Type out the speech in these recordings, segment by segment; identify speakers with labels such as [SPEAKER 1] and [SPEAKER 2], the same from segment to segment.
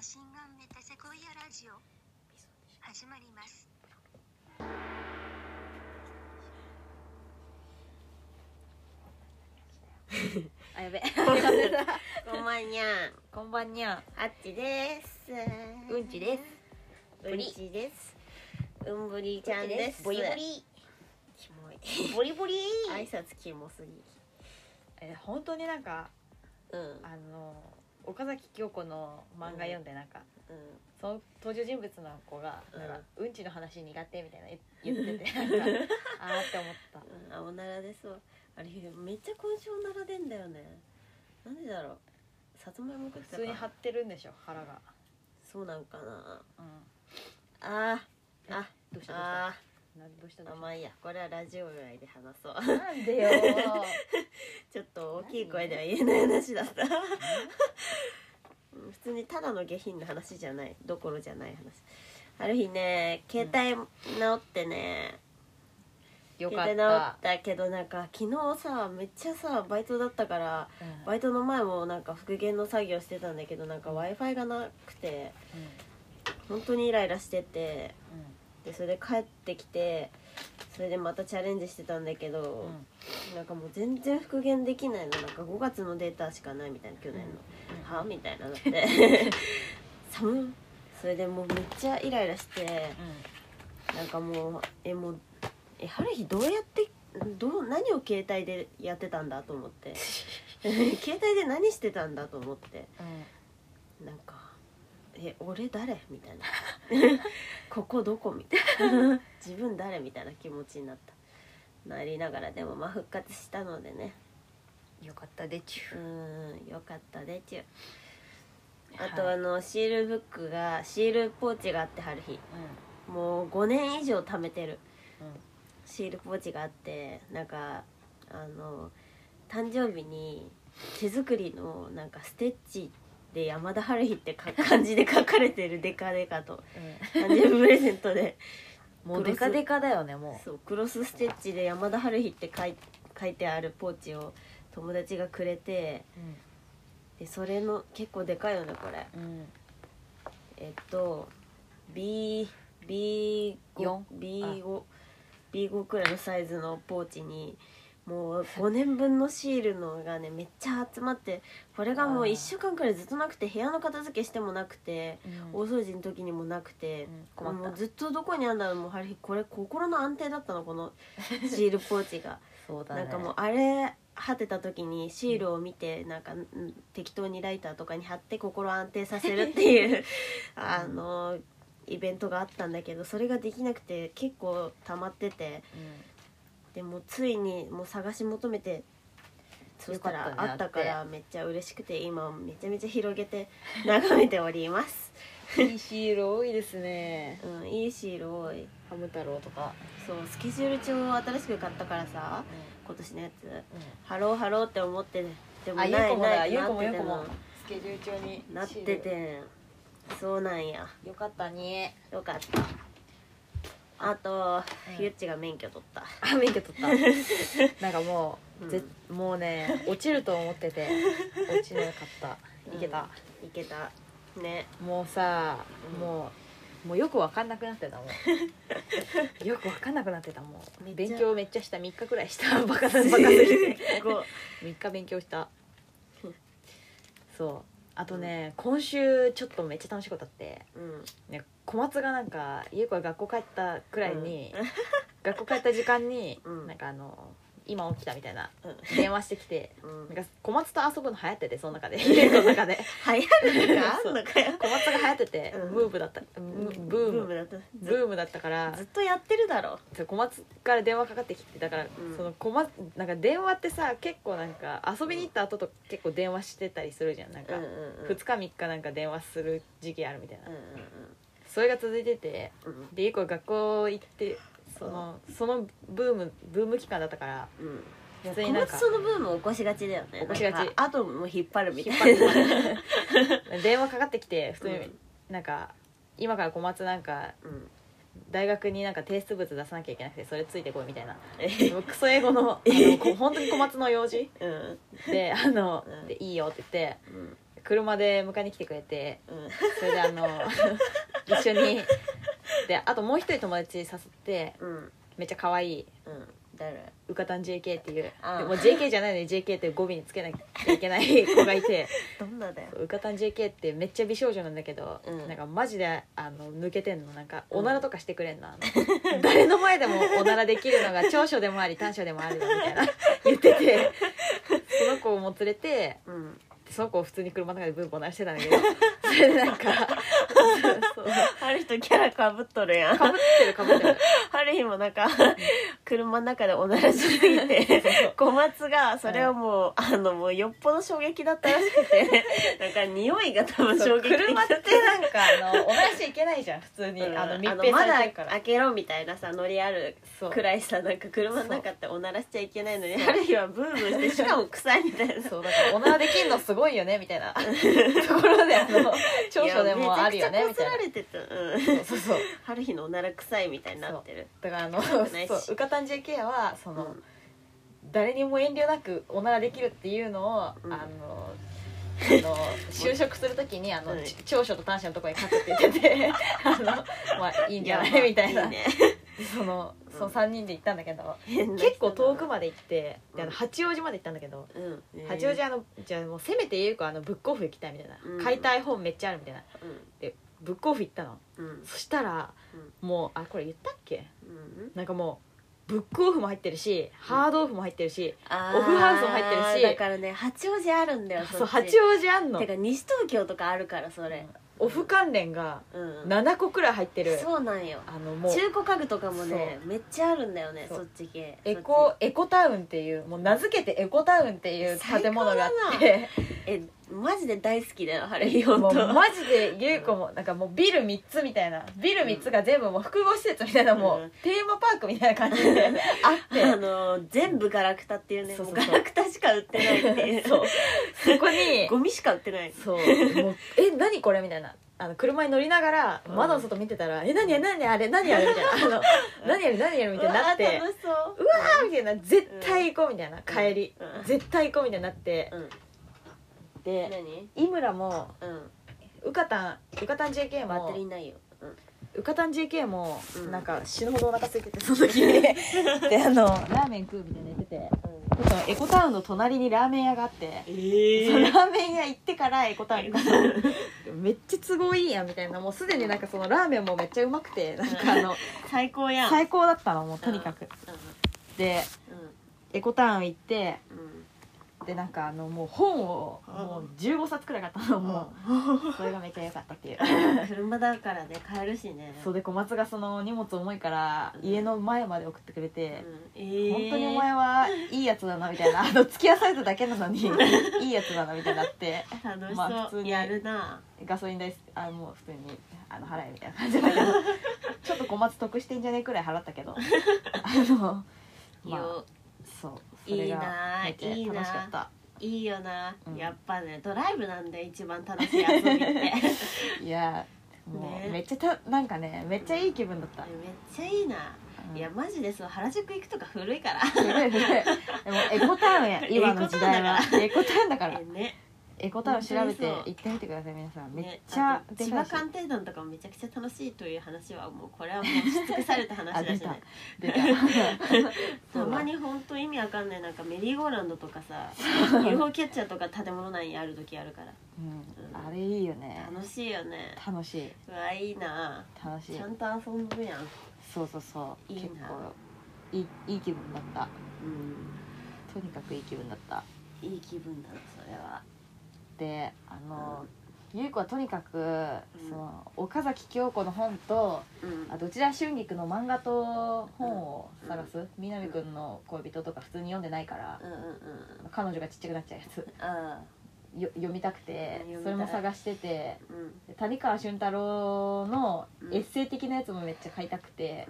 [SPEAKER 1] 新顔メタセコイアラジオ始まります
[SPEAKER 2] あやべ
[SPEAKER 3] こんばんにゃん。
[SPEAKER 2] こんばんにゃ
[SPEAKER 3] あっちです。
[SPEAKER 2] うんちです
[SPEAKER 3] うんちです。うんぶりちゃんです。
[SPEAKER 2] ボリボ
[SPEAKER 3] リ。キモい。
[SPEAKER 2] ボリボリ
[SPEAKER 3] 挨拶キモすぎ。
[SPEAKER 4] えー本当になんか
[SPEAKER 3] うん。う
[SPEAKER 4] あのー岡崎京子の漫画読んでなんか、その登場人物の子がなんか、うん、ちの話苦手みたいな言言っててなんかあーって思 った
[SPEAKER 3] ん。あおならですわ。あれめっちゃ今週おならでんだよね。なんでだろう。さつまいも食っ
[SPEAKER 4] 普通に
[SPEAKER 3] た
[SPEAKER 4] 張
[SPEAKER 3] か。
[SPEAKER 4] ってるんでしょ腹が、
[SPEAKER 3] そうなんかな。
[SPEAKER 4] うん、
[SPEAKER 3] あーあ
[SPEAKER 4] どうしたどうした
[SPEAKER 3] あ
[SPEAKER 4] などうした
[SPEAKER 3] ー
[SPEAKER 4] ど
[SPEAKER 3] あ
[SPEAKER 4] う
[SPEAKER 3] まあいいやこれはラジオ内で話そう
[SPEAKER 4] したなんでよー
[SPEAKER 3] ちょっと大きい声では言えない話だった うん普通にただの下品な話じゃないどころじゃない話ある日ね携帯直ってね、
[SPEAKER 4] よかっ
[SPEAKER 3] 携
[SPEAKER 4] た
[SPEAKER 3] 帯直ったけどなんか昨日さめっちゃさバイトだったから
[SPEAKER 4] うん
[SPEAKER 3] バイトの前もなんか復元の作業してたんだけどなんか w i f i がなくて本当にイライラしててでそれで帰ってきてそれでまたチャレンジしてたんだけ
[SPEAKER 4] うん
[SPEAKER 3] ど
[SPEAKER 4] う、ん
[SPEAKER 3] なんかもう全然復元できないのなんか5月のデータしかないみたいな去年の、
[SPEAKER 4] うん
[SPEAKER 3] はみたいなのって 寒っそれでもうめっちゃイライラしてなんかもうえもうえある日どうやってどう何を携帯でやってたんだと思って 携帯で何してたんだと思ってなんか「え俺誰?」みたいな 「ここどこ?」みたい な「自分誰?」みたいな気持ちになったなりながらでもまあ復活したのでね
[SPEAKER 2] うんよかったでち
[SPEAKER 3] う
[SPEAKER 2] ゅ
[SPEAKER 3] ーんよかったでちゅ
[SPEAKER 2] はい
[SPEAKER 3] あとあのシールブックがシールポーチがあってはる日もう5年以上貯めてる
[SPEAKER 4] うんうん
[SPEAKER 3] シールポーチがあってなんかあの誕生日に手作りのなんかステッチで山田春日ってか 漢字で書かれてるデカデカと誕生日プレゼン トで
[SPEAKER 4] もうデカデカだよねも
[SPEAKER 3] そうクロスステッチで山田春日って書い書いてあるポーチを友達がくれて
[SPEAKER 4] う
[SPEAKER 3] でそれの結構でかいよねこれ
[SPEAKER 4] うんうん
[SPEAKER 3] えっと B B
[SPEAKER 4] 四
[SPEAKER 3] B 五 B 五くらいのサイズのポーチにもう5年分のシールのがねめっちゃ集まってこれがもう
[SPEAKER 4] あー
[SPEAKER 3] 1週間くらいずっとなくて部屋の片付けしてもなくて大掃除の時にもなくて
[SPEAKER 4] うん、困
[SPEAKER 3] も
[SPEAKER 4] っ
[SPEAKER 3] う
[SPEAKER 4] た
[SPEAKER 3] ずっとどこにあんだろうもうあれこれ心の安定だったのこのシールポーチが。
[SPEAKER 4] そうだね
[SPEAKER 3] なんかもうあれ果てた時にシールを見てなんかん適当にライターとかに貼って心安定させるっていうあのイベントがあったんだけどそれができなくて結構溜まってて
[SPEAKER 4] う
[SPEAKER 3] でもうついにもう探し求めてそした
[SPEAKER 4] よか
[SPEAKER 3] ら
[SPEAKER 4] ったね
[SPEAKER 3] あったからめっちゃ嬉しくて今めちゃめちゃ広げて眺めており ます、
[SPEAKER 4] んいいシール多いですね
[SPEAKER 3] うん、いいシール多い
[SPEAKER 4] ハム太郎とか
[SPEAKER 3] そうスケジュール帳を新しく買ったからさ今年のやつハローハローって思ってでもな
[SPEAKER 4] あ
[SPEAKER 3] い
[SPEAKER 4] ゆう
[SPEAKER 3] ない
[SPEAKER 4] こもだ
[SPEAKER 3] って
[SPEAKER 4] ゆう
[SPEAKER 3] な
[SPEAKER 4] こ
[SPEAKER 3] って
[SPEAKER 4] もゆう
[SPEAKER 3] て
[SPEAKER 4] こ
[SPEAKER 3] も
[SPEAKER 4] もスケジュール帳に
[SPEAKER 3] なっててそうなんや
[SPEAKER 4] よかった ね
[SPEAKER 3] よかったあと、
[SPEAKER 4] うん
[SPEAKER 3] ゆっちが免許取った
[SPEAKER 4] あ免許取った なんかもう、
[SPEAKER 3] うん
[SPEAKER 4] ぜもうね落ちると思ってて落ちなかったいけた、
[SPEAKER 3] いけた ね
[SPEAKER 4] もうさ、
[SPEAKER 3] うん
[SPEAKER 4] もうもうよくわかんなくなってたも うよくわかんなくなってたも
[SPEAKER 3] め
[SPEAKER 4] う
[SPEAKER 3] っちゃ
[SPEAKER 4] 勉強めっちゃした3日くらいしたバカだバカすぎて
[SPEAKER 3] こ
[SPEAKER 4] 3日勉強したそうあとね、今週ちょっとめっちゃ楽しいことあって
[SPEAKER 3] う、うん、
[SPEAKER 4] ね、小松がなんか優子が学校帰ったくらいに、学校帰った時間に、
[SPEAKER 3] うん
[SPEAKER 4] なんかあの今起きたみたいな
[SPEAKER 3] うん
[SPEAKER 4] 電話してきて
[SPEAKER 3] うん
[SPEAKER 4] なんか小松と遊ぶの流行っててその 中で優子の中で
[SPEAKER 3] 流行る のかあんのかよ
[SPEAKER 4] 小松が流行ってて、
[SPEAKER 3] うん
[SPEAKER 4] ムーブだったムブーム
[SPEAKER 3] ブームだった
[SPEAKER 4] ブ
[SPEAKER 3] ず
[SPEAKER 4] ームだったから
[SPEAKER 3] ずっとやってるだろ
[SPEAKER 4] そう小松から電話かかってきてだから、
[SPEAKER 3] ん
[SPEAKER 4] その小松なんか電話ってさ結構なんか遊びに行った後と結構電話してたりするじゃんなん
[SPEAKER 3] う
[SPEAKER 4] か、
[SPEAKER 3] んうんうん
[SPEAKER 4] 2日3日なんか電話する時期あるみたいな、
[SPEAKER 3] うん
[SPEAKER 4] それが続いてて
[SPEAKER 3] うんうん
[SPEAKER 4] でゆう子学校行ってそのそのブームブーム期間だったから
[SPEAKER 3] うん
[SPEAKER 4] 普通
[SPEAKER 3] 小
[SPEAKER 4] になん
[SPEAKER 3] 松
[SPEAKER 4] か
[SPEAKER 3] そのブームを起こしがちだよね
[SPEAKER 4] 起こしがち
[SPEAKER 3] なんかアトムも引っ張るみた
[SPEAKER 4] 引っ
[SPEAKER 3] いな
[SPEAKER 4] 張って電話かかってきて普通
[SPEAKER 3] う
[SPEAKER 4] に
[SPEAKER 3] ん
[SPEAKER 4] なんか今から小松なんか
[SPEAKER 3] うん
[SPEAKER 4] 大学になんか提出物出さなきゃいけなくてそれついてこいみたいな
[SPEAKER 3] え
[SPEAKER 4] もうクソ英 語のあのこ本当に小松の用事
[SPEAKER 3] うん
[SPEAKER 4] であの
[SPEAKER 3] うん
[SPEAKER 4] でいいよって言って
[SPEAKER 3] うん
[SPEAKER 4] 車で迎えに来てくれて
[SPEAKER 3] うん
[SPEAKER 4] それで あの一緒にであともう一人友達誘って
[SPEAKER 3] うん
[SPEAKER 4] めっちゃ可愛い
[SPEAKER 3] うん誰
[SPEAKER 4] うかたん JK っていう
[SPEAKER 3] ああ
[SPEAKER 4] でもう JK じゃないのに JK って語尾につけなきゃいけない子がい て
[SPEAKER 3] どんなだよ
[SPEAKER 4] うかたん JK ってめっちゃ美少女なんだけど、
[SPEAKER 3] うん
[SPEAKER 4] なんかマジであの抜けてんのなんか
[SPEAKER 3] うん
[SPEAKER 4] おならとかしてくれんの,、あの誰の前でもおならできる のが長所でもあり短所でもあるみたいな言っててその子も連れて
[SPEAKER 3] うん
[SPEAKER 4] その子を普通に車の中でブンブン鳴らしてたんだけどそれでなんかそう
[SPEAKER 3] ある人キャラかぶっとるやん
[SPEAKER 4] かぶってるかぶってる
[SPEAKER 3] ある日もなんか車の中でおならしすぎて 小松がそれをもう、あのもうよっぽど衝撃だったらしく てなんか匂いが多分
[SPEAKER 4] そ
[SPEAKER 3] 衝
[SPEAKER 4] う
[SPEAKER 3] 撃的
[SPEAKER 4] 車
[SPEAKER 3] だ
[SPEAKER 4] ってなんかあのおならしちゃいけないじゃん普通に、
[SPEAKER 3] うん
[SPEAKER 4] あの密
[SPEAKER 3] あの
[SPEAKER 4] 閉
[SPEAKER 3] ま
[SPEAKER 4] さ
[SPEAKER 3] だ
[SPEAKER 4] れてるから、
[SPEAKER 3] 開けろみたいなさノリある
[SPEAKER 4] そう
[SPEAKER 3] くらいさなんか車の中っておならしちゃいけないのに
[SPEAKER 4] そう
[SPEAKER 3] ある日はブーブーしてしかも臭いみたいな
[SPEAKER 4] そうだからおならできんのすごいよねみたいなところであ の長所でもあるよね
[SPEAKER 3] いや
[SPEAKER 4] み
[SPEAKER 3] め
[SPEAKER 4] た
[SPEAKER 3] ち
[SPEAKER 4] い
[SPEAKER 3] ゃくちゃこ
[SPEAKER 4] な
[SPEAKER 3] すられてた、うん、
[SPEAKER 4] そうそうそう
[SPEAKER 3] ある日のおなら臭いみたいになってる
[SPEAKER 4] だからあの
[SPEAKER 3] ないし
[SPEAKER 4] そううかたん JK はその、誰にも遠慮なくおならできるっていうのを、
[SPEAKER 3] うん
[SPEAKER 4] あの。あの就職するときにあの、
[SPEAKER 3] うん
[SPEAKER 4] ち長所と短所のところに書くって言っ ててあのまあいいんじゃないみたいな
[SPEAKER 3] ね、
[SPEAKER 4] そのその3人で行ったんだけど、
[SPEAKER 3] 変な人だ
[SPEAKER 4] 結構遠くまで行って、であの
[SPEAKER 3] うん
[SPEAKER 4] 八王子まで行ったんだけど、
[SPEAKER 3] うん
[SPEAKER 4] 八王子あのじゃあもうせめてゆう子はあのブックオフ行きたいみたいな、
[SPEAKER 3] うん
[SPEAKER 4] 買いたい本めっちゃあるみたいなブックオフ行ったの
[SPEAKER 3] うんうん
[SPEAKER 4] そしたら、もうあこれ言ったっけ
[SPEAKER 3] うん
[SPEAKER 4] なんかもうブックオフも入ってるし、ハードオフも入ってるし
[SPEAKER 3] あー
[SPEAKER 4] オフハウスも入ってるし
[SPEAKER 3] だからね八王子あるんだよ
[SPEAKER 4] そう
[SPEAKER 3] そっ
[SPEAKER 4] 八
[SPEAKER 3] ち
[SPEAKER 4] 王子あんの
[SPEAKER 3] てか西東京とかあるからそれ
[SPEAKER 4] オフ関連が
[SPEAKER 3] うん
[SPEAKER 4] 7個くらい入ってる、
[SPEAKER 3] そうなんよ
[SPEAKER 4] あのもう
[SPEAKER 3] 中古家具とかもねめっちゃあるんだよね
[SPEAKER 4] そう
[SPEAKER 3] そっち系
[SPEAKER 4] エ
[SPEAKER 3] そ
[SPEAKER 4] コエコタウンっていうもう名付けてエコタウンっていう建物があ
[SPEAKER 3] っ
[SPEAKER 4] って
[SPEAKER 3] ちえマジで大好きだよあれ本
[SPEAKER 4] もう
[SPEAKER 3] 当
[SPEAKER 4] マジでゆう子もなんかもうビル3つみたいなビル3つが全部もう複合施設みたいなも
[SPEAKER 3] うん
[SPEAKER 4] うテーマパークみたいな感じであって
[SPEAKER 3] あの全部ガラクタっていうね
[SPEAKER 4] そうそう
[SPEAKER 3] も
[SPEAKER 4] そう
[SPEAKER 3] うガラクタしか売ってないっていう
[SPEAKER 4] そうそこに
[SPEAKER 3] ゴミしか売ってない
[SPEAKER 4] そうもう「え何これ?」みたいなあの車に乗りながら
[SPEAKER 3] うん
[SPEAKER 4] 窓の外見てたら「え何や何あれ何やる?」みた いなあの「何やる何やる?」みたいになって
[SPEAKER 3] うわー楽しそう
[SPEAKER 4] 「うわー!」みたいな「絶対行こう」みたいな帰り
[SPEAKER 3] うん
[SPEAKER 4] 絶対行こうみたいになって
[SPEAKER 3] うん
[SPEAKER 4] で
[SPEAKER 3] 何
[SPEAKER 4] 井村も
[SPEAKER 3] うん
[SPEAKER 4] うかたんうかたん JK
[SPEAKER 3] バッテリ
[SPEAKER 4] も
[SPEAKER 3] ーないようん
[SPEAKER 4] うかたん JK も
[SPEAKER 3] うん
[SPEAKER 4] なんか死ぬほどお腹空いててその時 であのラーメン食うみたいな言っててそのエコタウンの隣にラーメン屋があって
[SPEAKER 3] え
[SPEAKER 4] そうラーメン屋行ってからエコタウン行く のめっちゃ都合いいやんみたいなもうすでになんかそのラーメンもめっちゃうまくてなんかあの
[SPEAKER 3] 最高やん
[SPEAKER 4] 最高だったのもうとにかくで
[SPEAKER 3] う
[SPEAKER 4] エコタウン行って
[SPEAKER 3] んうん
[SPEAKER 4] でなんかあのもう本を
[SPEAKER 3] うん
[SPEAKER 4] もう15冊くらい買ったのもうそれがめっちゃ良かったっていう
[SPEAKER 3] 車だからね買えるしね
[SPEAKER 4] そうで小松がその荷物重いから家の前まで送ってくれ
[SPEAKER 3] うん
[SPEAKER 4] て、
[SPEAKER 3] えー
[SPEAKER 4] 本当にお前はいいやつだなみたいなあの付き合わされただけなのにいいやつだなみたいになって
[SPEAKER 3] 楽し
[SPEAKER 4] まあ
[SPEAKER 3] そ
[SPEAKER 4] 普通
[SPEAKER 3] う
[SPEAKER 4] に
[SPEAKER 3] やるな
[SPEAKER 4] ガソリン代すあもう普通にあの払えみたいな感じだからちょっと小松得してんじゃねえくらい払ったけどあの
[SPEAKER 3] いい
[SPEAKER 4] まあ
[SPEAKER 3] よ
[SPEAKER 4] そうそれがめっちゃ楽しかった
[SPEAKER 3] いいよな
[SPEAKER 4] うん
[SPEAKER 3] やっぱねドライブなんだよ一番楽しい遊びって めっ
[SPEAKER 4] いやも
[SPEAKER 3] ね
[SPEAKER 4] うめっちゃたなんかねめっちゃいい気分だった、
[SPEAKER 3] ちゃいいな
[SPEAKER 4] うん
[SPEAKER 3] いやマジでそう原宿行くとか古いから
[SPEAKER 4] すごいすごいでもエコタウ ンや今の時代はエコタウンだから
[SPEAKER 3] え ね
[SPEAKER 4] エコタウン調べ
[SPEAKER 3] 本当
[SPEAKER 4] て
[SPEAKER 3] にそう
[SPEAKER 4] 行ってみてください皆さんめっ
[SPEAKER 3] ね
[SPEAKER 4] ちゃ
[SPEAKER 3] あと
[SPEAKER 4] で
[SPEAKER 3] 千
[SPEAKER 4] か
[SPEAKER 3] 葉
[SPEAKER 4] いし
[SPEAKER 3] 鑑定団とかもめちゃくちゃ楽しいという話はもうこれはもうし尽くされた話
[SPEAKER 4] あ
[SPEAKER 3] だ
[SPEAKER 4] 出
[SPEAKER 3] しね
[SPEAKER 4] た出 た
[SPEAKER 3] たまに本当意味わかんないなんかメリーゴーランドとか さ UFO キャッチャーとか建物内にある時あるから
[SPEAKER 4] うんあれいいよね
[SPEAKER 3] 楽しいよね
[SPEAKER 4] 楽しいう
[SPEAKER 3] わいいな
[SPEAKER 4] 楽しい
[SPEAKER 3] ちゃんと遊んどるやん
[SPEAKER 4] そうそうそう
[SPEAKER 3] いいな
[SPEAKER 4] 結構いいいい気分だった
[SPEAKER 3] う
[SPEAKER 4] とにかくいい気分だった
[SPEAKER 3] んいい気分だなそれは
[SPEAKER 4] であの、ゆい子はとにかく、
[SPEAKER 3] ん
[SPEAKER 4] その岡崎京子の本と
[SPEAKER 3] うん
[SPEAKER 4] あと内田春菊の漫画と本を探す、南
[SPEAKER 3] うん
[SPEAKER 4] くんの恋人とか普通に読んでないから、
[SPEAKER 3] うんうんうん
[SPEAKER 4] 彼女がちっちゃくなっちゃうやつ
[SPEAKER 3] あ
[SPEAKER 4] よ読みたくて
[SPEAKER 3] うん読みたい
[SPEAKER 4] それも探してて
[SPEAKER 3] うんうん
[SPEAKER 4] で谷川俊太郎の
[SPEAKER 3] うん
[SPEAKER 4] エッセイ的なやつもめっちゃ買いたくて、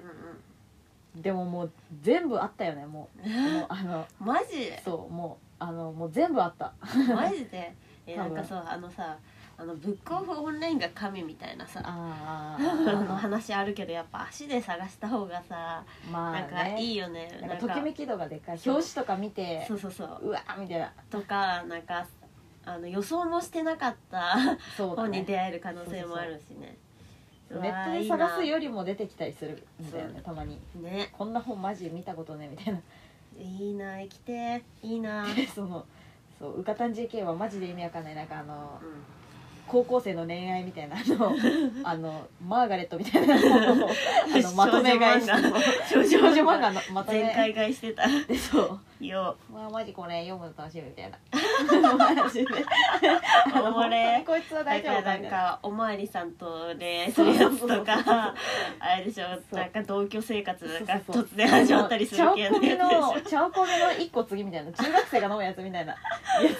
[SPEAKER 3] う
[SPEAKER 4] でももう全部あったよねもうもうあの
[SPEAKER 3] んマジ で
[SPEAKER 4] そうもうあのもう全部あった
[SPEAKER 3] マジでえ
[SPEAKER 4] 多
[SPEAKER 3] なん
[SPEAKER 4] 分
[SPEAKER 3] かそうあのさあのブックオフオンラインが神みたいな さ
[SPEAKER 4] あ
[SPEAKER 3] あの
[SPEAKER 4] あ
[SPEAKER 3] 話あるけどやっぱ足で探した方がさ
[SPEAKER 4] ま
[SPEAKER 3] なん
[SPEAKER 4] あ
[SPEAKER 3] かいい
[SPEAKER 4] ね
[SPEAKER 3] よね
[SPEAKER 4] なんかときめき度がでかい表
[SPEAKER 3] そう
[SPEAKER 4] 紙とか見て
[SPEAKER 3] そうそうそう
[SPEAKER 4] うわーみたいな
[SPEAKER 3] とかなんかあの予想もしてなかった
[SPEAKER 4] そうだ
[SPEAKER 3] 本に
[SPEAKER 4] ね
[SPEAKER 3] 出会える可能性もあるしね
[SPEAKER 4] ネットで探すよりも出てきたりするんだよ
[SPEAKER 3] そ
[SPEAKER 4] ね
[SPEAKER 3] う
[SPEAKER 4] たまに
[SPEAKER 3] りね
[SPEAKER 4] こんな本マジ見たことねみたいな
[SPEAKER 3] いいな生きていいな、うん、
[SPEAKER 4] そのそううかたん JK はマジで意味わかんないなんかあの高校生の恋愛みたいな のをあのマーガレットみたいなのをあのまとめ買いし
[SPEAKER 3] 少
[SPEAKER 4] て少
[SPEAKER 3] 女
[SPEAKER 4] 女
[SPEAKER 3] 漫
[SPEAKER 4] 漫
[SPEAKER 3] 画
[SPEAKER 4] 画のまとめ
[SPEAKER 3] 全開買いしてた
[SPEAKER 4] でそう
[SPEAKER 3] よ
[SPEAKER 4] まあマジこれ読むの楽しみみたいな
[SPEAKER 3] おもれ
[SPEAKER 4] こいつは
[SPEAKER 3] だ
[SPEAKER 4] 大
[SPEAKER 3] か
[SPEAKER 4] 丈夫
[SPEAKER 3] らなんかおまわりさんとねするやつとかあれでしょ
[SPEAKER 4] そう
[SPEAKER 3] なんか同居生活なんか
[SPEAKER 4] そうそうそう
[SPEAKER 3] 突然始まったりする系
[SPEAKER 4] チャオコ
[SPEAKER 3] の
[SPEAKER 4] ミ
[SPEAKER 3] やつでしょ
[SPEAKER 4] のチャオコミの一個次みたいな中学生が飲むやつみたいなや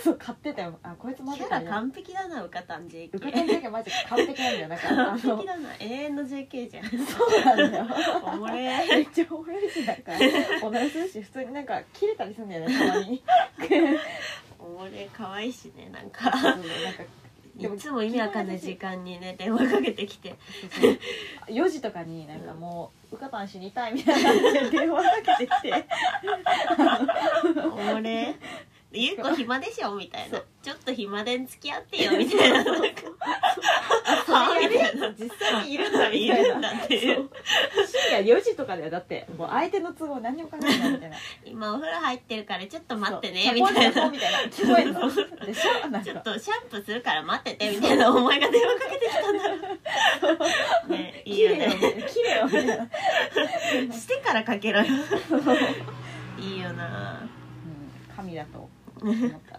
[SPEAKER 4] つを買ってたよあこいつマジ
[SPEAKER 3] キャ
[SPEAKER 4] か
[SPEAKER 3] ラ
[SPEAKER 4] みたいな
[SPEAKER 3] 完璧だなうかたん JK
[SPEAKER 4] 受かった時はマジ完璧なんだよなんかあ
[SPEAKER 3] 完
[SPEAKER 4] の
[SPEAKER 3] 璧だな永遠の JK じゃん
[SPEAKER 4] そうなんだよ
[SPEAKER 3] おもれ
[SPEAKER 4] めっちゃおもろいしなんかおもろいするし普通になんか切れたりするんだよねたまに
[SPEAKER 3] おもれ可愛いしねなんか
[SPEAKER 4] そうそうなんか
[SPEAKER 3] いつも意味わかんない時間にね電話かけてきて
[SPEAKER 4] そうそう4時とかになんかもう「うかたん死にたい」みたいな感じで電話かけてきて
[SPEAKER 3] 「おもれゆうこ暇でしょ」みたいな「ちょっと暇で付き合ってよ」みたいななんか「はあ」みたい な
[SPEAKER 4] 実際 にいるんだ
[SPEAKER 3] 「
[SPEAKER 4] み
[SPEAKER 3] い
[SPEAKER 4] たい
[SPEAKER 3] る
[SPEAKER 4] なん
[SPEAKER 3] だ」っていう
[SPEAKER 4] 深夜4時とかだよだってもう相手の都合何にも考えてないみたいな
[SPEAKER 3] 「今お風呂入ってるからちょっと待って
[SPEAKER 4] そ
[SPEAKER 3] ね」
[SPEAKER 4] う
[SPEAKER 3] みたい
[SPEAKER 4] チ
[SPEAKER 3] な
[SPEAKER 4] ャポンチャポンみたいな聞こえ るのでしょな
[SPEAKER 3] 「
[SPEAKER 4] ん
[SPEAKER 3] ちょっ
[SPEAKER 4] か
[SPEAKER 3] とシャンプーするから待ってて」みたいなお前が電話かけてきたんだろうねいい
[SPEAKER 4] 綺
[SPEAKER 3] よ
[SPEAKER 4] 麗よ
[SPEAKER 3] ね
[SPEAKER 4] 綺麗よみた いな、
[SPEAKER 3] してからか けろよいいよな
[SPEAKER 4] うん、神だと思った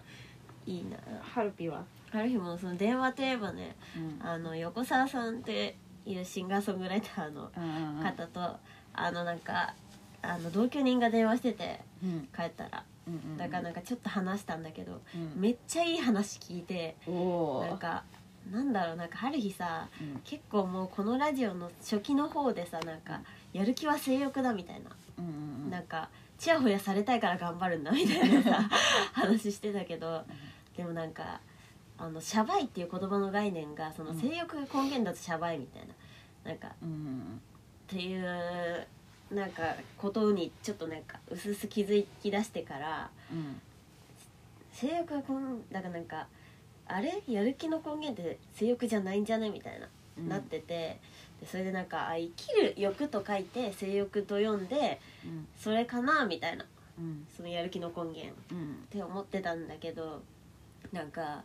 [SPEAKER 3] いいな
[SPEAKER 4] ハルピは、
[SPEAKER 3] ある日もその電話といえばね
[SPEAKER 4] うん
[SPEAKER 3] あの横澤さんっていうシンガーソングライターの
[SPEAKER 4] うんうん
[SPEAKER 3] 方と、あのなんかあの同居人が電話してて
[SPEAKER 4] うん
[SPEAKER 3] 帰ったら
[SPEAKER 4] うんうん
[SPEAKER 3] だからなんかちょっと話したんだけど、
[SPEAKER 4] うん
[SPEAKER 3] めっちゃいい話聞いて
[SPEAKER 4] お
[SPEAKER 3] なん
[SPEAKER 4] おー、
[SPEAKER 3] かなんだろうなんかある日さ
[SPEAKER 4] うん
[SPEAKER 3] 結構もうこのラジオの初期の方でさなんかやる気は性欲だみたいな、
[SPEAKER 4] うんうんうん
[SPEAKER 3] なんかちやほやされたいから頑張るんだみたいな さ話してたけどでもなんかあのシャバいっていう言葉の概念がその
[SPEAKER 4] うん
[SPEAKER 3] 性欲が根源だとシャバいみたいななんか
[SPEAKER 4] うんうん
[SPEAKER 3] っていうなんかことにちょっとなんか薄々気づき出してから
[SPEAKER 4] うん
[SPEAKER 3] 性欲がこんだからなんかあれやる気の根源って性欲じゃないんじゃねみたいな、
[SPEAKER 4] うん
[SPEAKER 3] なっててでそれでなんかあ生きる欲と書いて性欲と読んで
[SPEAKER 4] うん
[SPEAKER 3] それかなみたいな
[SPEAKER 4] うん
[SPEAKER 3] そのやる気の根源っ
[SPEAKER 4] うん
[SPEAKER 3] て思ってたんだけどなんか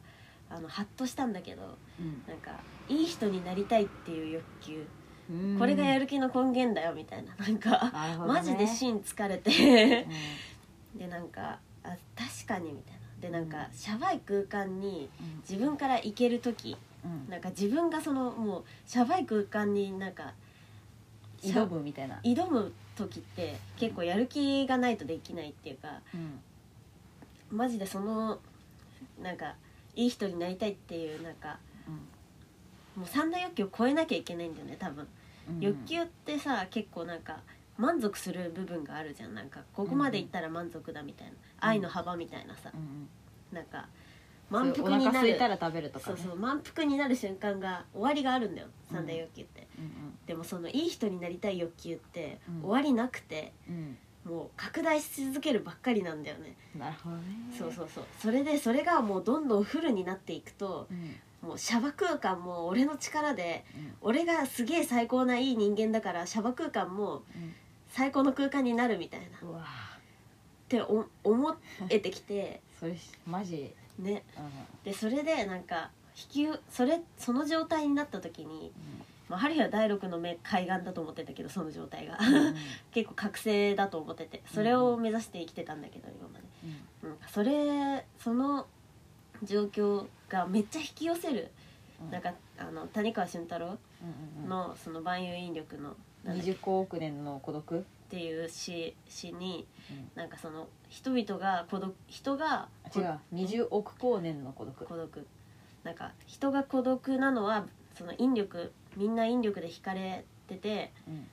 [SPEAKER 3] あのハッとしたんだけど
[SPEAKER 4] うん
[SPEAKER 3] なんかいい人になりたいっていう欲求、
[SPEAKER 4] うん
[SPEAKER 3] これがやる気の根源だよみたいななんか、
[SPEAKER 4] なるほどね
[SPEAKER 3] マジで芯疲れて
[SPEAKER 4] うん
[SPEAKER 3] でなんかあ確かにみたいなでなんか、シャバい空間に
[SPEAKER 4] うん
[SPEAKER 3] 自分から行ける時
[SPEAKER 4] うん
[SPEAKER 3] なんか自分がそのもうシャバい空間になんか
[SPEAKER 4] 挑むみたいな、
[SPEAKER 3] 挑む時って結構やる気がないとできないっていうか
[SPEAKER 4] うん
[SPEAKER 3] マジでそのなんかいい人になりたいっていうなんかもう三大欲求を超えなきゃいけないんだよね多分。
[SPEAKER 4] うん、
[SPEAKER 3] 欲求ってさ結構なんか満足する部分があるじゃんなんかここまでいったら満足だみたいな、愛の幅みたいなさ
[SPEAKER 4] うんうん
[SPEAKER 3] なんか
[SPEAKER 4] そう
[SPEAKER 3] 満腹にな
[SPEAKER 4] お腹空
[SPEAKER 3] る
[SPEAKER 4] いたら食べるとか
[SPEAKER 3] そう
[SPEAKER 4] ね
[SPEAKER 3] そう満腹になる瞬間が終わりがあるんだよ
[SPEAKER 4] うん
[SPEAKER 3] 三大欲求って、
[SPEAKER 4] うん
[SPEAKER 3] でもそのいい人になりたい欲求って
[SPEAKER 4] うん
[SPEAKER 3] 終わりなくて
[SPEAKER 4] うん
[SPEAKER 3] もう拡大し続けるばっかりなんだよね、
[SPEAKER 4] うんなるほどね
[SPEAKER 3] そうそうそうそれでそれがもうどんどんフルになっていくと
[SPEAKER 4] うん、
[SPEAKER 3] もうシャバ空間も俺の力で
[SPEAKER 4] うん
[SPEAKER 3] 俺がすげえ最高ないい人間だからシャバ空間も最高の空間になるみたいな
[SPEAKER 4] うん、うわ
[SPEAKER 3] ってお思えてきて
[SPEAKER 4] それしマジ、
[SPEAKER 3] ね
[SPEAKER 4] うん
[SPEAKER 3] でそれでなんか引きそれその状態になった時に、まあ、ハリーは第六の目海岸だと思ってたけどその状態が
[SPEAKER 4] うんうん
[SPEAKER 3] 結構覚醒だと思っててそれを目指して生きてたんだけど今まで、うん、それその状況がめっちゃ引き寄せる、
[SPEAKER 4] う ん
[SPEAKER 3] なんかあの谷川俊太郎
[SPEAKER 4] うんうんうん
[SPEAKER 3] のその万有引力のなんだっけっ
[SPEAKER 4] 20個億年の孤独、
[SPEAKER 3] ていう詩詩に
[SPEAKER 4] うん
[SPEAKER 3] なんかその人々が孤独人が
[SPEAKER 4] あ違う20億光年の孤独
[SPEAKER 3] 孤独なんか人が孤独なのはその引力みんな引力で惹かれてて
[SPEAKER 4] うん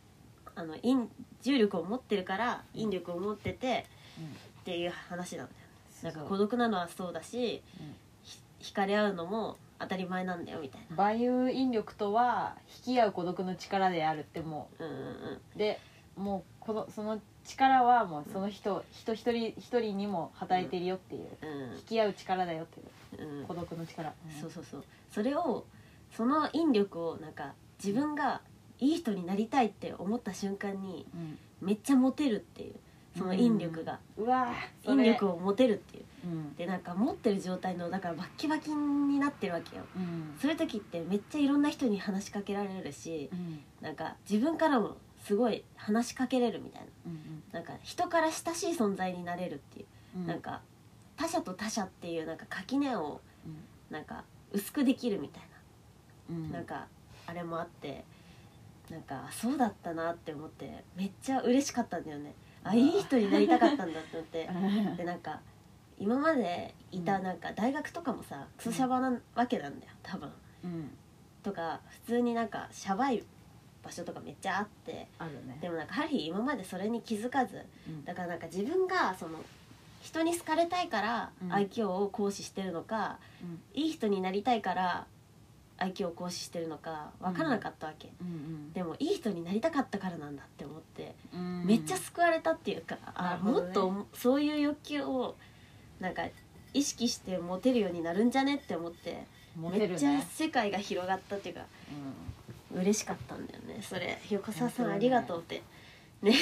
[SPEAKER 3] あの引重力を持ってるから引力を持ってて
[SPEAKER 4] うん
[SPEAKER 3] っていう話なんだよ
[SPEAKER 4] す
[SPEAKER 3] なんか
[SPEAKER 4] ごい
[SPEAKER 3] 孤独なのはそうだし、
[SPEAKER 4] うん
[SPEAKER 3] ひ惹かれ合うのも当たり前なんだよみたい
[SPEAKER 4] 万有引力とは引き合う孤独の力であるっても
[SPEAKER 3] なうんうんうん
[SPEAKER 4] うでもうこのその力はもうその人、人一人一人にも働いてるよっていう、
[SPEAKER 3] うん
[SPEAKER 4] 引き合う力だよっていう
[SPEAKER 3] ううん
[SPEAKER 4] 孤独の力、
[SPEAKER 3] そうそうそうそれをその引力をなんか自分がいい人になりたいって思った瞬間に
[SPEAKER 4] うん、うん
[SPEAKER 3] めっちゃモテるっていうその引力が、
[SPEAKER 4] うわー
[SPEAKER 3] 引力
[SPEAKER 4] を、
[SPEAKER 3] を持てるっていう
[SPEAKER 4] うん
[SPEAKER 3] でなんか持ってる状態のだからバッキバキになってるわけよ
[SPEAKER 4] うん
[SPEAKER 3] そういう時ってめっちゃいろんな人に話しかけられるし
[SPEAKER 4] うん
[SPEAKER 3] なんか自分からもすごい話しかけれるみたい
[SPEAKER 4] うん
[SPEAKER 3] ななんか人から親しい存在になれるっていうう、
[SPEAKER 4] ん、
[SPEAKER 3] なんか他者と他者っていうなんか垣根を
[SPEAKER 4] うん
[SPEAKER 3] なんか薄くできるみたいな
[SPEAKER 4] うん、
[SPEAKER 3] なんかあれもあってなんかそうだったなって思ってめっちゃ嬉しかったんだよねあ
[SPEAKER 4] うわ
[SPEAKER 3] いい人になりたかったんだって思っ て
[SPEAKER 4] うん
[SPEAKER 3] でなんか今までいうた
[SPEAKER 4] ん
[SPEAKER 3] なんか大学とかもさクソシャバなわけなんだよ多分
[SPEAKER 4] うん、
[SPEAKER 3] とか普通になんかシャバい場所とかめっちゃあって
[SPEAKER 4] あるね
[SPEAKER 3] でもなんかハリー今までそれに気づかず
[SPEAKER 4] うん
[SPEAKER 3] だからなんか自分がその人に好かれたいから
[SPEAKER 4] うん
[SPEAKER 3] 愛嬌を行使してるのか、
[SPEAKER 4] うん
[SPEAKER 3] いい人になりたいから愛嬌を行使してるのか分からなかったわけ、
[SPEAKER 4] うん
[SPEAKER 3] でもいい人になりたかったからなんだって思って、
[SPEAKER 4] うん
[SPEAKER 3] めっちゃ救われたっていうか
[SPEAKER 4] な
[SPEAKER 3] あ
[SPEAKER 4] る、ほ
[SPEAKER 3] も
[SPEAKER 4] どね
[SPEAKER 3] っとそういう欲求をなんか意識してモテるようになるんじゃねって思って、
[SPEAKER 4] モテ
[SPEAKER 3] め
[SPEAKER 4] る
[SPEAKER 3] っ
[SPEAKER 4] ね
[SPEAKER 3] ちゃ世界が広がったっていうか
[SPEAKER 4] う
[SPEAKER 3] 嬉しかったんだよねそれ横澤さ
[SPEAKER 4] いやそれ
[SPEAKER 3] ん
[SPEAKER 4] ね
[SPEAKER 3] ありがとうってね
[SPEAKER 4] ん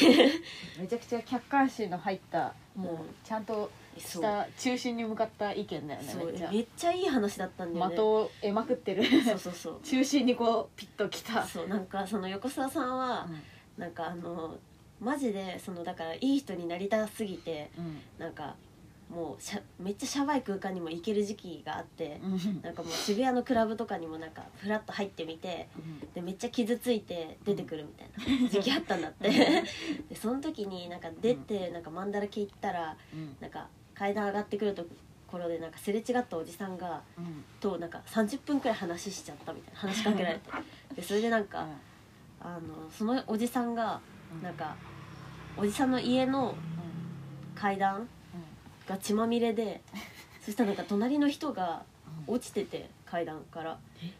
[SPEAKER 4] めちゃくちゃ客観視の入ったもうちゃんと
[SPEAKER 3] そ
[SPEAKER 4] し
[SPEAKER 3] う
[SPEAKER 4] た中心に向かった意見だよね
[SPEAKER 3] そう
[SPEAKER 4] めっちゃ
[SPEAKER 3] めっちゃいい話だったんだよね
[SPEAKER 4] 的を得まくってる
[SPEAKER 3] そうそう そう
[SPEAKER 4] 中心にこうピッときた
[SPEAKER 3] そうなんかその横澤さんは、なんかあのマジでそのだからいい人になりたすぎて
[SPEAKER 4] うん
[SPEAKER 3] なんかもうしゃめっちゃシャバい空間にも行ける時期があって
[SPEAKER 4] うんうん
[SPEAKER 3] なんかもう渋谷のクラブとかにもなんかフラッと入ってみてでめっちゃ傷ついて出てくるみたいな時期あったんだってでその時になんか出てなんかマンダラ系行ったら
[SPEAKER 4] うん
[SPEAKER 3] なんか階段上がってくるところでなんかすれ違ったおじさんが
[SPEAKER 4] うん
[SPEAKER 3] となんか30分くらい話しちゃったみたいな話しかけら れてでそれでなんかあのそのおじさんが
[SPEAKER 4] うん
[SPEAKER 3] なんかおじさんの家の
[SPEAKER 4] うん
[SPEAKER 3] 階段が血まみれ でそしたらなんか隣の人が
[SPEAKER 4] うん
[SPEAKER 3] 落ちてて階段から
[SPEAKER 4] え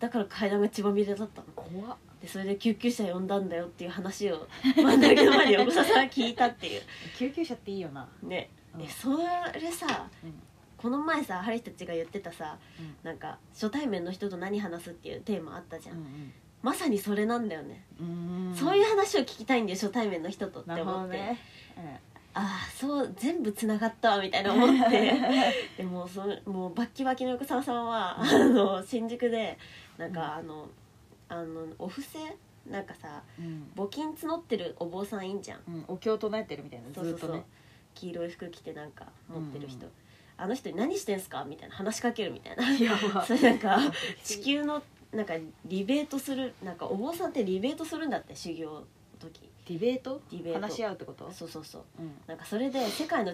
[SPEAKER 3] だから階段が血まみれだったの
[SPEAKER 4] 怖っ
[SPEAKER 3] でそれで救急車呼んだんだよっていう話 を真ん中の前に横澤さんが聞いたっていう
[SPEAKER 4] 救急車っていいよな
[SPEAKER 3] ね
[SPEAKER 4] うん
[SPEAKER 3] えそれさ
[SPEAKER 4] うん
[SPEAKER 3] この前さハリーたちが言ってたさ
[SPEAKER 4] うん
[SPEAKER 3] なんか初対面の人と何話すっていうテーマあったじゃん、
[SPEAKER 4] うん
[SPEAKER 3] まさにそれなんだよね、
[SPEAKER 4] うんうん
[SPEAKER 3] そういう話を聞きたいんだよ初対面の人とって
[SPEAKER 4] なるほ
[SPEAKER 3] 思
[SPEAKER 4] ど
[SPEAKER 3] って、
[SPEAKER 4] ね
[SPEAKER 3] ああそう全部つながったわみたいな思って でもそのもうバッキバキの横澤さんはあの新宿でなんかあの、あのお布施なんかさ
[SPEAKER 4] うん
[SPEAKER 3] 募金募ってるお坊さんいいんじゃん
[SPEAKER 4] うんお経を唱えてるみたいな
[SPEAKER 3] そう
[SPEAKER 4] ず
[SPEAKER 3] そ
[SPEAKER 4] っ
[SPEAKER 3] うそ
[SPEAKER 4] と
[SPEAKER 3] う、
[SPEAKER 4] ね
[SPEAKER 3] 黄色い服着てなんか持ってる人、
[SPEAKER 4] うんうん
[SPEAKER 3] あの人に「何してんすか?」みたいな話しかけるみたい な
[SPEAKER 4] やば
[SPEAKER 3] それなん か地球のなんかリベートするなんかお坊さんってリベートするんだって修行の時
[SPEAKER 4] ディベート
[SPEAKER 3] ディベート
[SPEAKER 4] 話し合うってこと
[SPEAKER 3] そうそうそう
[SPEAKER 4] うん
[SPEAKER 3] なんかそれで世界の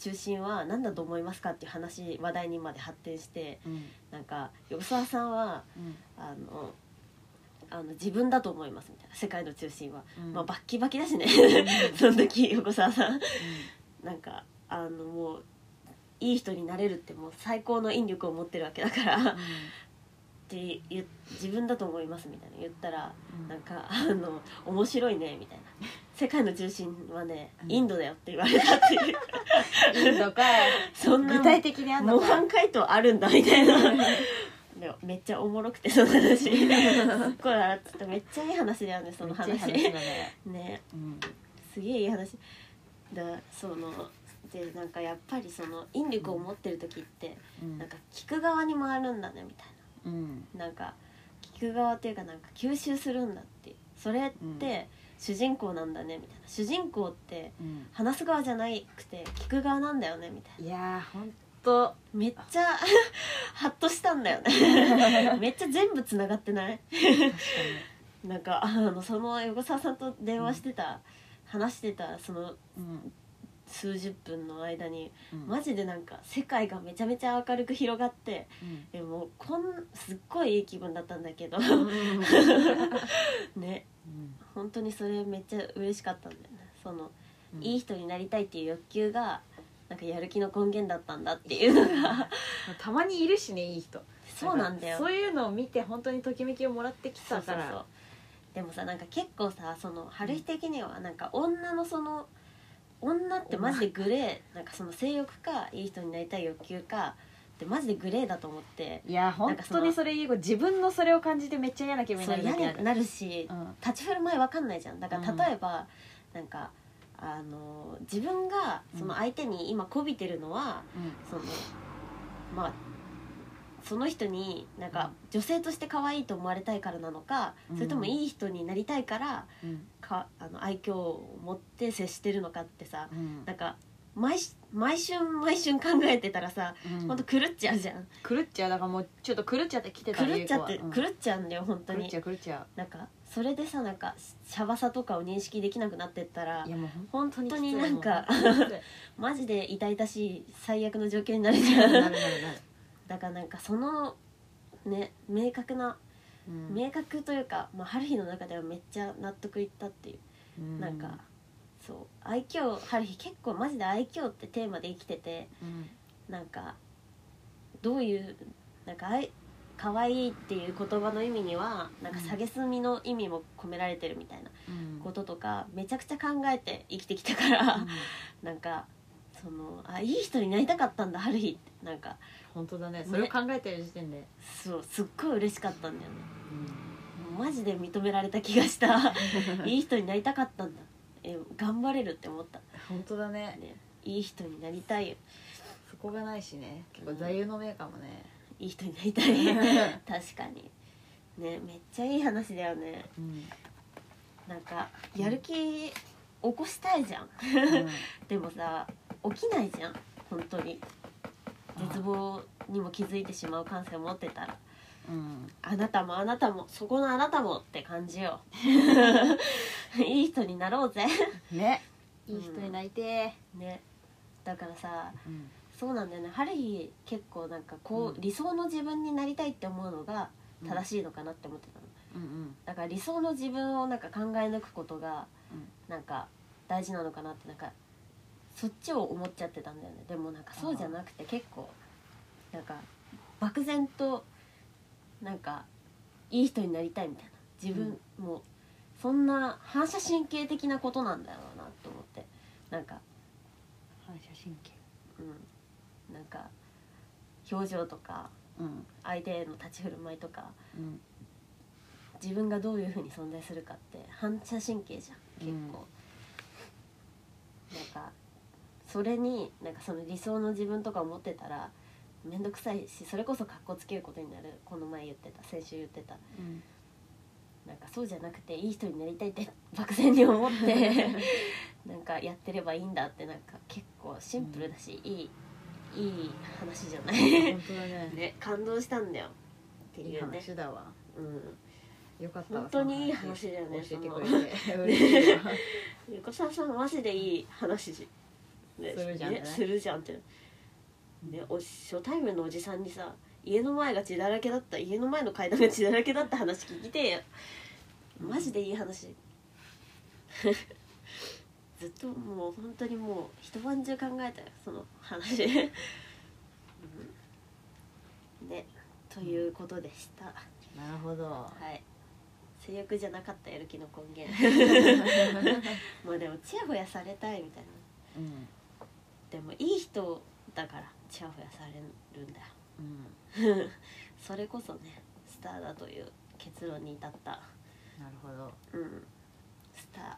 [SPEAKER 3] 中心は何だと思いますかっていう話話題にまで発展して
[SPEAKER 4] うん
[SPEAKER 3] なんか横澤さんは
[SPEAKER 4] うん
[SPEAKER 3] あのあの自分だと思いますみたいな世界の中心は、
[SPEAKER 4] うん
[SPEAKER 3] まあバッキバキだしね その時横澤さんなんかあのもういい人になれるってもう最高の引力を持ってるわけだからっ
[SPEAKER 4] うん
[SPEAKER 3] て言う自分だと思いますみたいな言ったら
[SPEAKER 4] うん
[SPEAKER 3] なんかあの面白いねみたいな世界の中心はね
[SPEAKER 4] うん
[SPEAKER 3] インドだよって言われたっていう
[SPEAKER 4] いいのか
[SPEAKER 3] そんな
[SPEAKER 4] 具体的にあん
[SPEAKER 3] 模
[SPEAKER 4] のか
[SPEAKER 3] 範解答あるんだみた いなでもめっちゃおもろくてその話すっごい笑ってためっちゃいい話だよねその話
[SPEAKER 4] めっちゃいい話だね
[SPEAKER 3] ね
[SPEAKER 4] うん
[SPEAKER 3] すげえいい話だそのでなんかやっぱりその引力を持ってる時って
[SPEAKER 4] うん
[SPEAKER 3] なんか聞く側に回るんだねみたい
[SPEAKER 4] うん
[SPEAKER 3] ななんか聞く側っていうかなんか吸収するんだっていうそれって主人公なんだねみたいな主人公って
[SPEAKER 4] うん
[SPEAKER 3] 話す側じゃなくて聞く側なんだよねみたいない
[SPEAKER 4] やーほんと
[SPEAKER 3] めっちゃ ハッとしたんだよねめっちゃ全部つながってない
[SPEAKER 4] 確か
[SPEAKER 3] なんかあのその横澤さんと電話してた、話してたその
[SPEAKER 4] にうん
[SPEAKER 3] 数十分の間に
[SPEAKER 4] うん
[SPEAKER 3] マジでなんか世界がめちゃめちゃ明るく広がって
[SPEAKER 4] うん
[SPEAKER 3] でもこんすっごいいい気分だったんだけど ね
[SPEAKER 4] うん
[SPEAKER 3] 本当にそれめっちゃ嬉しかったんだよねその、
[SPEAKER 4] うん
[SPEAKER 3] いい人になりたいっていう欲求がなんかやる気の根源だったんだっていう のが
[SPEAKER 4] たまにいるしねいい人
[SPEAKER 3] そうなんだよ
[SPEAKER 4] そういうのを見て本当にときめきをもらってき
[SPEAKER 3] そ
[SPEAKER 4] た
[SPEAKER 3] うそ
[SPEAKER 4] か
[SPEAKER 3] うそ
[SPEAKER 4] ら
[SPEAKER 3] うでもさなんか結構さその春日的にはなんか女のその女ってマジでグレーなんかその性欲かいい人になりたい欲求かってマジでグレーだと思って
[SPEAKER 4] いや本当にそれいい子自分のそれを感じてめっちゃ嫌な気分に
[SPEAKER 3] そ
[SPEAKER 4] な
[SPEAKER 3] う
[SPEAKER 4] る
[SPEAKER 3] 嫌
[SPEAKER 4] だけある
[SPEAKER 3] になるし
[SPEAKER 4] うん
[SPEAKER 3] 立ち振る舞いわかんないじゃんだか
[SPEAKER 4] うん
[SPEAKER 3] ら例えば、なんかあの自分がその相手に今こびてるのは、そのまあその人になんか女性として可愛いと思われたいからなのか、
[SPEAKER 4] うん
[SPEAKER 3] それともいい人になりたいから
[SPEAKER 4] うん
[SPEAKER 3] かあの愛嬌を持って接してるのかってさ
[SPEAKER 4] うん
[SPEAKER 3] なんか毎し毎春毎春考えてたらさ、
[SPEAKER 4] うん
[SPEAKER 3] ほんと狂っちゃうじゃん
[SPEAKER 4] 狂っちゃうだからもうちょっと狂っちゃって来てた
[SPEAKER 3] 狂っちゃって、
[SPEAKER 4] うん
[SPEAKER 3] 狂っちゃうんだよ本当
[SPEAKER 4] 狂っ
[SPEAKER 3] に
[SPEAKER 4] ちゃう狂っちゃ
[SPEAKER 3] なんかそれでさなんかシャバさとかを認識できなくなってったら
[SPEAKER 4] ういやもう
[SPEAKER 3] 本当になんか
[SPEAKER 4] 本当にきついもう
[SPEAKER 3] マジで痛々しい最悪の状況になるじ
[SPEAKER 4] な
[SPEAKER 3] ゃ
[SPEAKER 4] るなるなんる
[SPEAKER 3] だからなんかそのね明確な
[SPEAKER 4] うん
[SPEAKER 3] 明確というか、まあ、春日の中ではめっちゃ納得いったっていう、
[SPEAKER 4] うん
[SPEAKER 3] なんかそう愛嬌春日結構マジで愛嬌ってテーマで生きてて
[SPEAKER 4] うん
[SPEAKER 3] なんかどういうなんか愛可愛いっていう言葉の意味にはなんか
[SPEAKER 4] うん
[SPEAKER 3] 蔑みの意味も込められてるみたいな
[SPEAKER 4] うん
[SPEAKER 3] こととかめちゃくちゃ考えて生きてきたから、
[SPEAKER 4] うん
[SPEAKER 3] なんかそのあいい人になりたかったんだ春日ってなんか
[SPEAKER 4] 本当だねそれを考えてる時点で
[SPEAKER 3] そうすっごい嬉しかったんだよね
[SPEAKER 4] う
[SPEAKER 3] もうマジで認められた気がした いい人になりたかったんだえ頑張れるって思った
[SPEAKER 4] ん本当だね
[SPEAKER 3] ねいい人になりたい
[SPEAKER 4] そこがないしね結構座右の銘かもね
[SPEAKER 3] いい人になりたい 確かにねめっちゃいい話だよね
[SPEAKER 4] うん
[SPEAKER 3] なんかやる気起こしたいじゃん
[SPEAKER 4] うん
[SPEAKER 3] でもさ起きないじゃん本当に絶望にも気づいてしまう感性を持ってたら
[SPEAKER 4] うん
[SPEAKER 3] あなたもあなたもそこのあなたもって感じ よいい人になろうぜ
[SPEAKER 4] ねいい人になりて
[SPEAKER 3] ねだからさ
[SPEAKER 4] ーうん
[SPEAKER 3] そうなんだよね春日結構なんかこう、
[SPEAKER 4] うん
[SPEAKER 3] 理想の自分になりたいって思うのが正しいのかなって思ってたの、
[SPEAKER 4] うんうん
[SPEAKER 3] だから理想の自分をなんか考え抜くことが
[SPEAKER 4] うん
[SPEAKER 3] なんか大事なのかなってなんかそっちを思っちゃってたんだよねでもなんかそうじゃなくて結構なんか漠然となんかいい人になりたいみたいな自分もそんな反射神経的なことなんだろうなと思ってなんか
[SPEAKER 4] 反射神経
[SPEAKER 3] うんなんか表情とか
[SPEAKER 4] うん
[SPEAKER 3] 相手への立ち振る舞いとか
[SPEAKER 4] うん
[SPEAKER 3] 自分がどういうふうに存在するかって反射神経じゃん結構、なんかそれになんかその理想の自分とかを持ってたら面倒くさいしそれこそかっこつけることになるこの前言ってた先週言ってた
[SPEAKER 4] うん
[SPEAKER 3] なんかそうじゃなくていい人になりたいって漠然に思って なんかやってればいいんだってなんか結構シンプルだし、いいいい話じゃない
[SPEAKER 4] 本当だね
[SPEAKER 3] ね感動したんだよって
[SPEAKER 4] い
[SPEAKER 3] い
[SPEAKER 4] いう
[SPEAKER 3] ね
[SPEAKER 4] 話だわ
[SPEAKER 3] うん
[SPEAKER 4] よかったわ
[SPEAKER 3] 本当にいい話だよね
[SPEAKER 4] その話教えてくれて嬉し いわ
[SPEAKER 3] 横澤さんマジでいい話じ、ね
[SPEAKER 4] するじゃんね
[SPEAKER 3] ねするじゃんってねお初対面のおじさんにさ家の前が血だらけだった家の前の階段が血だらけだった話聞いてよマジでいい話 ずっともう本当にもう一晩中考えたよその話、うん ねということでした、
[SPEAKER 4] なるほど
[SPEAKER 3] はい性欲じゃなかったやる気の根源 まあでもチヤホヤされたいみたいな
[SPEAKER 4] うん
[SPEAKER 3] でもいい人だからチヤホヤされるんだよ
[SPEAKER 4] うん
[SPEAKER 3] それこそねスターだという結論に至った
[SPEAKER 4] なるほど
[SPEAKER 3] うんスター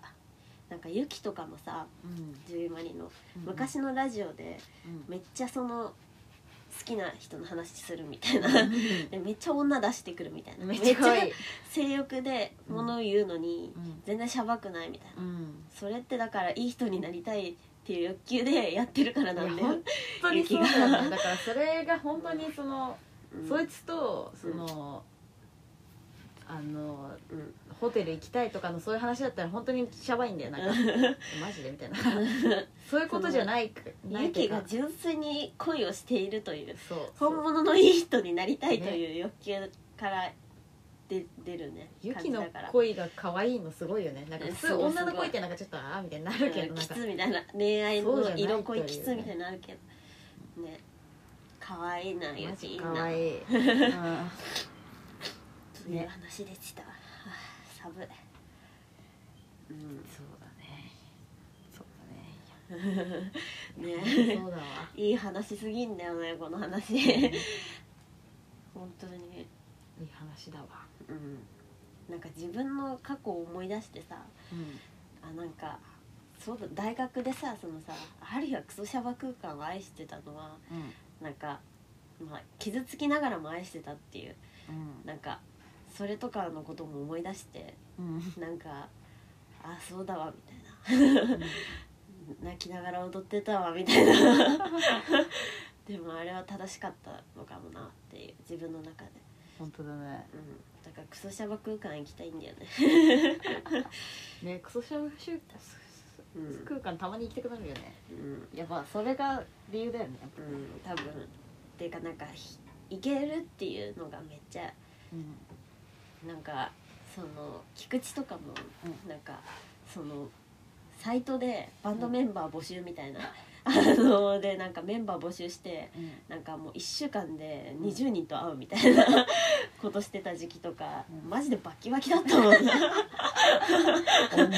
[SPEAKER 3] なんかユキとかもさ
[SPEAKER 4] うん
[SPEAKER 3] ジュイマリの昔のラジオで
[SPEAKER 4] うん
[SPEAKER 3] めっちゃその好きな人の話するみたいな
[SPEAKER 4] うん
[SPEAKER 3] でめっちゃ女出してくるみたいな
[SPEAKER 4] めっちゃ可愛い
[SPEAKER 3] めっち性欲で物を言うのに
[SPEAKER 4] うん
[SPEAKER 3] 全然しゃばくないみたいな
[SPEAKER 4] うん
[SPEAKER 3] それってだからいい人になりたいっていう欲求でやってるからなんだ
[SPEAKER 4] いや
[SPEAKER 3] よ
[SPEAKER 4] 本本当にそうだねだからそれが本当にその、
[SPEAKER 3] うん
[SPEAKER 4] そいつとその、あの
[SPEAKER 3] うん
[SPEAKER 4] ホテル行きたいとかのそういう話だったら本当にシャバいんだ よなんかマジでみたいなそういうことじゃないかない
[SPEAKER 3] ユ
[SPEAKER 4] とい
[SPEAKER 3] キ
[SPEAKER 4] うか
[SPEAKER 3] が純粋に恋をしているという
[SPEAKER 4] そうそう
[SPEAKER 3] 本物のいい人になりたいという欲求からで出るね
[SPEAKER 4] ユ
[SPEAKER 3] 感
[SPEAKER 4] キ
[SPEAKER 3] じだ
[SPEAKER 4] の
[SPEAKER 3] から
[SPEAKER 4] 恋が可愛いのすごいよねなんか普
[SPEAKER 3] す
[SPEAKER 4] 通
[SPEAKER 3] ごい
[SPEAKER 4] 女の恋ってなんかちょっとああみたいになるけ
[SPEAKER 3] う
[SPEAKER 4] ど
[SPEAKER 3] んキ
[SPEAKER 4] なんか
[SPEAKER 3] スみたいな恋愛
[SPEAKER 4] そうじ
[SPEAKER 3] の
[SPEAKER 4] ゃない
[SPEAKER 3] 色恋
[SPEAKER 4] とい
[SPEAKER 3] キ
[SPEAKER 4] うね
[SPEAKER 3] スみたいなのあるけどね可愛いなユ
[SPEAKER 4] マ
[SPEAKER 3] キい
[SPEAKER 4] ジ
[SPEAKER 3] いな
[SPEAKER 4] 可愛いうん
[SPEAKER 3] という話でした、はあ寒い、うん、
[SPEAKER 4] そうだねそうだねいや
[SPEAKER 3] ね
[SPEAKER 4] そうだわ
[SPEAKER 3] いい話すぎんだよねこの話
[SPEAKER 4] いい
[SPEAKER 3] 本当に
[SPEAKER 4] 話だわ
[SPEAKER 3] うんなんか自分の過去を思い出してさ
[SPEAKER 4] うん
[SPEAKER 3] あなんかそうだ大学でさそのさある日はクソシャバ空間を愛してたのは
[SPEAKER 4] うん
[SPEAKER 3] なんか、まあ、傷つきながらも愛してたっていう
[SPEAKER 4] うん
[SPEAKER 3] なんかそれとかのことも思い出して
[SPEAKER 4] うん
[SPEAKER 3] なんかあそうだわみたいな泣きながら踊ってたわみたいな でもあれは正しかったのかもなっていう自分の中で、
[SPEAKER 4] 本当だね
[SPEAKER 3] うん、だからクソシャバ空間行きたいんだよね、
[SPEAKER 4] ねクソシャブシュ
[SPEAKER 3] うんうん
[SPEAKER 4] 空間たまに行きたくなるよねやっぱそれが理由だよねやっぱ
[SPEAKER 3] うん、多分っていうかなんかひ行けるっていうのがめっちゃ
[SPEAKER 4] うん
[SPEAKER 3] なんかその菊池とかも
[SPEAKER 4] う
[SPEAKER 3] なんかそのサイトでバンドメンバー募集みたいな、あのでなんかメンバー募集して、
[SPEAKER 4] うん
[SPEAKER 3] なんかもう1週間で20人と会うみたいなことしてた時期とか、
[SPEAKER 4] うん
[SPEAKER 3] マジでバキバキだったもんな
[SPEAKER 4] 本当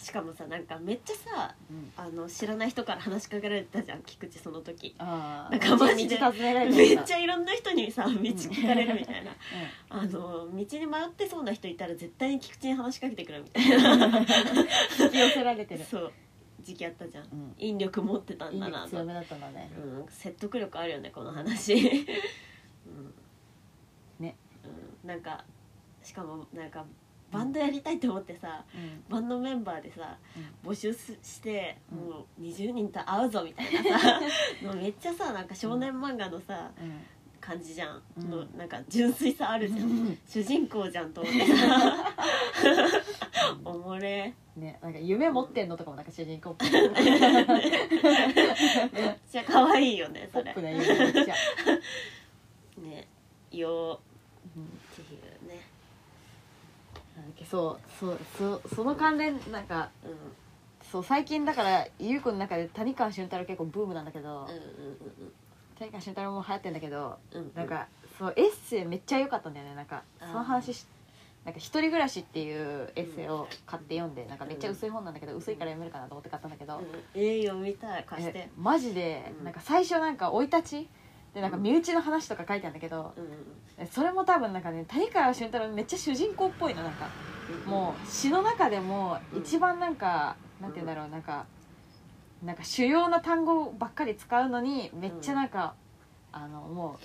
[SPEAKER 3] しかもさなんかめっちゃさ
[SPEAKER 4] うん
[SPEAKER 3] あの知らない人から話しかけられてたじゃん菊池その時
[SPEAKER 4] ああ
[SPEAKER 3] なんかマジで
[SPEAKER 4] 道尋ねられ
[SPEAKER 3] め
[SPEAKER 4] て
[SPEAKER 3] っちゃいろんな人にさ道聞かれるみたいな、あの道に迷ってそうな人いたら絶対に菊池に話しかけてくるみ たいな
[SPEAKER 4] 引き寄せられてる
[SPEAKER 3] そう時期あったじゃん
[SPEAKER 4] うん
[SPEAKER 3] 引力持ってたん
[SPEAKER 4] 引
[SPEAKER 3] だなと、
[SPEAKER 4] 力
[SPEAKER 3] う
[SPEAKER 4] 強
[SPEAKER 3] ん、
[SPEAKER 4] めだったんだね
[SPEAKER 3] 説得力あるよねこの 話うん
[SPEAKER 4] ね
[SPEAKER 3] うん、なんかしかもなんかバンドやりたいと思ってさ、
[SPEAKER 4] うん
[SPEAKER 3] バンドメンバーでさ、募集すして、
[SPEAKER 4] うん
[SPEAKER 3] もう20人と会うぞみたいな さもうめっちゃさなんか少年漫画のさ、
[SPEAKER 4] うん
[SPEAKER 3] 感じじゃん、
[SPEAKER 4] うん
[SPEAKER 3] のなんか純粋さあるじゃん、主人公じゃんと思ってさおもれ
[SPEAKER 4] ねなんか夢持ってんのとかもなんか主人公 っぽい
[SPEAKER 3] めっちゃ可愛いよね
[SPEAKER 4] ポ
[SPEAKER 3] それ
[SPEAKER 4] ップな夢めっちゃ
[SPEAKER 3] ねよ
[SPEAKER 4] うん
[SPEAKER 3] ーっていうね
[SPEAKER 4] なんかそうそうそうその関連なんか
[SPEAKER 3] うん
[SPEAKER 4] そう最近だから優子の中で谷川俊太郎結構ブームなんだけど、
[SPEAKER 3] うんうん
[SPEAKER 4] 谷川俊太郎も流行ってんだけど
[SPEAKER 3] うんうん
[SPEAKER 4] なんかそうエッセイめっちゃ良かったんだよねなんか
[SPEAKER 3] あ
[SPEAKER 4] そ
[SPEAKER 3] ー
[SPEAKER 4] の話しなんか「一人暮らし」っていうエッセイを買って読んでなんかめっちゃ薄い本なんだけど薄いから読めるかなと思って買ったんだけど、
[SPEAKER 3] うんえ読みたい貸し
[SPEAKER 4] え
[SPEAKER 3] て
[SPEAKER 4] マジで
[SPEAKER 3] うん
[SPEAKER 4] なんか最初なんか生い立ちでなんか身内の話とか書いてあるんだけど、
[SPEAKER 3] うんうん
[SPEAKER 4] えそれも多分なんかね谷川俊太郎めっちゃ主人公っぽいのなんか
[SPEAKER 3] うん
[SPEAKER 4] もう詩の中でも
[SPEAKER 3] うん
[SPEAKER 4] 一番なんか、なんて言うんだろうなんかなんか主要な単語ばっかり使うのにめっちゃなんか、あのも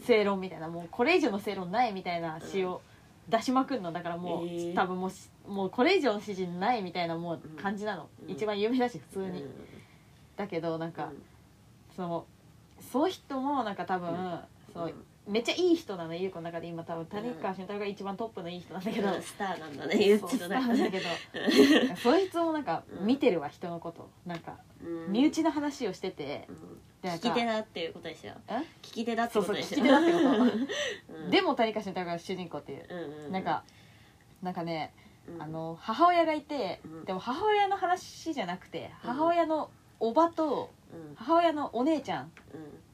[SPEAKER 4] う正論みたいなもうこれ以上の正論ないみたいな詩を出しまくるのだからもう、
[SPEAKER 3] えー
[SPEAKER 4] 多分もうしもうこれ以上の詩人ないみたいなもう感じなの、
[SPEAKER 3] うん
[SPEAKER 4] 一番有名だし普通
[SPEAKER 3] うん
[SPEAKER 4] に、
[SPEAKER 3] うん
[SPEAKER 4] だけどなんか、そのその人もなんか多分、
[SPEAKER 3] うん
[SPEAKER 4] そのめっちゃいい人なの優子の中で今多分谷
[SPEAKER 3] う
[SPEAKER 4] 川俊太郎が一番トップのいい人なんだけど、
[SPEAKER 3] うんスターなんだねゆっ
[SPEAKER 4] そう
[SPEAKER 3] ちの
[SPEAKER 4] そうな
[SPEAKER 3] 中
[SPEAKER 4] んだ
[SPEAKER 3] で
[SPEAKER 4] けど そいつもなんか見てるわ人のことなんか
[SPEAKER 3] うん
[SPEAKER 4] 身内の話をしてて
[SPEAKER 3] うん
[SPEAKER 4] でなん
[SPEAKER 3] 聞
[SPEAKER 4] か
[SPEAKER 3] き手だっていうことでしょ
[SPEAKER 4] え
[SPEAKER 3] 聞き手だって
[SPEAKER 4] そう
[SPEAKER 3] こ
[SPEAKER 4] そ
[SPEAKER 3] と
[SPEAKER 4] う
[SPEAKER 3] でし
[SPEAKER 4] 聞 き
[SPEAKER 3] ょ
[SPEAKER 4] 手だってこ
[SPEAKER 3] う
[SPEAKER 4] と
[SPEAKER 3] ん
[SPEAKER 4] でも谷川俊太郎が主人公っていう
[SPEAKER 3] うんうんうん
[SPEAKER 4] なんかなんかね
[SPEAKER 3] うん
[SPEAKER 4] あの母親がいて
[SPEAKER 3] うん
[SPEAKER 4] でも母親の話じゃなくて
[SPEAKER 3] うん
[SPEAKER 4] 母親のおばと
[SPEAKER 3] うん
[SPEAKER 4] 母親のお姉ちゃん
[SPEAKER 3] う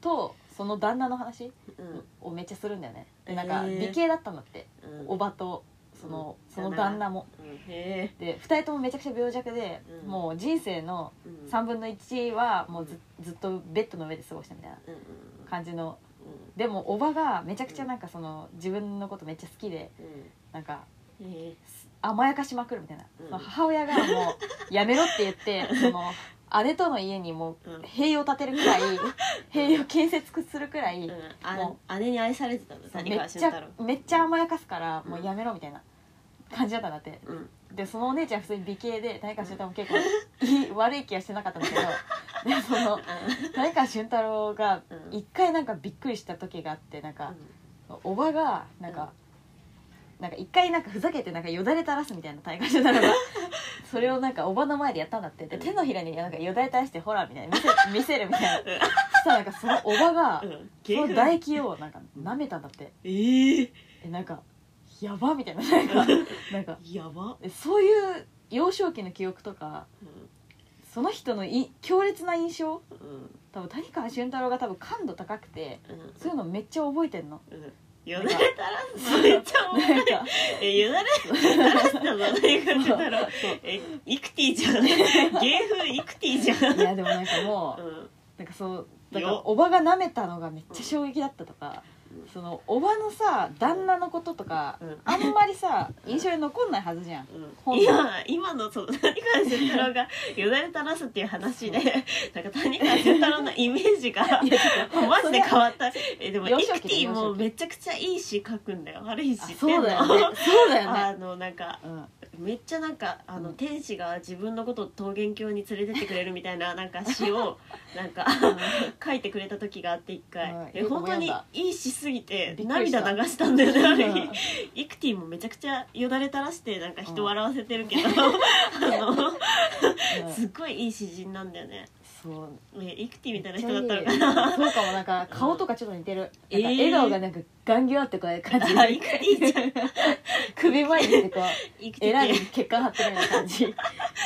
[SPEAKER 4] とその旦那の話
[SPEAKER 3] んうん
[SPEAKER 4] をめっちゃするんだよねでなんか
[SPEAKER 3] へー
[SPEAKER 4] 理系だったんだって
[SPEAKER 3] うん
[SPEAKER 4] おばとその
[SPEAKER 3] うん
[SPEAKER 4] その旦那も
[SPEAKER 3] うんへ
[SPEAKER 4] で2人ともめちゃくちゃ病弱で
[SPEAKER 3] うん
[SPEAKER 4] もう人生の
[SPEAKER 3] えうん
[SPEAKER 4] 3分の1はもうずずっとベッドの上で過ごしたみたいな
[SPEAKER 3] うんうん
[SPEAKER 4] 感じの
[SPEAKER 3] う
[SPEAKER 4] でもおばがめちゃくちゃなんかその自分のことめっちゃ好きで
[SPEAKER 3] んうん
[SPEAKER 4] なんか
[SPEAKER 3] へ
[SPEAKER 4] 甘やかしまくるみたいな、
[SPEAKER 3] うん
[SPEAKER 4] その母親がもうやめろって言ってその姉との家にも
[SPEAKER 3] えうん
[SPEAKER 4] う塀を建てるくらい塀を建設するくらい、
[SPEAKER 3] うんあ姉に愛されてたの
[SPEAKER 4] そう
[SPEAKER 3] 谷
[SPEAKER 4] め
[SPEAKER 3] 川
[SPEAKER 4] っ
[SPEAKER 3] 俊
[SPEAKER 4] ち
[SPEAKER 3] 太郎
[SPEAKER 4] ゃめっちゃ甘やかすからもうやめろみたいな感じだったんだって
[SPEAKER 3] うん
[SPEAKER 4] でそのお姉ちゃん普通に美形で誰か俊太郎も結構いい悪い気はしてなかったんだけどでその誰か俊太郎が
[SPEAKER 3] うん
[SPEAKER 4] 一回なんかびっくりした時があってなんか、おばがなんか、なんか一回なんかふざけてなんかよだれ垂らすみたいな大会してた のがそれをなんかおばの前でやったんだってで手のひらになんかよだれ垂らしてほらみたいな見せ見せるみたいなそしたらなんかそのおばが
[SPEAKER 3] う、ん
[SPEAKER 4] その唾液をなんか舐めたんだって
[SPEAKER 3] ええ
[SPEAKER 4] えなんかやばみたいななんかなんか
[SPEAKER 3] やば
[SPEAKER 4] えそういう幼少期の記憶とか
[SPEAKER 3] うん
[SPEAKER 4] その人のい強烈な印象
[SPEAKER 3] うん
[SPEAKER 4] 多分谷川俊太郎が多分感度高くて
[SPEAKER 3] うん
[SPEAKER 4] そういうのめっちゃ覚えてんの
[SPEAKER 3] うんよだれ垂らすめっちゃおも
[SPEAKER 4] な
[SPEAKER 3] ろ
[SPEAKER 4] ん
[SPEAKER 3] い
[SPEAKER 4] か
[SPEAKER 3] えよだれ垂らしたの谷川俊太郎
[SPEAKER 4] そう
[SPEAKER 3] えいくつティじゃん芸風イクティじゃん
[SPEAKER 4] いやでもなんかもう
[SPEAKER 5] うん
[SPEAKER 4] なんかそうだか
[SPEAKER 3] よ
[SPEAKER 4] らおばが舐めたのがめっちゃ衝撃だったとか、そのおばのさ旦那のこととか、
[SPEAKER 5] うん
[SPEAKER 4] あんまりさ印象に残んないはずじゃん
[SPEAKER 5] うん
[SPEAKER 4] 本
[SPEAKER 3] い
[SPEAKER 4] 来
[SPEAKER 3] や今のそう谷川俊太郎がよだれ垂らすっていう話でなんか谷川俊太郎のイメージがマジで変わったえでもイ
[SPEAKER 4] 幼少
[SPEAKER 3] ク
[SPEAKER 4] 期
[SPEAKER 3] テ
[SPEAKER 4] だよ
[SPEAKER 3] ィも
[SPEAKER 4] 幼少期
[SPEAKER 3] めちゃくちゃいい詩書くんだよある日知
[SPEAKER 4] あ
[SPEAKER 3] ってん
[SPEAKER 4] そ
[SPEAKER 3] の
[SPEAKER 4] うだよねそうだよね
[SPEAKER 3] あのなんか
[SPEAKER 4] うん
[SPEAKER 3] めっちゃなんかあの、
[SPEAKER 4] うん
[SPEAKER 3] 天使が自分のことを桃源郷に連れてってくれるみたいななんか詩を なんか書いてくれた時があって一回、
[SPEAKER 4] うん
[SPEAKER 3] で
[SPEAKER 4] よく
[SPEAKER 3] 本当に
[SPEAKER 4] 読んだ
[SPEAKER 3] いい詩すぎて
[SPEAKER 4] びっくりした
[SPEAKER 3] 涙流したんだよねある
[SPEAKER 4] うん
[SPEAKER 3] 日イクティもめちゃくちゃよだれ垂らしてなんか人笑わせてるけど、あ
[SPEAKER 4] う
[SPEAKER 3] の
[SPEAKER 4] ん
[SPEAKER 3] すっごいいい詩人なんだよね
[SPEAKER 4] そう
[SPEAKER 3] ねイクティみたいな人だったの
[SPEAKER 4] め
[SPEAKER 3] か
[SPEAKER 4] っちゃいい
[SPEAKER 3] な
[SPEAKER 4] そうかもなんか顔とかちょっと似てる、
[SPEAKER 3] うん
[SPEAKER 4] なんか
[SPEAKER 3] えー
[SPEAKER 4] 笑顔がなんか顔業ってこういう感じ
[SPEAKER 3] あイクティちゃん
[SPEAKER 4] 首前にし てこう
[SPEAKER 3] イクテ
[SPEAKER 4] えらい
[SPEAKER 3] ィっ
[SPEAKER 4] 血管張ってるような感じ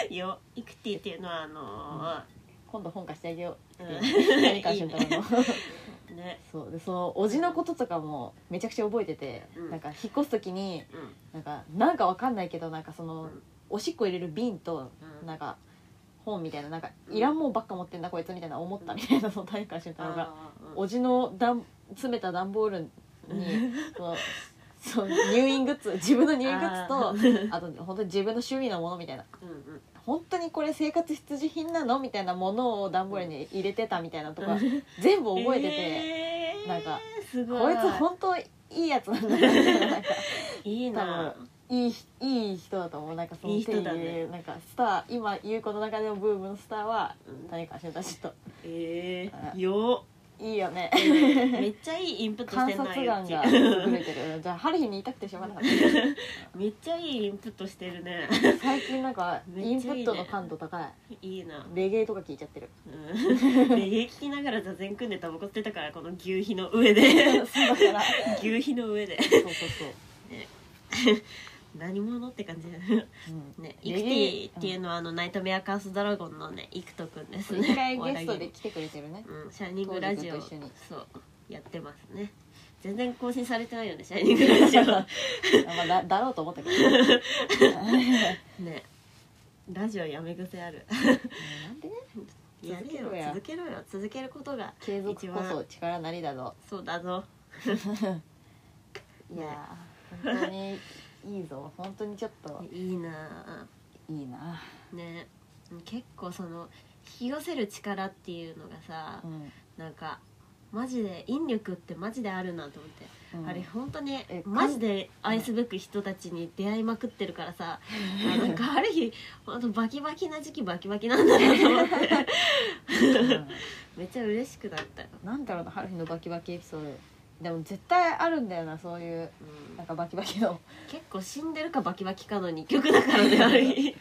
[SPEAKER 3] てよイクティっていうのはあの
[SPEAKER 4] 今度本貸してあ げよう
[SPEAKER 3] ー
[SPEAKER 4] って、
[SPEAKER 3] うん
[SPEAKER 4] 何かしらの
[SPEAKER 3] ね
[SPEAKER 4] そうでそのおじのこととかもめちゃくちゃ覚えてて、
[SPEAKER 3] うん
[SPEAKER 4] なんか引っ越す時に
[SPEAKER 3] うん
[SPEAKER 4] なんかなんかわかんないけどなんかその、
[SPEAKER 3] ん
[SPEAKER 4] おしっこ入れる瓶と
[SPEAKER 3] うん
[SPEAKER 4] なんか本みたいななんかいらんもんばっか持ってんだこいつみたいな思ったみたいなその谷川俊太郎が
[SPEAKER 3] あーうん
[SPEAKER 4] おじの段詰めた段ボールに そのその入院グッズ自分の入院グッズとあと本当に自分の趣味のものみたいな
[SPEAKER 3] うんうん
[SPEAKER 4] 本当にこれ生活必需品なのみたいなものを段ボールに入れてたみたいなとか全部覚えてて。
[SPEAKER 3] えー
[SPEAKER 4] なんか
[SPEAKER 3] すごい
[SPEAKER 4] こいつ本当いいやつなんだ ななんか
[SPEAKER 3] いいな
[SPEAKER 4] ないいひいい人だと思うなんかその
[SPEAKER 3] いい人だね
[SPEAKER 4] っていうなんかスター今優子の中でもブームのスターは
[SPEAKER 3] うん
[SPEAKER 4] 谷川俊太ちょっ
[SPEAKER 3] え
[SPEAKER 4] あ
[SPEAKER 3] ー、 よ
[SPEAKER 4] といいよね
[SPEAKER 3] えーめっちゃいいインプットし
[SPEAKER 4] 観
[SPEAKER 3] てん
[SPEAKER 4] 察
[SPEAKER 3] な
[SPEAKER 4] 眼
[SPEAKER 3] よ
[SPEAKER 4] が
[SPEAKER 3] っち
[SPEAKER 4] 優れ てるじゃあ春日に言いたくてしょうがなかっ
[SPEAKER 3] めっちゃいいインプットしてるね
[SPEAKER 4] た最近なんか
[SPEAKER 3] めっちゃいいね
[SPEAKER 4] インプットの感度高い
[SPEAKER 3] いいな
[SPEAKER 4] レゲエとか聞いちゃっ てる
[SPEAKER 3] うんで家聞きながら座禅組んでタバコ吸ってたからこの牛皮の上 で
[SPEAKER 4] そうだから
[SPEAKER 3] 牛皮の上で
[SPEAKER 4] そうそうそう
[SPEAKER 3] 何者って感じだ
[SPEAKER 4] うん
[SPEAKER 3] ねイ
[SPEAKER 4] レ
[SPEAKER 3] クテ
[SPEAKER 4] ゲエ
[SPEAKER 3] ィっていうのはあのナイトメアカースドラゴンのねイクトくんです
[SPEAKER 4] うん
[SPEAKER 3] ね
[SPEAKER 4] 一回ゲス
[SPEAKER 3] お笑
[SPEAKER 4] ト
[SPEAKER 3] い芸
[SPEAKER 4] で
[SPEAKER 3] 人
[SPEAKER 4] 来てくれてるね
[SPEAKER 3] うん、シャイニングラジオ
[SPEAKER 4] 当時と一緒に
[SPEAKER 3] そうやってますね全然更新されてないよねシャイニングラジ オ
[SPEAKER 4] まあだだろうと思っ たけどうんなん
[SPEAKER 3] ねラジオやめ癖ある
[SPEAKER 4] でね
[SPEAKER 3] やれよ
[SPEAKER 4] 続けろや
[SPEAKER 3] 続けろよ続けることが
[SPEAKER 4] 継続こそ力なりだぞ
[SPEAKER 3] そうだぞ
[SPEAKER 4] いやー本当にいいぞ本当にちょっと
[SPEAKER 3] いいない
[SPEAKER 4] いな、
[SPEAKER 3] あね結構その引き寄せる力っていうのがさ
[SPEAKER 4] う、ん
[SPEAKER 3] なんかマジで引力ってマジであるなと思って、
[SPEAKER 4] うん
[SPEAKER 3] あれ本当に
[SPEAKER 4] え
[SPEAKER 3] マジで愛すべく人たちに出会いまくってるから さ、あなんかある日本当バキバキな時期バキバキなんだなと思って
[SPEAKER 4] うん
[SPEAKER 3] めっちゃ嬉しくなったよ、
[SPEAKER 4] なんだろうな春日のバキバキエピソードでも絶対あるんだよなそういう
[SPEAKER 3] うん
[SPEAKER 4] なんかバキバキの
[SPEAKER 3] 結構死んでるかバキバキかの2曲だからねある日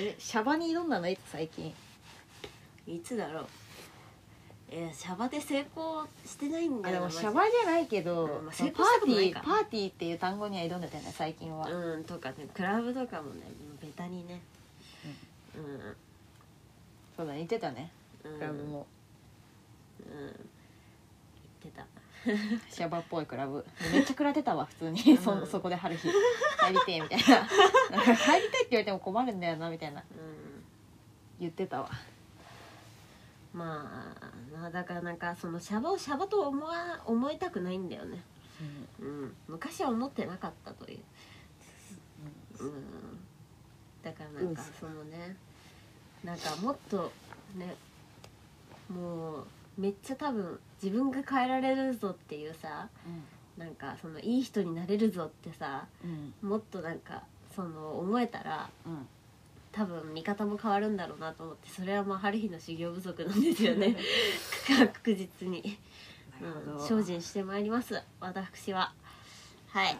[SPEAKER 4] えシャバに挑んだのいつ最近
[SPEAKER 3] いつだろうえー、シャバで成功してないんだ
[SPEAKER 4] あ
[SPEAKER 3] よな
[SPEAKER 4] でも
[SPEAKER 3] マジ
[SPEAKER 4] シャバじゃないけど、
[SPEAKER 3] うんまあ
[SPEAKER 4] その
[SPEAKER 3] 成
[SPEAKER 4] パ
[SPEAKER 3] 功した
[SPEAKER 4] ー
[SPEAKER 3] こ
[SPEAKER 4] テ
[SPEAKER 3] とな
[SPEAKER 4] ィ
[SPEAKER 3] い
[SPEAKER 4] ー
[SPEAKER 3] から
[SPEAKER 4] パーティーっていう単語には挑んでたよね最近は、
[SPEAKER 3] うんとかねクラブとかもねベタにねう
[SPEAKER 4] そうだね言ってたね
[SPEAKER 3] んうん
[SPEAKER 4] クラブも、
[SPEAKER 3] うん言ってた
[SPEAKER 4] シャバっぽいクラブめっちゃ食らってたわ普通に、
[SPEAKER 3] う
[SPEAKER 4] そ
[SPEAKER 3] ん
[SPEAKER 4] そこで春日帰りてえみたいななんか帰りたいって言われても困るんだよなみたいな
[SPEAKER 3] うん
[SPEAKER 4] 言ってたわ
[SPEAKER 3] まあなだからなんかそのシャバをシャバと思わ思いたくないんだよね、うん、昔は思ってなかったという、うん、だからなんか
[SPEAKER 4] うん
[SPEAKER 3] そのねなんかもっとねもうめっちゃ多分自分が変えられるぞっていうさなんかそのいい人になれるぞってさ
[SPEAKER 4] うん
[SPEAKER 3] もっとなんかその思えたら
[SPEAKER 4] うん
[SPEAKER 3] 多分見方も変わるんだろうなと思ってそれはまあ春日の修行不足なんですよ ね確実に、うん、精進してまいります私ははい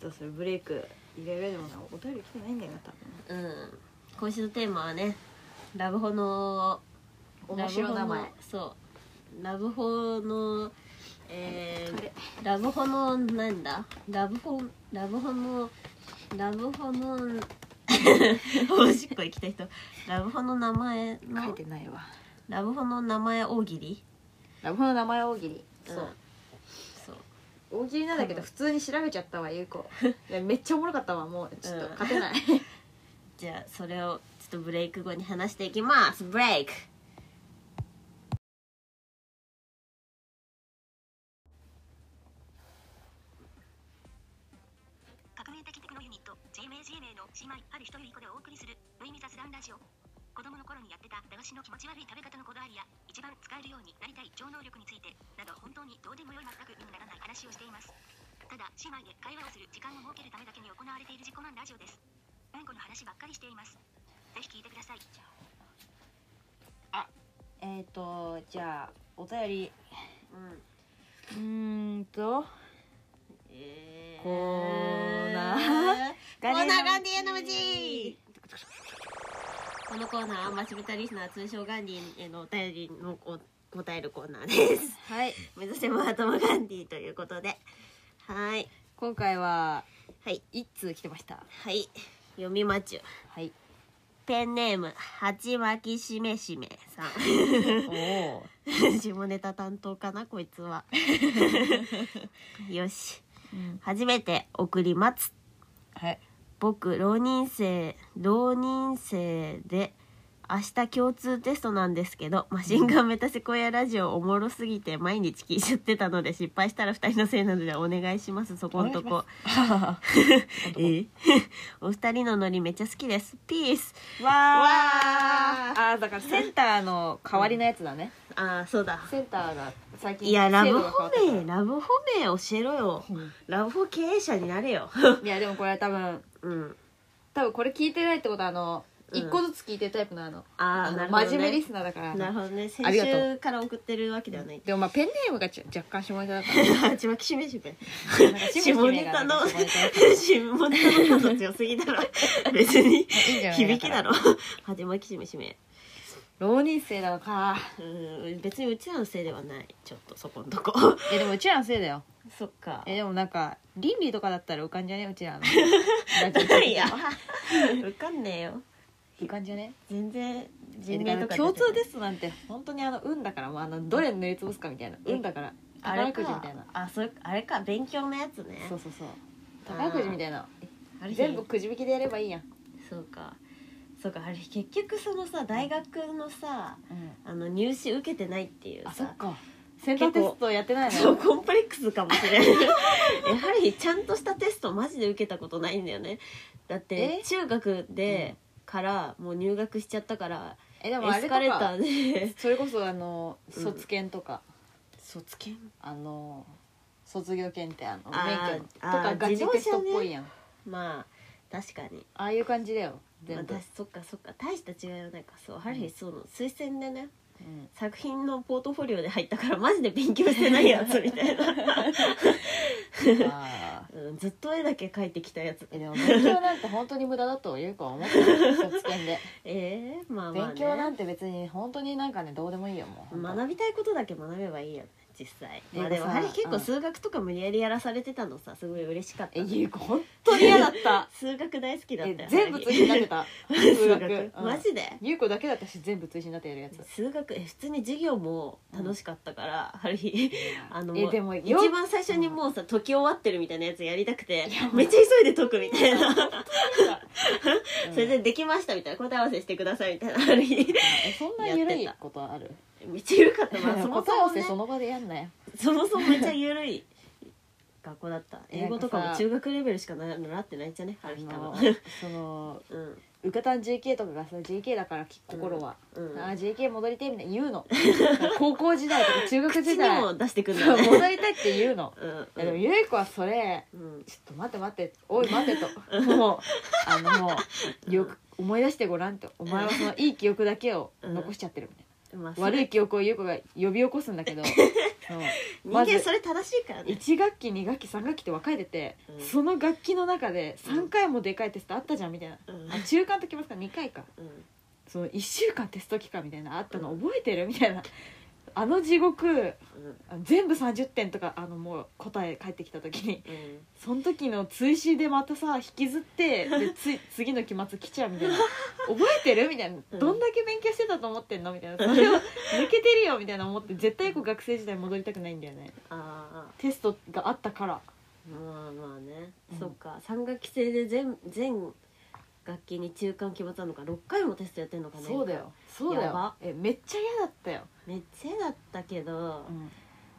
[SPEAKER 4] どうするブレイク入れられるものはお便り来てないんだよな多
[SPEAKER 3] うん今週のテーマはねラブホの
[SPEAKER 4] 分面白い名前
[SPEAKER 3] ラブホのそうラブホのえー、ラブホのなんだラブホラブホのラブホの おしっこ行きたい人ラブホの名前の
[SPEAKER 4] 書いてないわ
[SPEAKER 3] ラブホの名前大喜利
[SPEAKER 4] ラブホの名前は大喜利
[SPEAKER 3] うん
[SPEAKER 4] そう
[SPEAKER 3] そう
[SPEAKER 4] 大喜利なんだけ
[SPEAKER 3] 多
[SPEAKER 4] ど
[SPEAKER 3] 分
[SPEAKER 4] 普通に調べちゃったわゆうこいやめっちゃおもろかったわもうちょっと
[SPEAKER 3] うん
[SPEAKER 4] 勝てない
[SPEAKER 3] じゃあそれをちょっとブレイク後に話していきますブレイク
[SPEAKER 1] 革命的テクノユニット GMAGMA の姉妹ある人ゆい子でお送りする無意味雑談ラジオ子供の頃にやってた駄菓子の気持ち悪い食べ方のこだわりや一番使えるようになりたい超能力についてなど本当にどうでもよい全く意味ならない話をしていますただ姉妹で会話をする時間を設けるためだけに行われている自己満ラジオですうんこの話ばっかりしていますぜひ聞いてください
[SPEAKER 4] えっ、とじゃあお便りうんと
[SPEAKER 3] えー
[SPEAKER 4] コーナー
[SPEAKER 3] コーナーガンディへの
[SPEAKER 4] 無
[SPEAKER 3] 無事このコーナーはマシベタリスナー通称ガンディへのお便りのお答えるコーナーです
[SPEAKER 4] はい
[SPEAKER 3] 目指せマートマガンディということではい
[SPEAKER 4] 今回は
[SPEAKER 3] はい
[SPEAKER 4] 一通来てました
[SPEAKER 3] はい読みまちゅ
[SPEAKER 4] はい
[SPEAKER 3] ペンネームはちまきしめしめさ
[SPEAKER 4] おお
[SPEAKER 3] ん下ネタ担当かなこいつはよし初めて送ります
[SPEAKER 4] はい
[SPEAKER 3] 僕浪人生浪人生で明日共通テストなんですけどマシンガンメタセコイアラジオおもろすぎて毎日聞いちゃってたの で失敗したら2人のせいなのでお願いしますそこんとこえ お二人のノリめっちゃ好きですピース
[SPEAKER 4] わああーだからセンターの代わりのやつだね、
[SPEAKER 3] ああそうだ
[SPEAKER 4] センターが最近
[SPEAKER 3] いやラ
[SPEAKER 4] 制
[SPEAKER 3] ブ
[SPEAKER 4] 度が変わ
[SPEAKER 3] ホ
[SPEAKER 4] ったから
[SPEAKER 3] 名ラブホ名教えろよラブホ経営者になれよ
[SPEAKER 4] いやでもこれ多分
[SPEAKER 3] うん
[SPEAKER 4] 多分これ聞いてないってことはあの
[SPEAKER 3] うん
[SPEAKER 4] 一個ずつ聞いてるタイプのあの,、
[SPEAKER 3] ああなるほど、ね、
[SPEAKER 4] 真面目リスナーだから
[SPEAKER 3] なるほどね
[SPEAKER 4] あ
[SPEAKER 3] 先
[SPEAKER 4] りがと
[SPEAKER 3] 週から送ってるわけでは ない
[SPEAKER 4] でもまあペンネームがち若干下ネタだか
[SPEAKER 3] あちまきしめしめ
[SPEAKER 4] らなんかしめし
[SPEAKER 3] 下
[SPEAKER 4] め
[SPEAKER 3] ネ
[SPEAKER 4] が
[SPEAKER 3] タ
[SPEAKER 4] ね
[SPEAKER 3] の
[SPEAKER 4] 下ネタ
[SPEAKER 3] 下ネタの感度強すぎだろ 別に
[SPEAKER 4] いいんじゃ ない
[SPEAKER 3] 響きだ
[SPEAKER 4] ろ
[SPEAKER 3] ろはちまきしめしめ
[SPEAKER 4] 浪人生なのか
[SPEAKER 3] うん別にうちらのせいではないちょっとそこんとこ
[SPEAKER 4] いやでもうちらのせいだよ
[SPEAKER 3] そっか
[SPEAKER 4] えでもなんか倫理とかだったら浮かんじゃねうち らの
[SPEAKER 3] い やわかんねえよ
[SPEAKER 4] 浮かんじゃね
[SPEAKER 3] 全然人命
[SPEAKER 4] だか
[SPEAKER 3] と
[SPEAKER 4] ら
[SPEAKER 3] か
[SPEAKER 4] 共通テ
[SPEAKER 3] す
[SPEAKER 4] ストなんて本当にあの運だからもうあのどれ塗りつぶすかみたいな運だから
[SPEAKER 3] あ
[SPEAKER 4] 宝
[SPEAKER 3] れ
[SPEAKER 4] く
[SPEAKER 3] か
[SPEAKER 4] じみたいな
[SPEAKER 3] あそれあれか勉強のやつね
[SPEAKER 4] そうそうそう
[SPEAKER 3] あー
[SPEAKER 4] 宝くじみたいな
[SPEAKER 3] ある日
[SPEAKER 4] 全部くじ引きでやればいいやん、
[SPEAKER 3] そうかそうかあれ結局そのさ大学のさあの入試受けてないっていう
[SPEAKER 4] あそ
[SPEAKER 3] さ
[SPEAKER 4] っかセンターテストやってない
[SPEAKER 3] そう
[SPEAKER 4] の
[SPEAKER 3] コンプレックスかもしれない やはりちゃんとしたテストマジで受けたことないんだよねだって
[SPEAKER 4] え
[SPEAKER 3] 中学でからもう入学しちゃったから
[SPEAKER 4] えでもあ
[SPEAKER 3] エス
[SPEAKER 4] れと
[SPEAKER 3] カレータ
[SPEAKER 4] か
[SPEAKER 3] ーで
[SPEAKER 4] それこそあの
[SPEAKER 3] うん
[SPEAKER 4] 卒検とか、
[SPEAKER 3] 卒検
[SPEAKER 4] あの卒業検定あの
[SPEAKER 3] あー
[SPEAKER 4] 免許と
[SPEAKER 3] あ
[SPEAKER 4] か
[SPEAKER 3] ー
[SPEAKER 4] ガチテストっぽいやん、
[SPEAKER 3] まあ確かに
[SPEAKER 4] ああいう感じだよ全部、
[SPEAKER 3] 私そっかそっか大した違いはないかそうハリーそうの推薦でね
[SPEAKER 4] うん
[SPEAKER 3] 作品のポートフォリオで入ったからマジで勉強してないやつみたいな、
[SPEAKER 4] あー
[SPEAKER 3] うん、ずっと絵だけ描いてきたやつ
[SPEAKER 4] えでも勉強なんて本当に無駄だというか思っ たよ卒検で
[SPEAKER 3] ええまあまあ、ね、
[SPEAKER 4] 勉強なんて別に本当になんかねどうでもいいよもう
[SPEAKER 3] 学びたいことだけ学べばいいよね実際
[SPEAKER 4] え
[SPEAKER 3] まあで
[SPEAKER 4] で
[SPEAKER 3] も
[SPEAKER 4] もさ
[SPEAKER 3] あれ結
[SPEAKER 4] う
[SPEAKER 3] 構
[SPEAKER 4] ん
[SPEAKER 3] 数学とか無理やりやらされてたのさすごい嬉しかった
[SPEAKER 4] え
[SPEAKER 3] ね
[SPEAKER 4] ゆう子本当に嫌だった
[SPEAKER 3] 数学大好きだった
[SPEAKER 4] え
[SPEAKER 3] よ
[SPEAKER 4] 全部追試になってた 数
[SPEAKER 3] 数
[SPEAKER 4] 学、
[SPEAKER 3] 学
[SPEAKER 4] うん
[SPEAKER 3] マジで
[SPEAKER 4] ゆう子だけだったし全部追試になってやるやつ
[SPEAKER 3] 数学え普通に授業も楽しかったから、ある日あの
[SPEAKER 4] えでも
[SPEAKER 3] 一
[SPEAKER 4] よ
[SPEAKER 3] 番最初にもうさ解き終わってるみたいなやつやりたくてめっちゃ急いで解くみたいな
[SPEAKER 4] うん
[SPEAKER 3] それでできましたみたいな答え合わせしてくださいみたいなある 日
[SPEAKER 4] えそんな緩いことある
[SPEAKER 3] めっちゃ緩かった まあそも
[SPEAKER 4] 答え
[SPEAKER 3] そ
[SPEAKER 4] 合わ
[SPEAKER 3] も、ね
[SPEAKER 4] せ、その場でやんなよ
[SPEAKER 3] そもそもめっちゃ緩い学校だった
[SPEAKER 4] えな
[SPEAKER 3] 英
[SPEAKER 4] んかさ
[SPEAKER 3] 語とかも中学レベルしかな習ってないじゃねある日
[SPEAKER 4] あ
[SPEAKER 3] 多
[SPEAKER 4] の
[SPEAKER 3] 分
[SPEAKER 4] その
[SPEAKER 3] うん
[SPEAKER 4] うかたん JK とかがさ JK だからき心は、
[SPEAKER 3] うん
[SPEAKER 4] あー JK 戻りたいみたいに言うの高校時代とか中学時
[SPEAKER 3] 口に
[SPEAKER 4] 代
[SPEAKER 3] も出してくん
[SPEAKER 4] そ
[SPEAKER 3] だ
[SPEAKER 4] う
[SPEAKER 3] ね
[SPEAKER 4] 戻りたいって言うの
[SPEAKER 3] うん
[SPEAKER 4] いやでもゆい子はそれ
[SPEAKER 3] うん
[SPEAKER 4] ちょっと待って待っておい待てともうあのもうよく思い出してごらんとお前はそのいい記憶だけを残しちゃってるみたい
[SPEAKER 3] うんまあ
[SPEAKER 4] な、悪い記憶をゆい子が呼び起こすんだ けどそう
[SPEAKER 3] 人
[SPEAKER 4] まず
[SPEAKER 3] 間それ正しいからね
[SPEAKER 4] 1学期2学期3学期って分かれてて、
[SPEAKER 3] うん
[SPEAKER 4] その学期の中で3回もでかいテストあったじゃんみたいな、
[SPEAKER 3] うん
[SPEAKER 4] あ中間ときますか2回か
[SPEAKER 3] うん
[SPEAKER 4] その1週間テスト期間みたいなあったの覚えてるみたいなあの地獄
[SPEAKER 3] うん
[SPEAKER 4] あ全部30点とかあのもう答え返ってきた時に
[SPEAKER 3] うん
[SPEAKER 4] その時の追試でまたさ引きず ってでつい次の期末来ちゃうみたいな覚えてるみたい
[SPEAKER 3] うん
[SPEAKER 4] などんだけ勉強してたと思ってんのみたいなそれを抜けてるよみたいな思って絶対こう学生時代戻りたくないんだよね
[SPEAKER 3] ああ
[SPEAKER 4] テストがあったから
[SPEAKER 3] まあまあね
[SPEAKER 4] うん
[SPEAKER 3] そっか三学期制で全全楽器に中間期末あるのか6回もテストやってんのかね
[SPEAKER 4] そうだよそうだ
[SPEAKER 3] やば
[SPEAKER 4] よえめっちゃ嫌だったよ、
[SPEAKER 3] めっちゃ嫌だったけど
[SPEAKER 4] う、ん